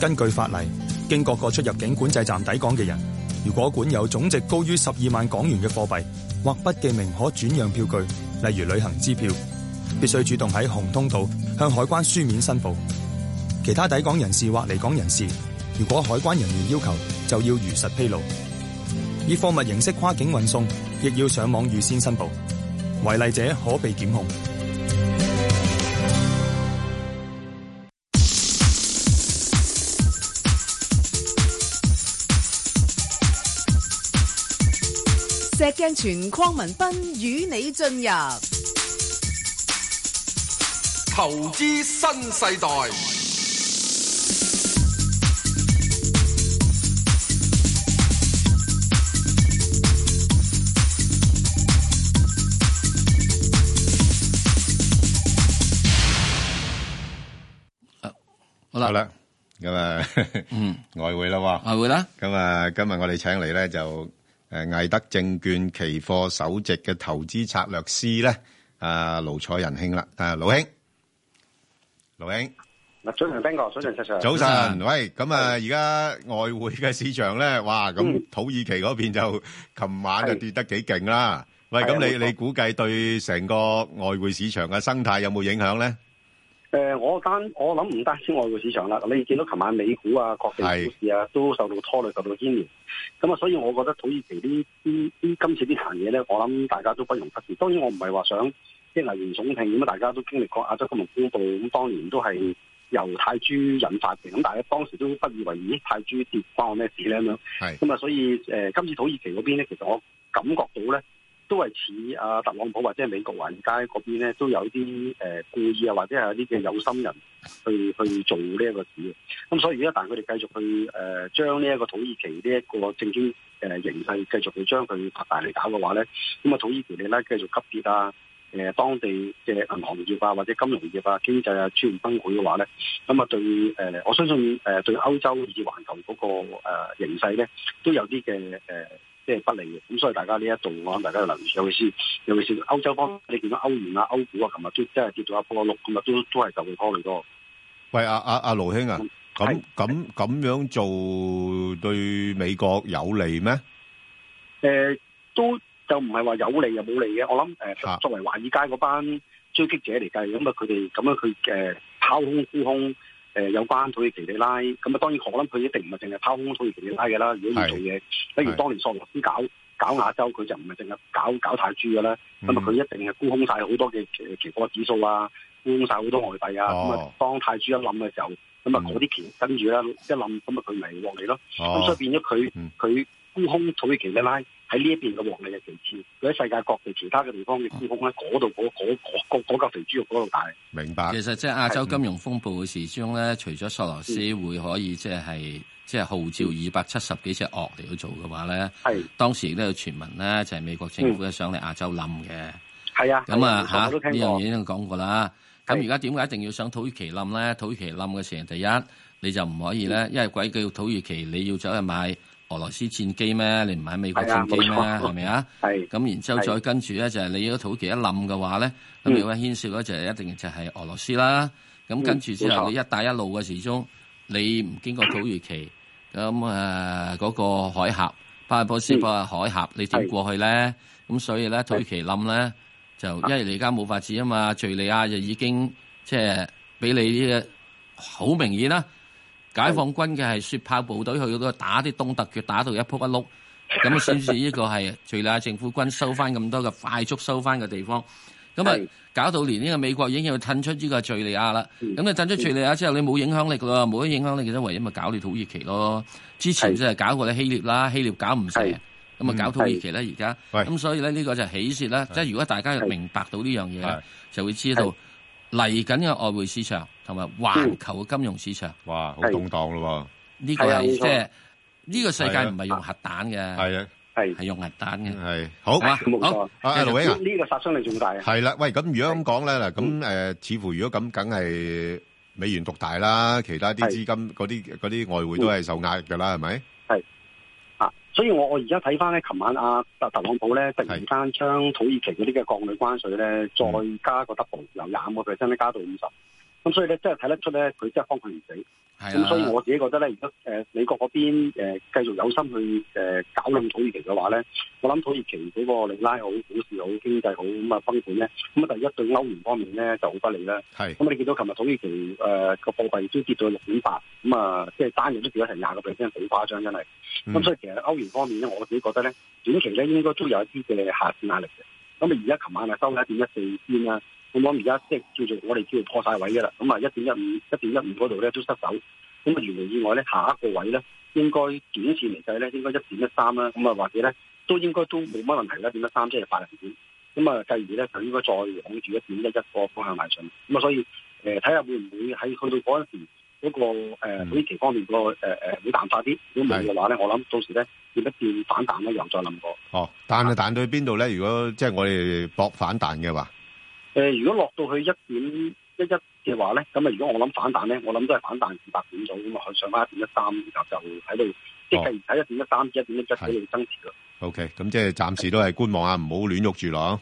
[SPEAKER 28] 根據法例，經各個出入境管制站抵港嘅人，如果管有總值高於十二萬港元嘅貨幣或不記名可轉讓票據，例如旅行支票，必須主動喺紅通道向海關書面申報。其他抵港人士或離港人士，如果海關人員要求，就要如實披露。以貨物形式跨境運送，亦要上網預先申報。違例者可被檢控。
[SPEAKER 14] 石鏡泉鄺民彬與你進入
[SPEAKER 15] 投資新世代，
[SPEAKER 1] 好啦，咁啊， 外匯啦喎，
[SPEAKER 2] 嗯外匯啦，
[SPEAKER 1] 咁啊，今日我哋請嚟咧就誒艾德證券期貨首席嘅投資策略師咧，啊盧楚仁兄啦，啊盧兄，盧兄，
[SPEAKER 29] 早晨 Ben 哥，早晨石 Sir。
[SPEAKER 1] 早晨，喂，咁啊，而家外匯嘅市場咧，哇，咁土耳其嗰邊就琴晚就跌得幾勁啦。喂，咁
[SPEAKER 29] 係啊
[SPEAKER 1] 你
[SPEAKER 29] 冇錯
[SPEAKER 1] 你估計對成個外匯市場嘅生態有冇影響咧？
[SPEAKER 29] 誒、呃我單我諗唔單止外匯市場啦，咁你見到琴晚美股啊、各地股市啊都受到拖累、受到牽連，咁啊，所以我覺得土耳其呢呢呢今次呢壇嘢咧，我諗大家都不容忽視。當然我唔係話想即係危言聳聽，咁啊大家都經歷過亞洲金融風暴，咁當年都係由泰銖引發嘅，咁大家當時都不以為意，泰銖跌關我咩事咧咁樣。
[SPEAKER 1] 係
[SPEAKER 29] 咁啊，所以誒、今次土耳其嗰邊咧，其實我感覺到咧。都係似啊特朗普或者係美國華爾街嗰邊咧，都有啲誒、呃故意啊，或者係有啲嘅有心人去去做呢一個事嘅。咁所以一旦佢哋繼續去誒、呃、將呢一個土耳其呢一個政經誒、呃形勢繼續去將佢拍大嚟搞嘅話咧，咁啊土耳其你咧繼續急跌啊，誒、當地嘅銀行業啊或者金融業啊經濟啊出現崩潰嘅話咧，咁啊對誒、呃我相信誒、呃、對歐洲以至環球嗰、個、呃、形勢咧都有啲嘅誒。呃即係不利嘅，咁所以大家呢一度我諗大家要留意，尤其是尤其是歐洲方面，你見到歐元啊、歐股啊，琴日都真係跌到一波六，咁啊都都係受佢拖累多。
[SPEAKER 1] 喂，阿阿阿盧兄啊，咁咁咁樣做對美國有利咩？
[SPEAKER 29] 誒、呃都就唔係話有利又冇利嘅。我諗誒、呃作為華爾街嗰班追擊者嚟計，咁啊佢哋咁樣佢誒拋空沽空誒、呃有關土耳其里拉，咁啊當然我諗佢一定唔係淨係拋空土耳其里拉嘅啦。如果要做嘢，例如當年索羅斯搞搞亞洲，佢就唔係淨係搞搞泰銖嘅啦。咁啊佢一定係沽空晒好多嘅期期貨指數啊，沽空晒好多外幣啊。咁啊、
[SPEAKER 1] 哦
[SPEAKER 29] 當泰銖一冧嘅時候，咁啊嗰啲錢跟住咧一冧，咁啊佢咪落嚟咯。
[SPEAKER 1] 哦
[SPEAKER 29] 咁所以變咗佢佢沽空土耳其嘅拉喺呢一邊嘅獲利係其次，佢喺世界各地其他嘅地方嘅沽空咧，嗰度嗰嗰嗰嗰嗰嚿肥豬肉嗰度大。
[SPEAKER 1] 明白。
[SPEAKER 2] 其實即係亞洲金融風暴嘅時鐘咧，除咗索羅斯
[SPEAKER 1] 嗯
[SPEAKER 2] 會可以即係即係號召二百七十幾隻鱷嚟去做嘅話咧，當時亦都有傳聞咧，就係美國
[SPEAKER 1] 嗯
[SPEAKER 2] 政府咧想嚟亞洲冧嘅。
[SPEAKER 29] 係啊，
[SPEAKER 2] 咁啊
[SPEAKER 29] 係
[SPEAKER 2] 嚇
[SPEAKER 29] 我都
[SPEAKER 2] 呢
[SPEAKER 29] 聽
[SPEAKER 2] 樣嘢
[SPEAKER 29] 過
[SPEAKER 2] 已。經講過啦。咁而家點解一定要想土耳其冧咧？土耳其冧嘅時候，第一你就唔可以
[SPEAKER 26] 嗯
[SPEAKER 2] 咧，因為鬼叫土耳其你要走去買俄羅斯戰機咩？你唔買美國戰機咩？
[SPEAKER 26] 係啊冇錯
[SPEAKER 2] 係咪啊？
[SPEAKER 29] 係。
[SPEAKER 2] 咁然之後
[SPEAKER 26] 係
[SPEAKER 2] 再跟住咧，就係你如果土耳其一冧嘅話咧，咁
[SPEAKER 26] 嗯
[SPEAKER 2] 如果牽涉咧就係一定就係俄羅斯啦。咁
[SPEAKER 26] 嗯
[SPEAKER 2] 跟住之後
[SPEAKER 26] 冇錯
[SPEAKER 2] 你一帶一路嘅時鐘，你唔經過土耳其，咁誒嗰個海峽巴爾波
[SPEAKER 26] 嗯
[SPEAKER 2] 斯巴海峽，你點過去咧？咁所以咧土耳其冧咧。就因為你而家冇法子啊嘛，敍利亞就已經即係俾你呢個好明顯啦，解放軍嘅係雪豹部隊去嗰度打啲東突厥，打到一仆一碌，咁啊先至呢個係敍利亞政府軍收翻咁多嘅快速收翻嘅地方，咁啊搞到連呢個美國已經要褪出呢個敍利亞啦，咁你褪出敍利亞之後，你冇影響力啦，冇咗影響力嘅啫，唯一咪搞你土耳其咯，之前即係搞過你希臘啦，希臘搞唔成，
[SPEAKER 1] 嗯
[SPEAKER 2] 咁啊搞土耳其咧而家。咁所以咧呢個就係起事啦，即係如果大家明白到呢樣嘢咧，就會知道嚟緊嘅外匯市場同埋環球嘅金融市場，
[SPEAKER 1] 哇，好動盪咯
[SPEAKER 2] 喎！呢個
[SPEAKER 1] 係啊
[SPEAKER 2] 係
[SPEAKER 1] 冇錯
[SPEAKER 2] 即係呢個世界唔係用核彈嘅，
[SPEAKER 1] 係啊，
[SPEAKER 29] 係
[SPEAKER 2] 係用核彈嘅，
[SPEAKER 1] 係好
[SPEAKER 2] 啊，
[SPEAKER 1] 冇錯
[SPEAKER 2] 好，
[SPEAKER 1] 啊
[SPEAKER 2] 繼
[SPEAKER 1] 盧
[SPEAKER 2] 續
[SPEAKER 1] 偉啊
[SPEAKER 29] 呢個殺傷力仲大啊！
[SPEAKER 1] 係啦，喂，咁如果咁講咧，嗱，咁誒，似乎如果咁，梗係美元獨大啦，其他啲資金嗰啲嗰啲外匯都係受壓㗎啦，係咪？
[SPEAKER 29] 係啊，所以我我而家睇翻咧，琴晚阿特特朗普咧突然間將土耳其嗰啲嘅鋼鋁關稅咧
[SPEAKER 2] 嗯
[SPEAKER 29] 再加個 double，由廿五個 percent 咧加到五十，咁所以咧真係睇得出咧佢真係幫佢唔死。
[SPEAKER 2] 係啊
[SPEAKER 29] 咁
[SPEAKER 2] 啦
[SPEAKER 29] 所以我自己覺得咧，如果誒美國嗰邊誒繼續有心去誒搞冧土耳其嘅話咧，我諗土耳其嗰個利拉好、股市好、經濟好咁啊崩盤咧，咁啊第一對歐元方面咧就好不利啦。
[SPEAKER 1] 係
[SPEAKER 29] 咁你見到琴日土耳其誒個貨幣都跌到六點八，咁啊即係單日都跌咗成廿個 percent，好誇張真係。咁、
[SPEAKER 1] 嗯
[SPEAKER 29] 所以其實歐元方面咧，我自己覺得咧，短期咧應該都有一啲嘅下線壓力嘅。咁啊，而家琴晚啊收喺一點一四先啦。咁我諗而家即係叫做我哋叫做破晒位嘅啦。咁啊，一點一五、一點一五嗰度咧都失手。咁啊，原來意外咧，下一個位咧應該短線嚟計咧，應該一點一三啦。咁啊，或者咧都應該都冇乜問題啦，點一三即係八零點。咁啊，繼而咧就應該再往住一點一一個方向邁進。咁啊，所以誒睇下會唔會喺去到嗰陣時嗰、個呃誒土耳其方面個誒誒會淡化啲。如果冇嘅話咧，我諗到時咧見一見反彈咧，又再諗過。
[SPEAKER 1] 哦，但係彈到去邊度咧？如果即係我哋搏反彈嘅話，
[SPEAKER 29] 誒、呃如果落到去一點一一嘅話咧，咁啊，如果我諗反彈咧，我諗都係反彈二百點左右咁啊，上翻一點一三，然後就喺度即係繼而喺一點一三至一點一一喺度增持啦。
[SPEAKER 1] 啊 OK，咁即係暫時都係觀望下，唔好亂喐住咯。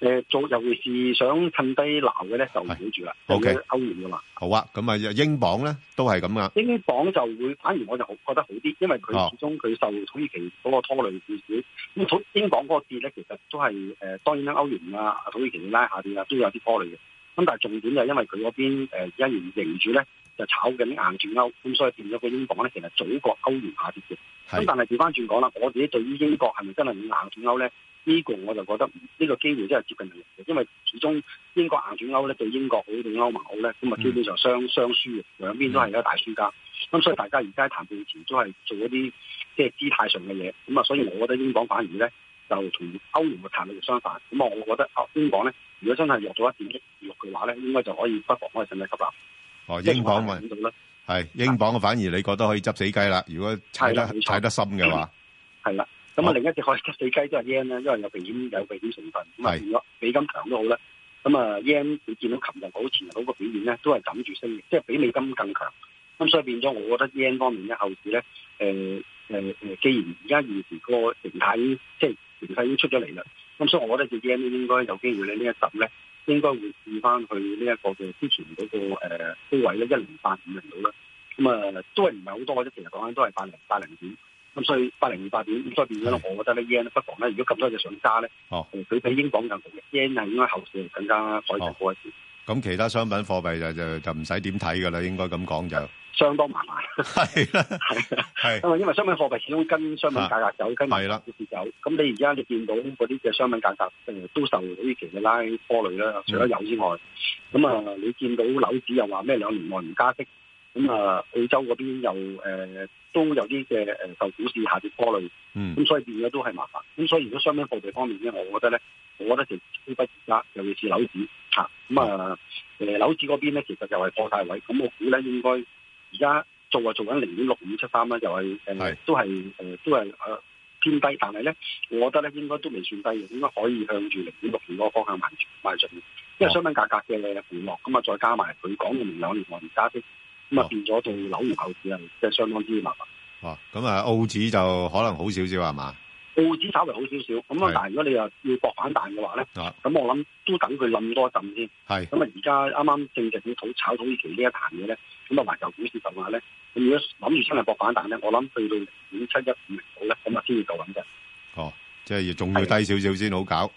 [SPEAKER 29] 誒、誒呃做，尤其是想趁低鬧嘅咧，就唔好住啦，就
[SPEAKER 1] OK
[SPEAKER 29] 要歐元噶啦。
[SPEAKER 1] 好啊，咁啊，英鎊咧都係咁啊，
[SPEAKER 29] 英鎊就會反而我就覺得好啲，因為
[SPEAKER 1] 哦
[SPEAKER 29] 佢始終佢受土耳其嗰個拖累少少。咁土英鎊嗰個跌咧，其實都係誒、呃、當然啦，歐元啊、土耳其拉下跌啊，都有啲拖累嘅。咁但係重點就係因為佢嗰邊誒一元凝住咧，就炒緊硬轉歐，咁所以變咗個英鎊咧，其實早過歐元下跌嘅。咁但係調翻轉講啦，我自己對於英國係咪真係會硬轉歐咧？呢、個我就覺得唔呢、個機會真係接近零嘅，因為始終英國硬轉歐咧對英國好對歐盟好咧，咁啊基本上雙雙輸嘅，兩邊都係一個大輸家。咁所以大家而家談判前都係做一啲即係姿態上嘅嘢，咁啊，所以我覺得英鎊反而咧就同歐元嘅談判相反。咁啊，我覺得歐英鎊咧，如果真係落到一點一六嘅話咧，應該就可以不妨可以趁低吸納。
[SPEAKER 1] 哦，英鎊咪
[SPEAKER 29] 見到啦，
[SPEAKER 1] 係英鎊反而你覺得可以執死雞啦，如果踩得
[SPEAKER 29] 係啦冇錯
[SPEAKER 1] 踩得深嘅話，
[SPEAKER 29] 係啦。咁啊，另一隻可以吸死雞都係 yen 啦，因為有避險有避險成分。咁啊，
[SPEAKER 1] 係
[SPEAKER 29] 變咗美金強都好啦。咁啊，yen 你見到琴日好前日好個表現咧，都係枕住升嘅，即係比美金更強。咁所以變咗，我覺得 yen 方面咧，後市咧，誒誒誒，既然而家現時個形態已經即係形態已經出咗嚟啦，咁所以我覺得隻 yen 咧應該有機會咧，呢一集咧應該會試翻去呢一個嘅之前嗰、個誒、呃高位咧一零八五零度啦。咁啊，都係唔係好多嘅啫，其實講緊都係八零八零點。咁所以八零二八點，咁所以變咗咧，我覺得咧 yen 呢不妨咧，如果咁多隻想揸咧，
[SPEAKER 1] 哦，
[SPEAKER 29] 誒佢比英鎊更好嘅 yen 係應該後市係更加可以更好一啲，
[SPEAKER 1] 咁其他商品貨幣就就就唔使點睇噶啦，應該咁講就。
[SPEAKER 29] 相當麻煩。
[SPEAKER 1] 係
[SPEAKER 29] 因為因為商品貨幣始終跟商品價格走，跟
[SPEAKER 1] 啊係啦
[SPEAKER 29] 股市走。咁你而家你見到嗰啲嘅商品價格誒、都受土耳其嘅拉拖累啦，
[SPEAKER 1] 嗯
[SPEAKER 29] 除咗油之外，咁啊、你見到樓指又話咩兩年內唔加息，咁啊、澳洲嗰邊又誒、都有啲嘅誒受股市下跌拖累，咁、
[SPEAKER 1] 嗯
[SPEAKER 29] 所以變咗都係麻煩。咁所以如果商品貨幣方面咧，我覺得咧，我覺得就非不而家，尤其是樓指嚇。咁
[SPEAKER 1] 嗯
[SPEAKER 29] 啊誒樓指嗰邊咧，其實就係破晒位，咁我估咧應該而家做啊做緊零點六五七三啦，又係誒都係誒、都係誒、偏低，但係咧，我覺得咧應該都未算低嘅，應該可以向住零點六五嗰個方向邁進邁進，因為商品價格嘅回落咁啊，再加埋佢講到明兩年我唔加息，咁啊變咗對樓源後市係啊即係相當之麻煩。
[SPEAKER 1] 哦，咁啊，澳紙就可能好少啊少係嘛？
[SPEAKER 29] 澳紙稍微好少少，咁啊，但係如果你又要搏反彈嘅話咧，
[SPEAKER 1] 啊，
[SPEAKER 29] 咁我諗都等佢冧多一陣先。
[SPEAKER 1] 係
[SPEAKER 29] 咁啊，而家啱啱正值要土炒土耳其呢一壇嘢咧，咁啊，環球股市就話咧，咁如果諗住真係搏反彈咧，我諗去到零點七一五零度咧，咁啊先至夠穩嘅，
[SPEAKER 1] 哦，即係仲要低少少先好搞。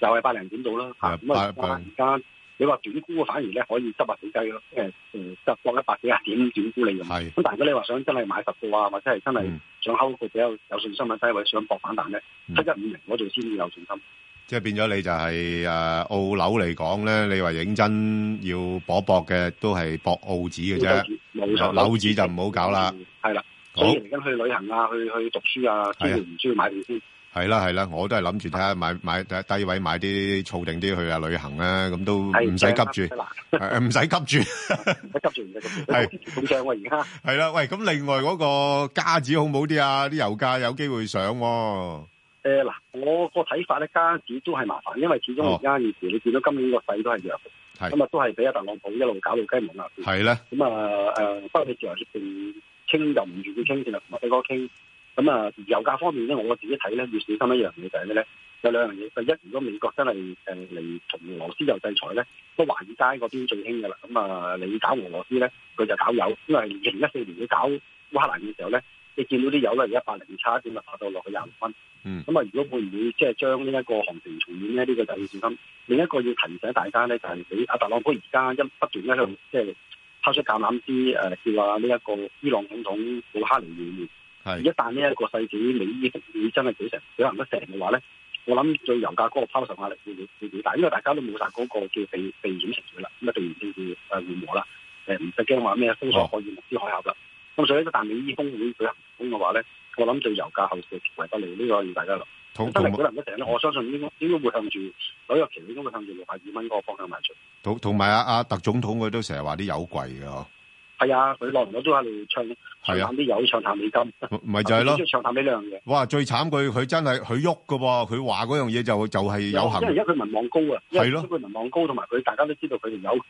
[SPEAKER 29] 又係八零點度啦嚇。咁啊，
[SPEAKER 1] 八
[SPEAKER 29] 而家你話短沽反而咧可以執下死雞咯，即係誒執落一百幾廿啊點短沽利用。
[SPEAKER 1] 係
[SPEAKER 29] 咁但係如果你話想真係買十個啊，或者係真係想睺個比較有信心嘅低位，想搏反彈咧，七一五零嗰度先至有信心。
[SPEAKER 1] 即係變咗你就係誒澳樓嚟講咧，你話認真要搏一搏嘅，都係搏澳紙嘅啫。
[SPEAKER 29] 冇錯
[SPEAKER 1] 樓紙就唔好搞啦。
[SPEAKER 29] 係啦，所以嚟緊去旅行啊，去去讀書啊，
[SPEAKER 1] 係啊
[SPEAKER 29] 需要唔需要買定先？
[SPEAKER 1] 係啦係啦，我都係諗住睇下買買低位買啲儲定啲去下旅行啊，咁都
[SPEAKER 29] 係
[SPEAKER 1] 唔使急住， 誒唔使急住。
[SPEAKER 29] 唔使急住，唔 使急住，咁漲喎而家。
[SPEAKER 1] 係啦，喂，咁另外嗰個加紙好唔好啲啊？啲油價有機會上喎。
[SPEAKER 29] 誒嗱、我個睇法咧，加紙都係麻煩，因為始終而家現時你見到今年個勢都係弱
[SPEAKER 1] 嘅，
[SPEAKER 29] 咁啊都哦係俾阿特朗普一路搞到雞毛鴨血。
[SPEAKER 1] 係咧，
[SPEAKER 29] 咁啊誒，不過你自由協定傾就唔願意傾，淨係同墨西哥傾。咁啊，油價方面咧，我自己睇咧要小心一樣嘢就係咩咧？有兩樣嘢，第一，如果美國真係誒嚟同俄羅斯有制裁咧，都華爾街嗰邊最興噶啦。咁啊，你搞俄羅斯咧，佢就搞油，因為二零一四年佢搞烏克蘭嘅時候咧，你見到啲油咧而家八零七啊點就打到落去廿六蚊。
[SPEAKER 1] 嗯
[SPEAKER 29] 咁啊，如果會唔會即係將呢一個行情重演咧？呢、個就要小心。另一個要提醒大家咧，就係、你阿特朗普而家一不斷喺度即係拋出橄欖枝誒、叫啊呢一個伊朗總統布哈尼會面。
[SPEAKER 1] 係
[SPEAKER 29] 一旦呢一個世紀美伊會真係舉成舉行得成嘅話咧，我諗對油價嗰個拋售壓力會會幾大，因為大家都冇晒嗰個叫避避險情緒啦，咁啊地緣政治誒緩和啦，誒唔使驚話咩封鎖可以之海峽啦。咁所以一旦美伊峰會舉行成功嘅話咧，我諗對油價後市極為不利，呢、個要大家留意。
[SPEAKER 1] 同
[SPEAKER 29] 真係
[SPEAKER 1] 同
[SPEAKER 29] 舉能得成咧，我相信應該應該會向住紐約期應該會向住六百二蚊嗰個方向邁進。
[SPEAKER 1] 同同埋阿阿特總統佢都成日話啲油貴嘅嗬。
[SPEAKER 29] 係啊，佢耐唔耐都喺度唱唱淡啲油，唱淡美金，
[SPEAKER 1] 啊
[SPEAKER 29] 啊
[SPEAKER 1] 咪就係咯
[SPEAKER 29] 唱淡呢兩樣嘢。
[SPEAKER 1] 哇！最慘佢佢真係佢喐嘅喎，佢話嗰樣嘢就就係有行
[SPEAKER 29] 因為而家佢民望高啊，因為
[SPEAKER 1] 係咯
[SPEAKER 29] 佢民望高，同埋佢大家都知道佢哋有，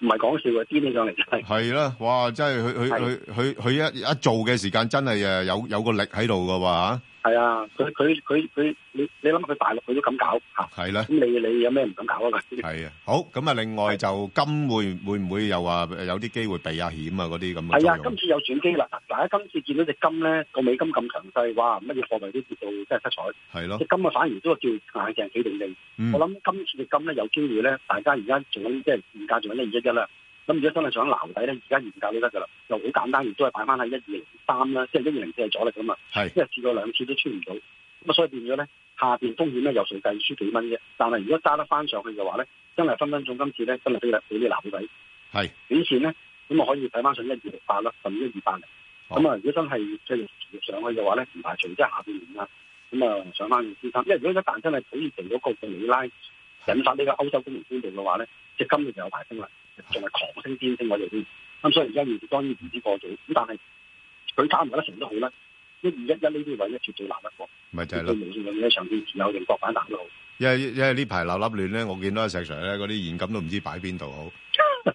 [SPEAKER 29] 唔係講笑嘅，癲起上嚟真係。
[SPEAKER 1] 係啦，哇！真係佢佢佢佢佢一一做嘅時間真係誒有有個力喺度嘅喎嚇。
[SPEAKER 29] 係啊，佢佢佢佢，你你諗下佢大陸佢都咁搞嚇，
[SPEAKER 1] 係啦
[SPEAKER 29] 咁你你有咩唔敢搞啊？佢
[SPEAKER 1] 係啊，好咁啊！另外就金會會唔會又話誒有啲機會避下險啊？嗰啲咁嘅
[SPEAKER 29] 係啊，
[SPEAKER 1] 作用
[SPEAKER 29] 今次有轉機啦！大家今次見到隻金咧個美金咁強勢，哇！乜嘢貨幣都跌到真係七彩。
[SPEAKER 1] 係咯
[SPEAKER 29] 只，金啊反而都係叫硬淨企定定。
[SPEAKER 1] 嗯
[SPEAKER 29] 我諗今次嘅金咧有機會咧，大家而家做緊即係現價做緊一二一一啦。咁如果真係想撈底咧，而家現價都得㗎啦，就好簡單，亦都係擺翻喺一二零三啦，即係一二零四係阻力㗎嘛。
[SPEAKER 1] 係
[SPEAKER 29] 因為試過兩次都穿唔到，咁啊所以變咗咧下邊風險咧有誰計輸幾蚊啫。但係如果揸得翻上去嘅話咧，真係分分鐘今次咧真係俾你俾你撈底。
[SPEAKER 1] 係
[SPEAKER 29] 短線咧，咁啊可以睇翻上一二六八啦，甚至一二八零。咁啊，如果真係繼續持續上去嘅話咧，唔排除即係下半年啦。咁啊，上翻二千三，因為如果一旦真係土耳其嗰個嘅里拉引發呢個歐洲金融風暴嘅話咧，只金就有排升啦，仲係狂升癲升我哋添。咁所以而家現時當然唔知過早，咁但係佢打唔打得成都好啦。一二一一呢啲位咧絕對難得過，
[SPEAKER 1] 咪就係
[SPEAKER 29] 絕
[SPEAKER 1] 咯
[SPEAKER 29] 對。無線嘅長線持有定博反彈都好。
[SPEAKER 1] 因為因為呢排立立亂咧，我見到阿石 Sir 咧嗰啲現金都唔知擺邊度 好。咁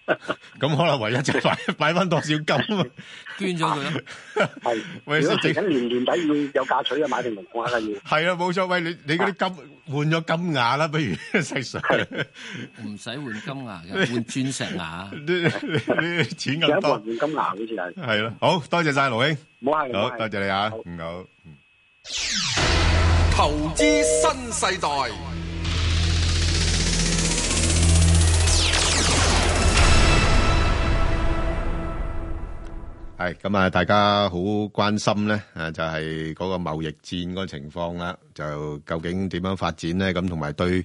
[SPEAKER 1] 可能唯一就擺擺翻多少金啊，
[SPEAKER 2] 捐咗佢咯。
[SPEAKER 29] 係，
[SPEAKER 1] 喂
[SPEAKER 29] 如果
[SPEAKER 1] 實際
[SPEAKER 29] 嚟緊年年底要有嫁娶啊，買定龍鳳啊要。
[SPEAKER 1] 係啊，冇錯。喂，你你嗰啲金換咗金牙啦，不如 石 Sir，
[SPEAKER 2] 唔使換金牙嘅，啊換鑽 石牙。
[SPEAKER 1] 你你你 錢咁多，
[SPEAKER 29] 換金牙好似係。
[SPEAKER 1] 係咯，好多謝晒盧兄，
[SPEAKER 29] 唔好客氣
[SPEAKER 1] 好
[SPEAKER 29] 唔
[SPEAKER 1] 多
[SPEAKER 29] 好客氣
[SPEAKER 1] 謝你啊，唔好。
[SPEAKER 15] 投資新世代，
[SPEAKER 1] 系咁啊！大家好關心咧，啊就係嗰個貿易戰嗰個情況啦，就究竟點樣發展咧？咁同埋對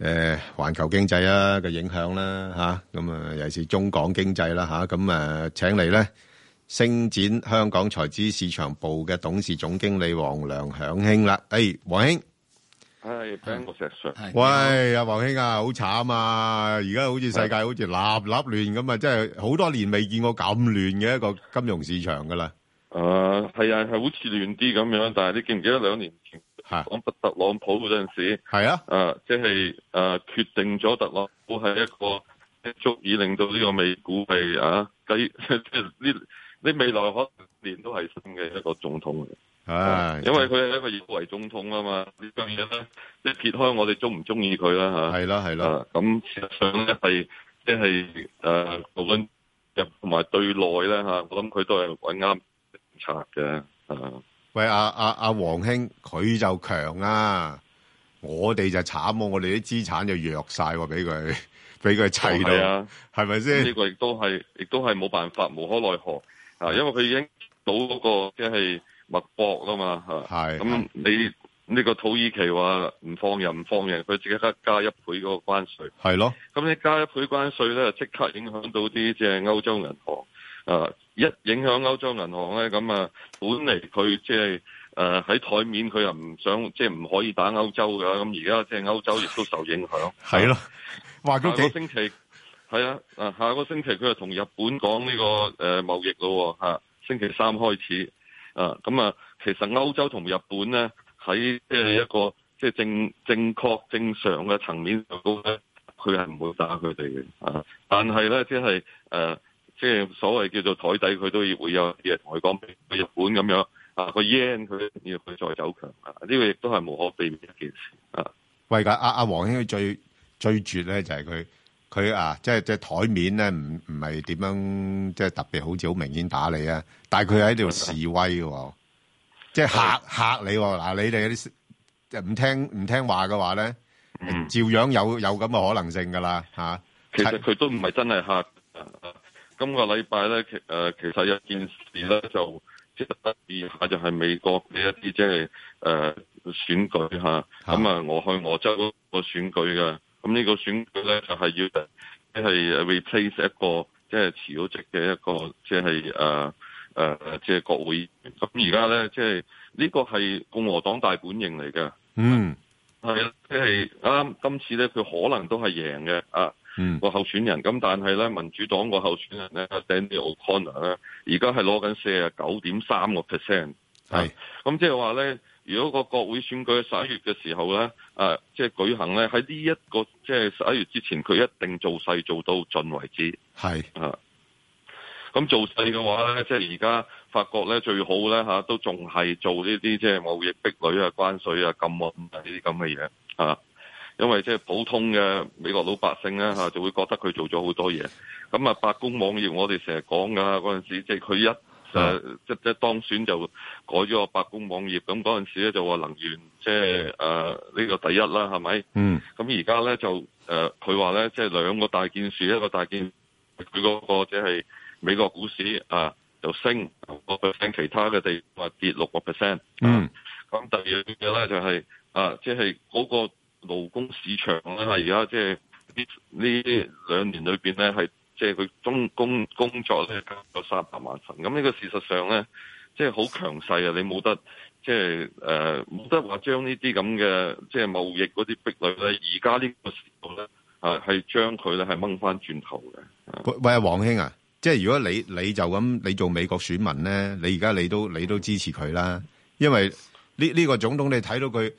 [SPEAKER 1] 誒環球經濟啊嘅影響啦，吓咁啊，尤其是中港經濟啦，吓咁啊，請嚟咧星展香港財資市場部嘅董事總經理黃良響興啦，誒黃興。
[SPEAKER 19] 係 Ben 個石 Sir，
[SPEAKER 1] 喂，阿黄兄啊，好慘啊！而家好似世界好似立立亂咁啊，真係好多年未見過咁亂嘅一個金融市場噶啦。
[SPEAKER 19] 誒係啊，係好似亂啲咁樣，但係你記唔記得兩年前講特朗普嗰陣時，
[SPEAKER 1] 係啊，
[SPEAKER 19] 誒即係誒決定咗特朗普係一個足以令到呢個美股係啊雞， 即係呢你未來可能年都係新嘅一個總統嚟。
[SPEAKER 1] 唉，
[SPEAKER 19] 哦因為佢係一個有為總統啊嘛，呢樣嘢咧，即係撇開我哋中唔中意佢啦嚇。
[SPEAKER 1] 係啦係
[SPEAKER 19] 啦。咁事實上咧係即係誒，無論入同埋對內咧嚇，我諗佢都係揾啱政策嘅啊。
[SPEAKER 1] 喂，阿阿阿黃兄，佢就強啊，我哋就慘喎，我哋啲資產就弱晒喎，俾佢俾佢砌
[SPEAKER 19] 係啊
[SPEAKER 1] 到，係咪
[SPEAKER 19] 呢
[SPEAKER 1] 先？
[SPEAKER 19] 個亦都係，亦都係冇辦法，無可奈何啊！因為佢已經到嗰、個即係脈搏啦嘛嚇。
[SPEAKER 1] 係
[SPEAKER 19] 咁你呢個土耳其話唔放人唔放人，佢即刻加一倍嗰個關稅。
[SPEAKER 1] 係咯，
[SPEAKER 19] 咁你加一倍關稅咧，即刻影響到啲即係歐洲銀行。啊，一影響歐洲銀行咧，咁啊，本嚟佢即係誒喺台面，佢又唔想即係唔可以打歐洲㗎。咁而家即係歐洲亦都受影響。
[SPEAKER 1] 係咯，
[SPEAKER 19] 下
[SPEAKER 1] 話
[SPEAKER 19] 個
[SPEAKER 1] 嗰幾
[SPEAKER 19] 星期係啊，啊下個星期佢就同日本講呢、個誒、呃、貿易咯喎、嚇星期三開始啊，咁啊，其實歐洲同日本咧喺即係一個即係正正確正常嘅層面上高咧，佢係唔會打佢哋嘅啊，但係咧即係誒。呃即係所謂叫做台底，佢都要會有啲嘢同佢講，譬如日本咁樣啊，個 yen 佢要佢再走強啊，呢、個亦都係無可避免一件事啊。
[SPEAKER 1] 喂，阿阿阿黃兄佢最最絕咧就係佢佢啊，即係即係台面咧，唔唔係點樣即係特別好似好明顯打你啊，但係佢喺度示威嘅喎，即係嚇嚇你喎。嗱，你哋嗰啲即係唔聽唔聽話嘅話咧，照樣有有咁嘅可能性㗎啦嚇。
[SPEAKER 19] 其實佢都唔係真係嚇。啊今個禮拜咧，其誒、呃其實有件事咧，就即係得意下，就係美國嘅一啲即係誒選舉嚇。咁啊，我去俄州嗰個選舉嘅，咁呢個選舉咧就係、要即係 replace 一個即係辭咗職嘅一個即係誒誒即係國會議員。咁而家咧即係呢個係共和黨大本營嚟嘅。
[SPEAKER 1] 嗯，
[SPEAKER 19] 係啊，即係啱今次咧，佢可能都係贏嘅啊。
[SPEAKER 1] 嗯
[SPEAKER 19] 個候選人咁，但係咧民主黨個候選人咧 Danny O'Connor 咧，而家係攞緊四啊九點三個 percent。
[SPEAKER 1] 係
[SPEAKER 19] 咁即係話咧，如果個國會選舉喺十一月嘅時候咧，啊，即係舉行咧，喺呢一個即係十一月之前，佢一定做勢做到盡為止。
[SPEAKER 1] 係
[SPEAKER 19] 啊。咁做勢嘅話咧，即係而家法國咧最好咧嚇、都仲係做呢啲即係貿易壁壘啊、關税啊、禁運啊呢啲咁嘅嘢嚇。因為即係普通嘅美國老百姓咧嚇，就會覺得佢做咗好多嘢。咁啊，白宮網頁我哋成日講噶嗰陣時，即係佢一
[SPEAKER 20] 啊
[SPEAKER 19] 誒即即當選就改咗個白宮網頁。咁嗰陣時咧就話能源即係誒呢個第一啦，係咪？
[SPEAKER 1] 嗯。
[SPEAKER 19] 咁而家咧就誒佢話咧，即係兩個大件事，一個大件佢嗰個即係美國股市啊就升個 percent，其他嘅地話跌六個 percent。
[SPEAKER 1] 嗯。
[SPEAKER 19] 咁第二樣嘢咧就係、啊，即係嗰個勞工市場咧，而家即係呢呢兩年裏邊咧，係即係佢中工工作咧加咗三百萬份。咁呢個事實上咧，即係好強勢啊！你冇得即係誒冇得話將呢啲咁嘅即係貿易嗰啲壁壘咧，而家呢個時候咧啊係將佢咧係掹翻轉頭嘅。
[SPEAKER 1] 喂喂，阿黃兄啊，即係如果你你就咁你做美國選民咧，你而家你都你都支持佢啦，因為呢呢、個總統你睇到佢，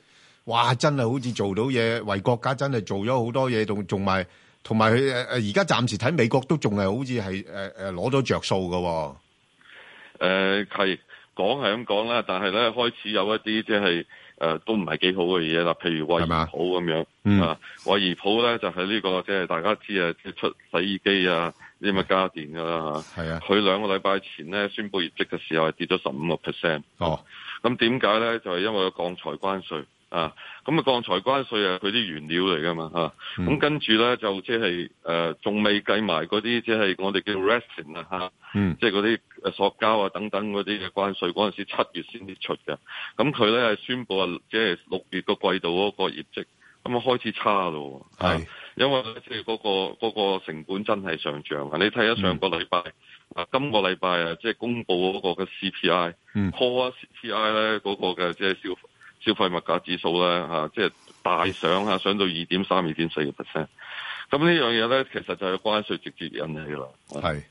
[SPEAKER 1] 哇，真係好似做到嘢，為國家真係做咗好多嘢，仲仲埋同埋佢誒誒而家暫時睇美國都仲係好似係誒誒攞咗着數嘅喎。
[SPEAKER 19] 誒呃係講係咁講啦，但係咧開始有一啲即係誒都唔係幾好嘅嘢啦，譬如惠而浦咁樣、
[SPEAKER 1] 嗯
[SPEAKER 19] 啊，惠而浦咧就係、呢、個即係大家知啊，即係出洗衣機啊呢啲咁嘅家電㗎啦嚇。
[SPEAKER 1] 係啊，
[SPEAKER 19] 佢兩個禮拜前咧宣布業績嘅時候係跌咗十五個 percent。
[SPEAKER 1] 哦，
[SPEAKER 19] 咁點解咧？就係、因為個鋼材關税啊，咁啊鋼材關税啊，佢啲原料嚟㗎嘛嚇。咁、跟住咧就即係誒，仲未計埋嗰啲即係我哋叫 resin 啊嚇。
[SPEAKER 1] 嗯
[SPEAKER 19] 即係嗰啲誒塑膠啊等等嗰啲嘅關税，嗰陣時七月先至出嘅。咁佢咧係宣布啊，即係六月個季度嗰個業績，咁啊開始差咯喎。啊
[SPEAKER 1] 係
[SPEAKER 19] 因為咧即係嗰個嗰、個成本真係上漲啊！你睇下上
[SPEAKER 1] 嗯
[SPEAKER 19] 個禮拜啊，今個禮拜啊，即係公布嗰個嘅 CPI、
[SPEAKER 1] 嗯
[SPEAKER 19] Core CPI 咧嗰、個嘅即係消消費物價指數咧嚇、即係大上啊，上到二點三、二點四個 percent。咁呢樣嘢咧，其實就係關税直接引起啦。
[SPEAKER 1] 係。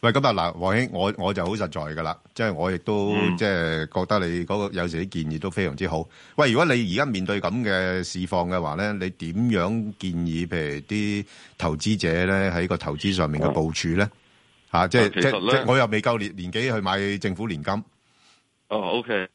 [SPEAKER 1] 喂，咁啊嗱，黃兄，我我就好實在噶啦，即係我亦都、
[SPEAKER 19] 嗯
[SPEAKER 1] 即係覺得你嗰、個有時啲建議都非常之好。喂，如果你而家面對咁嘅市況嘅話咧，你點樣建議譬如啲投資者咧喺個投資上面嘅部署咧？嚇、即係
[SPEAKER 19] 哦其
[SPEAKER 1] 即
[SPEAKER 19] 實
[SPEAKER 1] 係
[SPEAKER 19] 呢
[SPEAKER 1] 即係我又未夠年年紀去買政府年金。
[SPEAKER 19] 哦，OK，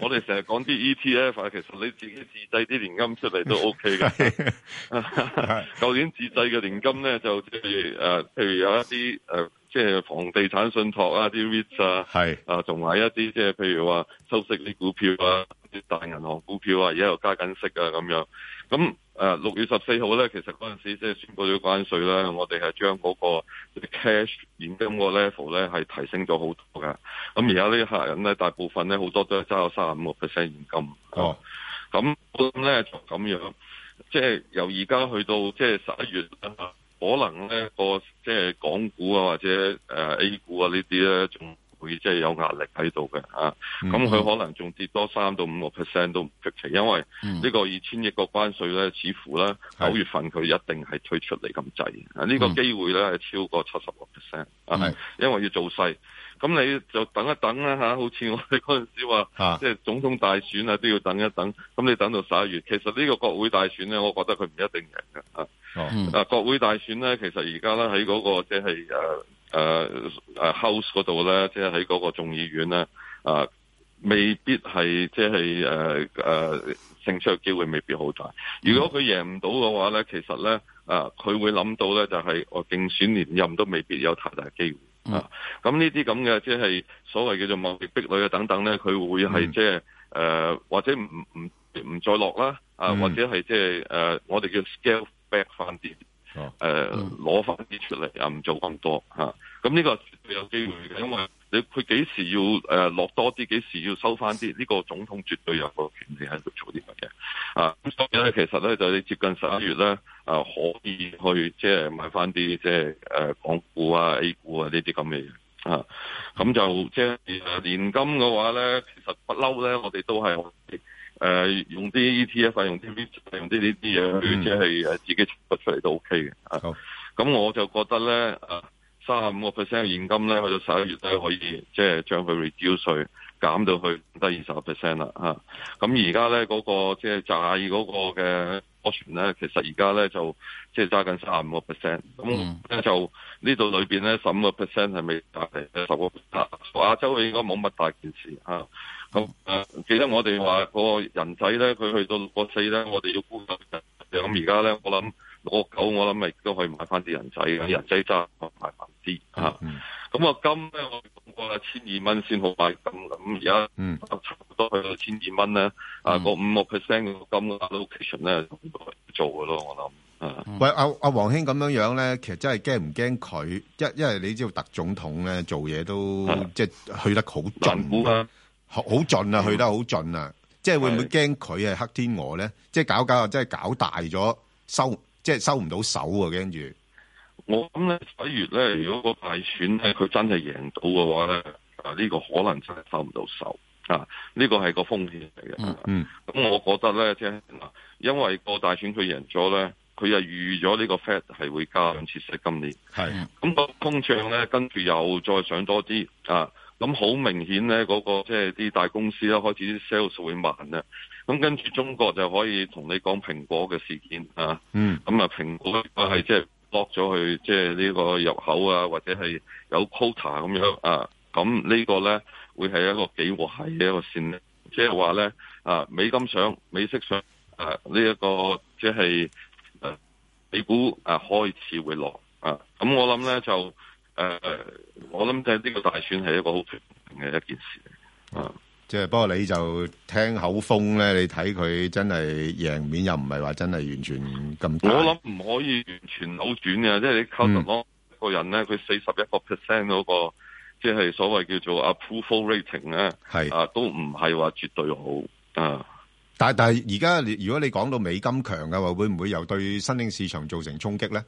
[SPEAKER 19] 我哋成日講啲 ETF 啊，其實你自己自製啲年金出嚟都 OK 嘅。 舊年自製嘅年金咧，就即係誒，譬如有一啲誒、呃即係房地產信託啊，啲 REIT 啊，
[SPEAKER 1] 係
[SPEAKER 19] 啊，仲有一啲即係譬如話收息啲股票啊，啲大銀行股票啊，而家又加緊息啊咁樣。咁誒六月十四號咧，其實嗰陣時即係宣布咗關稅咧，我哋係將嗰個 cash 現金個 level 咧係提升咗好多㗎。咁而家呢啲客人咧，大部分咧好多都係揸有三十五個 percent 現金。
[SPEAKER 1] 哦，
[SPEAKER 19] 咁我諗咧就咁樣，即係由而家去到即係十一月啊可能咧個即係港股啊或者誒、呃 A 股啊呢啲咧仲會即係有壓力喺度嘅啊。
[SPEAKER 9] 嗯
[SPEAKER 19] 咁佢、可能仲跌多三到五個 percent 都唔出奇，因為呢個二千億個關稅咧，似乎咧
[SPEAKER 1] 嗯係
[SPEAKER 19] 九月份佢一定係推出嚟咁滯啊！呢、個
[SPEAKER 1] 嗯
[SPEAKER 19] 機會咧係超過七十個 percent
[SPEAKER 1] 係
[SPEAKER 19] 啊，因為要做細。咁你就等一等啦嚇，好似我哋嗰陣時
[SPEAKER 1] 啊
[SPEAKER 19] 話，即係總統大選啊都要等一等。咁你等到十一月，其實呢個國會大選咧，我覺得佢唔一定贏嘅啊。
[SPEAKER 1] 哦
[SPEAKER 19] 啊，國會大選咧，其實而家咧喺嗰個即係誒誒誒呃 House 嗰度咧，即係喺嗰個眾議院咧，啊，未必係即係誒誒勝出嘅機會未必好大。如果佢贏唔到嘅話咧，其實咧啊，佢會諗到咧就係我競選連任都未必有太大機會。啊，咁呢啲咁嘅即係所謂叫做貿易壁壘啊等等咧，佢會係即係誒或者唔唔唔再落啦，啊、
[SPEAKER 20] 嗯
[SPEAKER 19] 或者係即係誒我哋叫 scale back 翻啲，呃
[SPEAKER 1] 誒
[SPEAKER 19] 攞翻啲出嚟啊，唔做咁多嚇。啊咁、呢個絕對有機會嘅，因為你佢幾時要誒、呃落多啲，幾時要收翻啲，呢、個總統絕對有個權利喺度做啲乜嘢啊。咁所以咧，其實咧就你接近十一月咧，啊可以去即係買翻啲即係誒港股啊、A 股啊呢啲咁嘅嘢。啊，咁就即係呃年金嘅話咧，其實不嬲咧，我哋都係誒、呃用啲 ETF 啊，用啲 REIT 啊用啲呢啲嘢去即係誒自己出出嚟都 OK 嘅。啊，咁我就覺得咧，啊三十五個 percent 現金咧，去到十一月咧可以即係將佢 reduce 稅減到去低二十 percent 啦。嚇、咁而家咧嗰個即係債嗰個嘅拖船咧，其實而家咧就即係揸緊三十五個 percent，咁
[SPEAKER 9] 嗯
[SPEAKER 19] 咧就呢度裏邊咧十五個 percent 係美債嚟，十個 percent 亞洲應該冇乜大件事嚇。啊咁誒、呃記得我哋話個人仔咧，佢去到六個四咧，我哋要沽個人仔咁而家咧，我諗六個九，我諗咪都可以買翻啲人仔嘅，人仔揸買翻啲嚇。啊咁啊金咧，我講過啦，千二蚊先好買金咁，而家差唔多去到千二蚊咧，啊個五個 percent 個金嘅 allocation 咧做嘅咯，我諗。啊嗯
[SPEAKER 1] 喂，阿阿黃兄咁樣樣咧，其實真係驚唔驚佢？一因為你知道特總統咧做嘢都即係去得好盡
[SPEAKER 19] 嗯啊，嗯
[SPEAKER 1] 好好盡啊，去得好盡啊！即係會唔會驚佢係黑天鵝咧？即係搞搞下，即係搞大咗，收即係收唔到手啊！跟住
[SPEAKER 19] 我諗咧十一月咧，如果個大選咧佢真係贏到嘅話咧，啊呢、個可能真係收唔到手啊！呢、個係個風險嚟嘅。
[SPEAKER 1] 嗯
[SPEAKER 19] 咁我覺得咧，即係嗱，因為個大選佢贏咗咧，佢就預咗呢個 Fed 係會加兩次息今年。
[SPEAKER 1] 係
[SPEAKER 19] 咁、個通脹咧，跟住又再上多啲啊！咁好明顯咧，嗰、個即係啲大公司咧開始啲 sales 會慢啦。咁跟住中國就可以同你講蘋果嘅事件啊。
[SPEAKER 1] 嗯
[SPEAKER 19] 咁啊，蘋果係即係 block 咗佢，即係呢個入口啊，或者係有 quota 咁樣啊。咁呢個咧會係一個幾和諧嘅一個線咧，即係話咧啊，美金上、美息上啊，呢、一個即係誒美股啊開始會落啊。咁我諗咧就誒、呃我諗就係呢個大選係一個好決定嘅一件事。啊
[SPEAKER 1] 即係不過你就聽口風咧，你睇佢真係贏面又唔係話真係完全咁大。嗯
[SPEAKER 19] 我諗唔可以完全扭轉嘅，即係你靠特朗普一個人咧，佢四十一個 percent 嗰個，即係所謂叫做 approval rating 咧，
[SPEAKER 1] 係
[SPEAKER 19] 啊，都唔係話絕對好啊。
[SPEAKER 1] 但但係而家你如果你講到美金強嘅話，會唔會又對新興市場造成衝擊咧？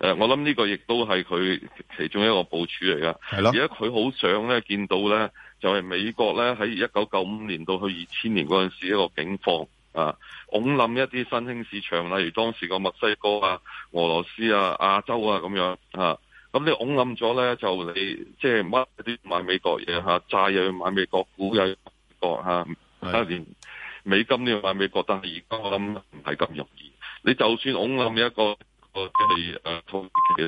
[SPEAKER 19] 誒、呃我諗呢個亦都係佢其中一個部署嚟噶。
[SPEAKER 1] 係咯
[SPEAKER 19] 而家佢好想咧見到咧，就係、美國咧喺一九九五年到去二千年嗰陣時一個境況啊，拱冧一啲新興市場，例如當時個墨西哥啊、俄羅斯啊、亞洲啊咁樣啊。咁你拱冧咗咧，就你即係乜都要買美國嘢嚇，債又要買美國，股又要買美國嚇，啊連美金都要買美國，但呃係而家我諗唔係咁容易。你就算拱冧一個個即係誒土耳其